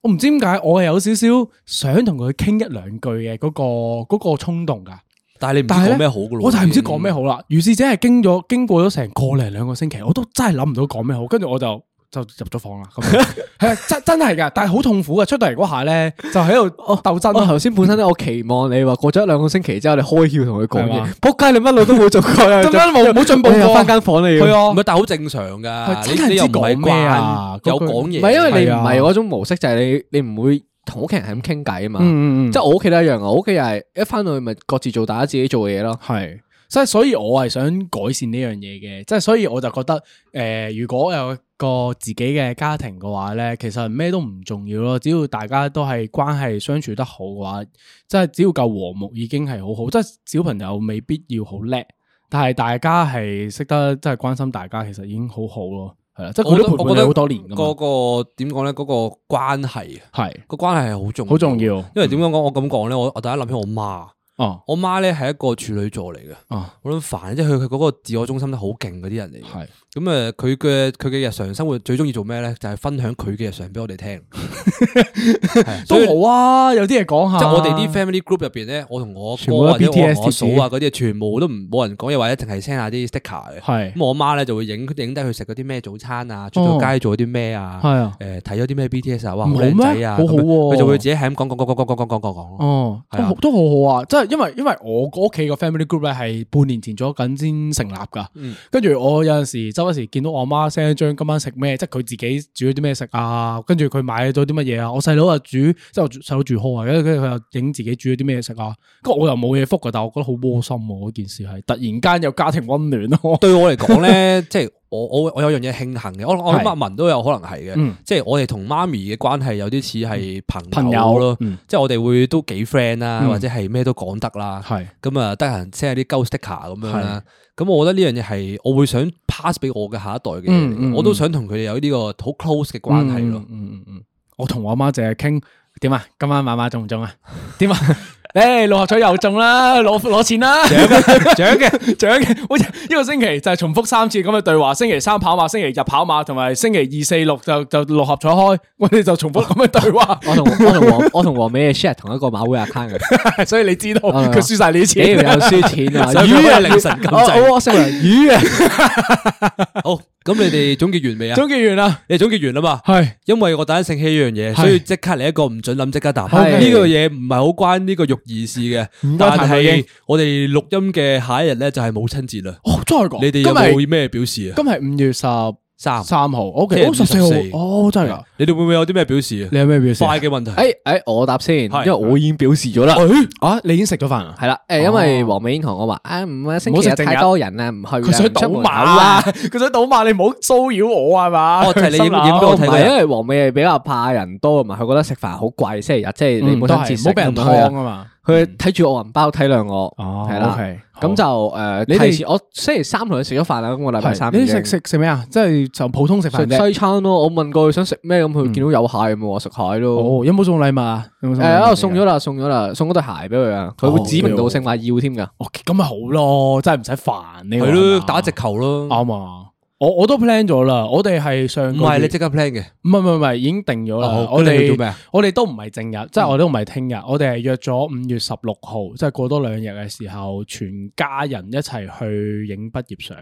B: 我唔知點解我係有少少想同佢傾一兩句嘅嗰、個嗰、個衝動㗎。
D: 但係你唔知
B: 但係
D: 講
B: 咧
D: 咩好噶咯，
B: 我就係唔知講咩好啦。如是者係經咗經過咗成個零兩個星期，我都真係諗唔到講咩好，跟住我就就入咗房啦。咁樣係啊真真係㗎，但係好痛苦㗎。出到嚟嗰下咧，就喺度鬥爭
A: 我
B: 咯。
A: 哦頭先本身咧，我期望你話過咗一兩個星期之後，你開竅同佢講
B: 係
A: 嘢
B: 嘛，
A: 仆街你乜路都冇做過 啊，
B: 咁樣冇冇進步
A: 我又
B: 過
A: 翻間房你要
B: 係。啊
D: 唔係，但係好正常噶，
B: 佢
D: 你
B: 真係
D: 你又唔
B: 唔知講
D: 係
B: 咩啊
D: 慣有
B: 嗰句
D: 講嘢，
A: 唔係因為你
B: 係
A: 唔
B: 啊
A: 係嗰種模式，就係你你唔會同屋企人係咁傾偈啊嘛。
B: 嗯嗯嗯，
A: 即係我屋企都一樣啊，我屋企又係一翻到去咪各自做大家自己做嘅嘢咯。
B: 係，即係所以我係想改善呢樣嘢嘅，即係所以我就覺得，诶、如果有個自己嘅家庭嘅話咧，其實咩都唔重要咯，只要大家都係關係相處得好嘅話，即係只要夠和睦已經係好好，即係小朋友未必要好叻，但係大家係識得即係關心大家，其實已經好好咯，係啦，即係佢
D: 我覺
B: 都陪
D: 得我
B: 伴
D: 覺
B: 你
D: 得
B: 好多年噶
D: 嗰
B: 嘛，
D: 個點講咧，嗰個關係啊
B: 係
D: 個關係係好重
B: 好重要
D: 因為點樣講我咁講咧，我我第一諗起我媽，
B: 哦
D: 我媽咧係一個處女座嚟嘅，
B: 哦
D: 好撚煩，即係佢佢嗰個自我中心得好勁嗰啲人嚟嘅。
B: 係
D: 咁誒，佢嘅佢嘅日常生活最中意做咩咧？就係、分享佢嘅日常俾我 哋聽。係所以
B: 都好啊，有啲嘢講下，
D: 即係我哋啲 family group 入邊咧，我同我
B: 全部
D: 哥啊
B: 都
D: 或者我
B: BTS
D: 我嫂啊嗰啲，全部都唔冇人講嘢，或者淨係 send 下啲 sticker 嘅。
B: 係
D: 咁，我媽咧就會影影低佢食嗰啲咩早餐啊，出到街做啲咩啊，
B: 哦係啊
D: 誒睇咗啲咩 BTS 啊，哇
B: 唔
D: 好
B: 好
D: 靚仔
B: 咩
D: 啊，
B: 好好
D: 咁樣
B: 喎
D: 佢就會自己係咁講講講講講講講講講講 咯。
B: 哦，
D: 係
B: 都
D: 啊
B: 好都好好啊！即係因為因為我屋企個 family group 咧係半年前咗緊先成立噶，
D: 嗯
B: 跟住我有陣時周不時見到我阿媽 send 一張今晚食咩，即係佢自己煮咗啲咩食啊，跟住佢買咗啲乜嘢啊，我細佬又煮，即係我細佬住 hall 啊，跟住佢又影自己煮咗啲咩食啊，跟住我又冇嘢覆噶，但係我覺得好窩心喎、嗰件事係突然間有家庭温暖咯、
D: 對我嚟講咧，即係我我我有樣嘢慶幸嘅，我我諗阿文都有可能係嘅，
B: 嗯
D: 即係我哋同媽咪嘅關係有啲似係朋
B: 朋
D: 友
B: 友
D: 咯，
B: 嗯
D: 即係我哋會都幾 friend 啦，
B: 嗯
D: 或者係咩都講得啦，
B: 係
D: 咁啊得閒 send 下啲 ghost sticker 咁樣啦，咁我覺得呢樣嘢係我會想 pass 俾我嘅下一代嘅嘢嚟嘅，
B: 嗯嗯
D: 我都想同佢哋有呢個好 close 嘅關係咯
B: 嗯。嗯嗯嗯，我同我阿媽淨係傾點啊，今晚晚晚中唔中啊？點啊？ 誒，六合彩又中啦，攞攞錢啦，獎
D: 啊
B: 獎嘅獎嘅，好似一個星期就係重複三次咁嘅對話，啊星期三跑馬，星期日跑馬，同埋星期二四六就就六合彩開，我哋就重複
D: 哦
B: 咁嘅對話，
A: 我同我同黃我同黃美嘅 share 同一個馬會 account 嘅，
B: 所以你知道
D: 哦
A: 啊
B: 佢輸晒你啲
A: 屌
B: 錢。
A: 有輸錢啊！
D: 想佢
A: 魚啊
D: 可以凌晨咁滯
B: 嗯
A: 我我我成日魚啊！
D: 好，咁你哋總結完未啊？
B: 总结完啦，
D: 你哋總結完啦嘛？
B: 系
D: 因為我突然醒起一樣嘢，所以即刻嚟一個唔准諗，即刻答。
B: 係
D: 呢個嘢唔係好關呢個育兒事嘅，
B: 關
D: 但
B: 談女
D: 係
B: 嘅
D: 我哋錄音嘅下一日咧就係母親節啦。
B: 哦，真系噶，
D: 你哋有冇咩表示啊？
B: 今日五月十
D: 三
B: 三号
D: 聽
B: ，OK，
D: 日
B: 哦十四
D: 14
B: 号，哦真系噶，
D: 你哋會唔會有啲咩表示啊？哎
B: 你有咩表示？
D: 快嘅問題，
A: 诶诶，哎我答先，因
D: 係
A: 為我已經表示
D: 哎
A: 咗啦。
B: 啊，你已经食咗饭啦，
A: 係啦，诶，因為黃美英同我話，啊唔啊，星期
B: 哦唔
A: 日
B: 好食正日
A: 太多人啦，唔去啦。
B: 佢想
A: 唔出
B: 賭
A: 門口
B: 馬啊，佢想賭馬，你唔好騷擾我啊係嘛？
D: 哦就係你
B: 心
D: 影
B: 諗
D: 影俾我
A: 唔
D: 睇
A: 係，因為黃美係比較怕人多，同埋佢覺得食飯好貴，星期日即係你本
B: 嗯都
A: 身
B: 係
A: 節
B: 唔
A: 食
B: 好俾人
A: 咁樣去啊
B: 劏啊嘛。
A: 佢睇住我銀包體諒我，
B: 哦
A: 係啦
B: OK，，好
A: 咁就诶，
B: 你哋
A: 提前我星期三同佢食咗飯啊啦，咁我禮拜三
B: 係你
A: 已經
B: 食食食咩啊？即係就普通食飯
A: 食嗯
B: 啫。
A: 西餐咯。我問過佢想食咩，咁佢見到有蟹咁，我話食蟹咯。
B: 哦，有冇送禮物啊？有冇送禮
A: 诶，
B: 物
A: 啊
B: 俾
A: 送
B: 你
A: 咗啦，送咗啦，送嗰對鞋俾佢啊，佢會指名道姓話要添㗎。
B: 哦，咁咪好咯，真係唔使煩你。啊
D: 係咯，打直球咯。
B: 啱啊！我我都 plan 咗啦，我哋係上
D: 唔
B: 個
D: 係
B: 月
D: 你即刻 plan 嘅，
B: 唔係唔係唔係已經定咗啦。
D: 哦好
B: 我
D: 咁你
B: 哋
D: 去做咩啊？
B: 我哋都唔係正日，即係我哋都唔係聽日，我哋係約咗五月十六號，即係過多兩日嘅時候，全家人一齊去影畢業相。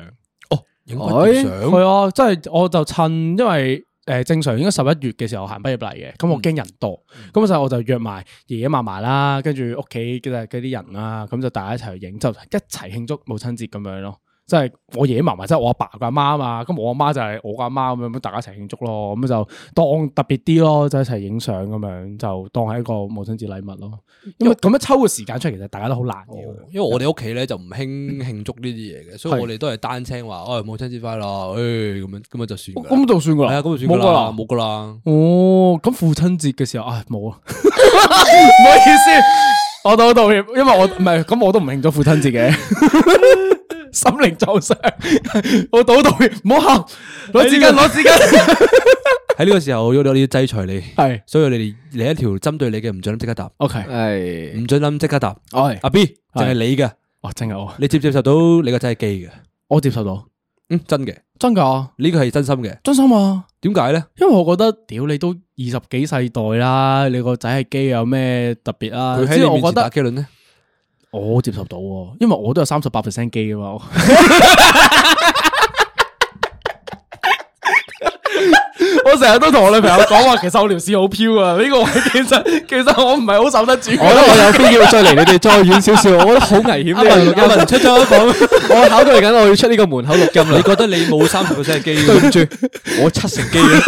D: 影畢業相。
B: 係啊，即係我就趁因為。誒、正常應該十一月嘅時候行畢業禮嘅，咁我
D: 嗯
B: 驚人多，咁、就我就約埋爺爺嫲嫲啦，跟住屋企嘅嗰啲人啦，咁就大家一齊去影，就一齊慶祝母親節咁樣咯。即係我爺爺嫲嫲，即係我阿爸個阿媽啊嘛，咁我阿媽就係我個阿媽咁樣，咁大家一齊慶祝咯，咁就當特別啲咯，就一齊影相咁樣，就當係一個母親節禮物咯。因為咁樣抽個時間出嚟，其實大家都好難嘅。
D: 因為我哋屋企咧就唔興慶祝呢啲嘢嘅，所以我哋都係單聲話，哎母親節快樂，誒咁樣咁樣啊就算㗎啦。
B: 就算噶
D: 係啊，咁就算㗎啦，冇㗎啦。
B: 哦，咁父親節嘅時候，唉，冇啊，唔好意思，我道道歉，因為我唔係，咁我都唔慶祝父親節 嘅，心靈創傷，我道道歉，唔好喊，攞紙巾，攞紙巾，
D: 喺呢個時候，我哋要制裁你，
B: 係
D: 所以你哋嚟一條針對你嘅唔准諗即刻答，
B: ，OK，
A: 係
D: 唔准諗即刻答。
B: 我系，
D: 阿 B 淨係你嘅，
B: 哦，真係我，
D: 你接唔接受到你個仔係基嘅？
B: 我接受到，
D: 嗯，真嘅，
B: 真㗎，
D: 呢個係真心嘅。
B: 真心啊，
D: 點解咧？
B: 因為我覺得，屌你都二十幾世代啦，你個仔係基有咩特別啊？
D: 佢喺
B: 即係
D: 你
B: 我
D: 面
B: 覺
D: 前打
B: 得
D: 機輪咧，
B: 我接受到喎，因為我都有三十八 percent 基噶嘛。我 我成日都同我女朋友講話，其實我條線好飄啊！呢個位其實其實我唔係好守得住。
A: 我覺得我有必要再離你哋再遠少少，我覺得好危險。呢個錄音
D: 出咗一 個，
A: 我考慮緊，我要出呢個門口錄音啦
D: 你。覺得你冇三十 percent 係基
A: 對
D: 嘅？
A: 唔 住，我七成機嘅。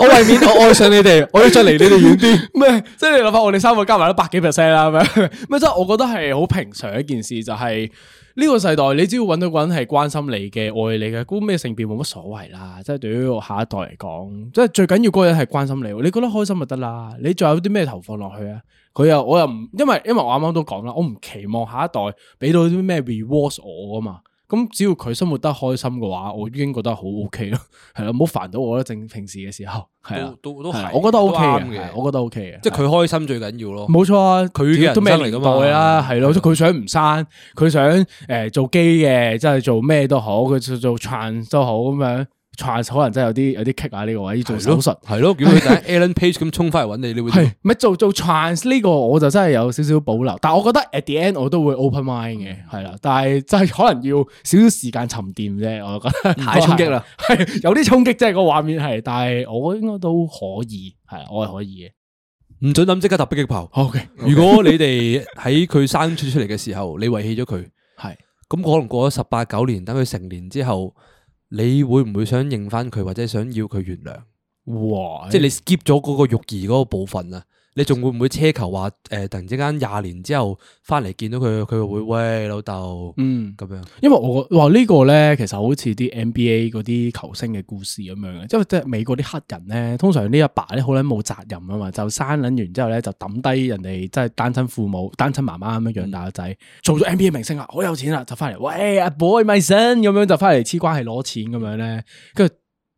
A: 我為免我愛上你哋，我要再離你哋遠啲。
B: 咩？即係你諗下，我哋三個加埋都百幾 percent 啦，咁樣 咩？即係我覺得係好平常一件事，就係、呢個世代，你只要揾到個人係關心你嘅、愛你嘅，估咩性別冇乜所謂啦。即係對於我下一代嚟講，即係最緊要嗰個人係關心你喎，你覺得開心就得啦。你仲有啲咩投放落去啊？佢又我又唔，因為因為我啱啱都講啦，我唔期望下一代俾到啲咩 rewards 我啊嘛。咁只要佢生活得開心嘅話，我已經覺得好 OK 咯，係啦，唔好煩到我啦。正平時嘅時候，係啦，
D: 都都都
B: 係啦
D: 係
B: 我覺得 OK
D: 都啱
B: 嘅，
D: 嘅
B: 係我覺得 OK 嘅，
D: 即係佢開心最緊要咯。
B: 冇錯啊，
D: 佢嘅人
B: 都咩
D: 生嚟
B: 年
D: 㗎
B: 代
D: 嘛啊
B: 啦，係咯，即係佢想唔生，佢想诶做基嘅，即係做咩都好，佢做做 trans 都好咁樣 trans 可能真係有啲有啲棘啊呢個位，要做手術。
D: 係咯，如果 佢突然 Alan Page 咁衝翻嚟揾你，你會點
B: 係，唔係做做 trans 呢個我就真係有少少保留，但我覺得 at the end 我都會 open mind
D: 嗯
B: 嘅，係啦，但係真係可能要少少時間沉澱啫，我覺
D: 嗯
B: 得
A: 太衝擊啦，
B: 係有啲衝擊即係個畫面係，但係我應該都可以，係我係可以嘅。
D: 唔准諗即刻搭迫擊炮。
B: OK，
D: 如果你哋喺佢生出出嚟嘅時候，你遺棄咗佢，
B: 係。
D: 咁可能過咗十八九年，等佢成年之後，你會唔會想認翻佢，或者想要佢原諒？
B: 哇！
D: 即係你 skip 咗嗰個育兒嗰個部分啊，你仲會唔會奢求話诶、誒突然之間廿年之後翻嚟見到佢，佢會喂老豆，
B: 嗯
D: 咁樣
B: 因為我話呢個咧，其實好似啲 NBA 嗰啲球星嘅故事咁樣嘅，因為即係美國啲黑人咧，通常啲阿爸咧好撚冇責任啊嘛，就生撚完之後咧就抌低人哋即係單親父母、單親媽媽咁樣
D: 嗯
B: 養大個仔，做咗 NBA 明星啦，好有錢啦，就翻嚟喂阿 boy my son 咁樣就翻嚟黐關係攞錢咁樣咧，跟住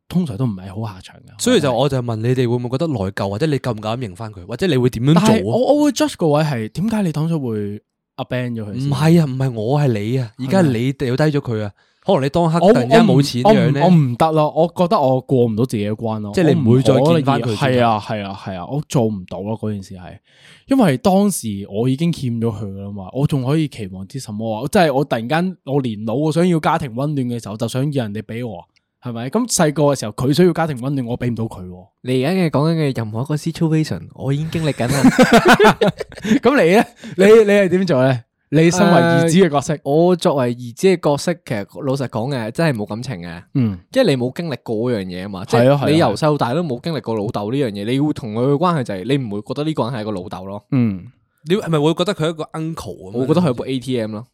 B: 通常都唔係好下場嘅。
D: 所以就
B: 我覺得
D: 我就問你哋會唔會覺得內疚，或者你敢唔敢認翻佢，或者你會點樣
B: 但係
D: 做啊？
B: 我我會 judge 個位係點解你當初會 abandon 咗佢
D: 唔
B: 先？
D: 係啊，唔係我係你啊，而家係你掉低咗佢啊，可能你當刻
B: 我
D: 突然間冇錢
B: 我唔
D: 樣
B: 我
D: 咧，
B: 唔得咯，我覺得我過唔到自己嘅關咯，
D: 即係你唔會再見返佢
B: 係啊係啊係啊，我做唔到咯嗰件事係，因為當時我已經欠咗佢啦嘛，我仲可以期望啲什麼啊？即係我突然間我年老，我想要家庭温暖嘅時候，就想要人哋俾我，係咪？咁細個嘅時候佢需要家庭温暖，我俾唔到佢喎，
A: 你而家嘅講緊嘅任何一個 situation，我已經經歷緊啦。
B: 咁你咧？你你係點做咧？你身為兒子嘅角色，
A: 我作為兒子嘅角色，其實老實講嘅，真係冇感情嘅。
B: 嗯，
A: 因為你冇經歷過嗰樣嘢啊嘛，即
B: 係啊係啊
A: 係你由細到大都冇經歷過老豆呢樣嘢，你會同佢嘅關係就係你唔會覺得呢個人係個老豆咯，
B: 嗯，
D: 你係咪會覺得佢係一個 uncle 咁樣？
A: 我覺得佢有部 ATM 咯，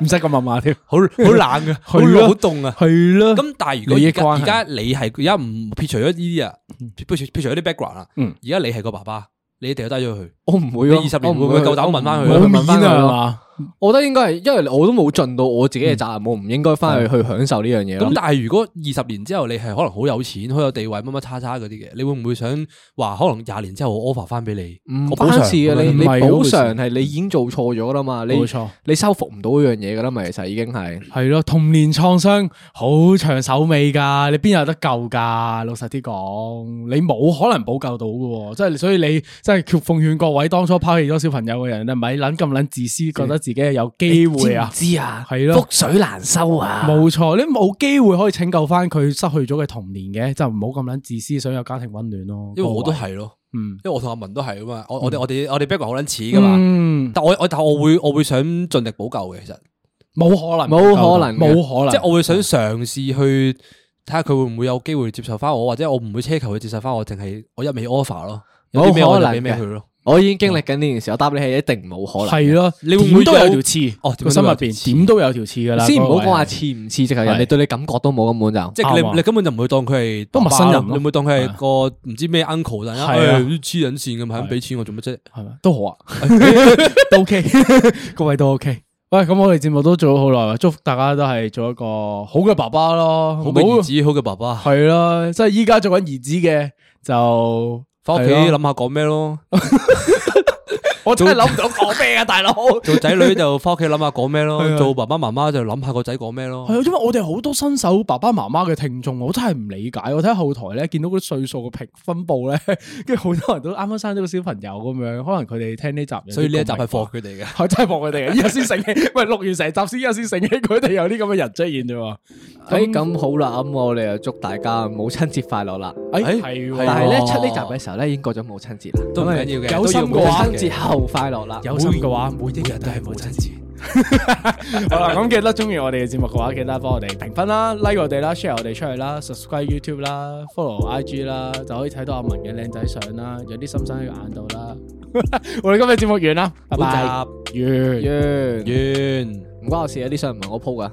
B: 唔使咁問話添，
D: 好好冷嘅，啊好
B: 係咯
D: 好凍啊！
B: 係咯
D: 咁但係如果
B: 你嘅
D: 而家
B: 關係
D: 而家你係而家唔撇除咗呢啲啊，撇除撇除咗啲 background 啦，
B: 嗯
D: 而家你係個爸爸，你掉低咗佢，
A: 我唔會
D: 你
A: 咯。
D: 二十年會
A: 我
D: 唔
A: 唔
D: 會
A: 會
D: 夠膽問翻佢
A: 我
B: 冇
A: 唔會
B: 面
A: 問返佢
B: 啊係
A: 咯
B: 嘛？
A: 我覺得應該係，因為我都冇盡到我自己嘅責任，我唔應該翻去去享受呢樣嘢咯
D: 咁。但係如果二十年之後你係可能好有錢、好有地位、乜乜叉叉嗰啲嘅，你會唔會想話可能廿年之後我 offer 翻俾你？
A: 唔
D: 我補償
A: 關事嘅，你
B: 唔
A: 你
B: 係嗰
A: 補
B: 回事
A: 償係你已經做錯咗啦嘛，你
B: 冇錯
A: 你修復唔到嗰樣嘢噶啦嘛，其實已經係。
B: 系咯，童年創傷好長手尾噶，你邊有得救噶？老實啲講，你冇可能補救到噶，即係所以你真係奉勸各位當初拋棄咗小朋友嘅人咧，咪諗咁撚自私，覺得自己係有機會啊！
A: 知啊
B: 係咯
A: 水難收啊
B: 冇錯，你冇機會可以拯救翻佢失去咗嘅童年嘅，就唔好咁撚自私，想有家庭温暖咯。
D: 因為我
B: 各
D: 都
B: 位，
D: 係咯，
B: 嗯
D: 因為我同阿文都係啊嘛，我我哋我哋我哋 background 好撚似噶嘛，
B: 嗯，
D: 但我我但我會我會想盡力補救嘅，其實
B: 冇可能，
A: 冇可能嘅
B: 冇可能，
D: 即係我會想嘗試去睇下佢會唔會有機會接受翻我，或者我唔會奢求佢接受翻我，淨係我一味 offer 咯，有啲咩我就俾咩佢咯。
A: 我已經經歷緊呢件事，我答你係一定冇可能。
B: 哦係咯，
D: 你會唔
B: 點
D: 會
B: 都
D: 有
B: 有條刺？
D: 哦
B: 個心入
D: 點都有條
B: 邊
D: 刺
B: 點都有條刺噶啦。
A: 先唔好
B: 各
A: 講
B: 位
A: 話似唔似，直頭人哋對你感覺都冇根本就。
D: 即係
B: 啱啊
D: 你你根本就唔會當佢係
B: 都陌生人咯
D: 你唔會當佢係個唔知咩 uncle 突然間
B: 係啊
D: 哎黐撚線咁，係咁俾錢我做乜啫？
B: 系咪都好啊， 都 OK，各位都 OK。喂，咁我哋節目都做咗好耐啦，祝福大家都係做一個好嘅爸爸咯，
D: 好嘅兒
B: 子
D: 子，好嘅爸爸，
B: 系啦，啊即係依家做緊兒子嘅就
D: 翻屋企
B: 係咯
D: 諗下講咩咯？
B: 我真係諗唔到，
D: 做仔女就翻屋企諗下講咩咯
B: 係啊？
D: 做爸爸媽媽就諗下個仔講咩咯
B: 係？啊，因為我哋好多新手爸爸媽媽嘅聽眾，我真係唔理解。我睇後台咧，見到嗰啲歲數嘅評分布咧， 跟住好多人都啱啱生咗個小朋友咁樣，可能佢哋聽呢集有啲
D: 所以呢一集
B: 共鳴啩
D: 係放佢哋嘅。
B: 係真係望佢哋嘅，依家先醒起， 喂，錄完成集先，依家先醒起佢哋有啲咁嘅人出現啫喎。
A: 誒哎咁好啦，咁我哋就祝大家母親節快樂啦。
B: 誒
D: 誒
B: 哎係喎
D: 係
A: 但係咧
D: 喎
A: 出呢集嘅時候咧，已經過咗母親節啦。
D: 都唔緊要嘅，
B: 有心
D: 都
B: 嘅
D: 要
B: 話
D: 滿
A: 母親節後快樂啦！
B: 有心嘅話，每一日都係母親節。 好啦，咁記得中意我哋嘅節目嘅話，記得幫我哋評分啦、like 我哋啦、share 我哋出去啦、subscribe YouTube 啦、follow IG 啦，就可以睇到阿文嘅靚仔相啦，有啲心生喺個眼度啦。 我哋今日節目完啦，拜拜。
D: 集
B: 完。
A: 完
D: 完。
A: 唔關我事啊，啲相唔係我 po 噶。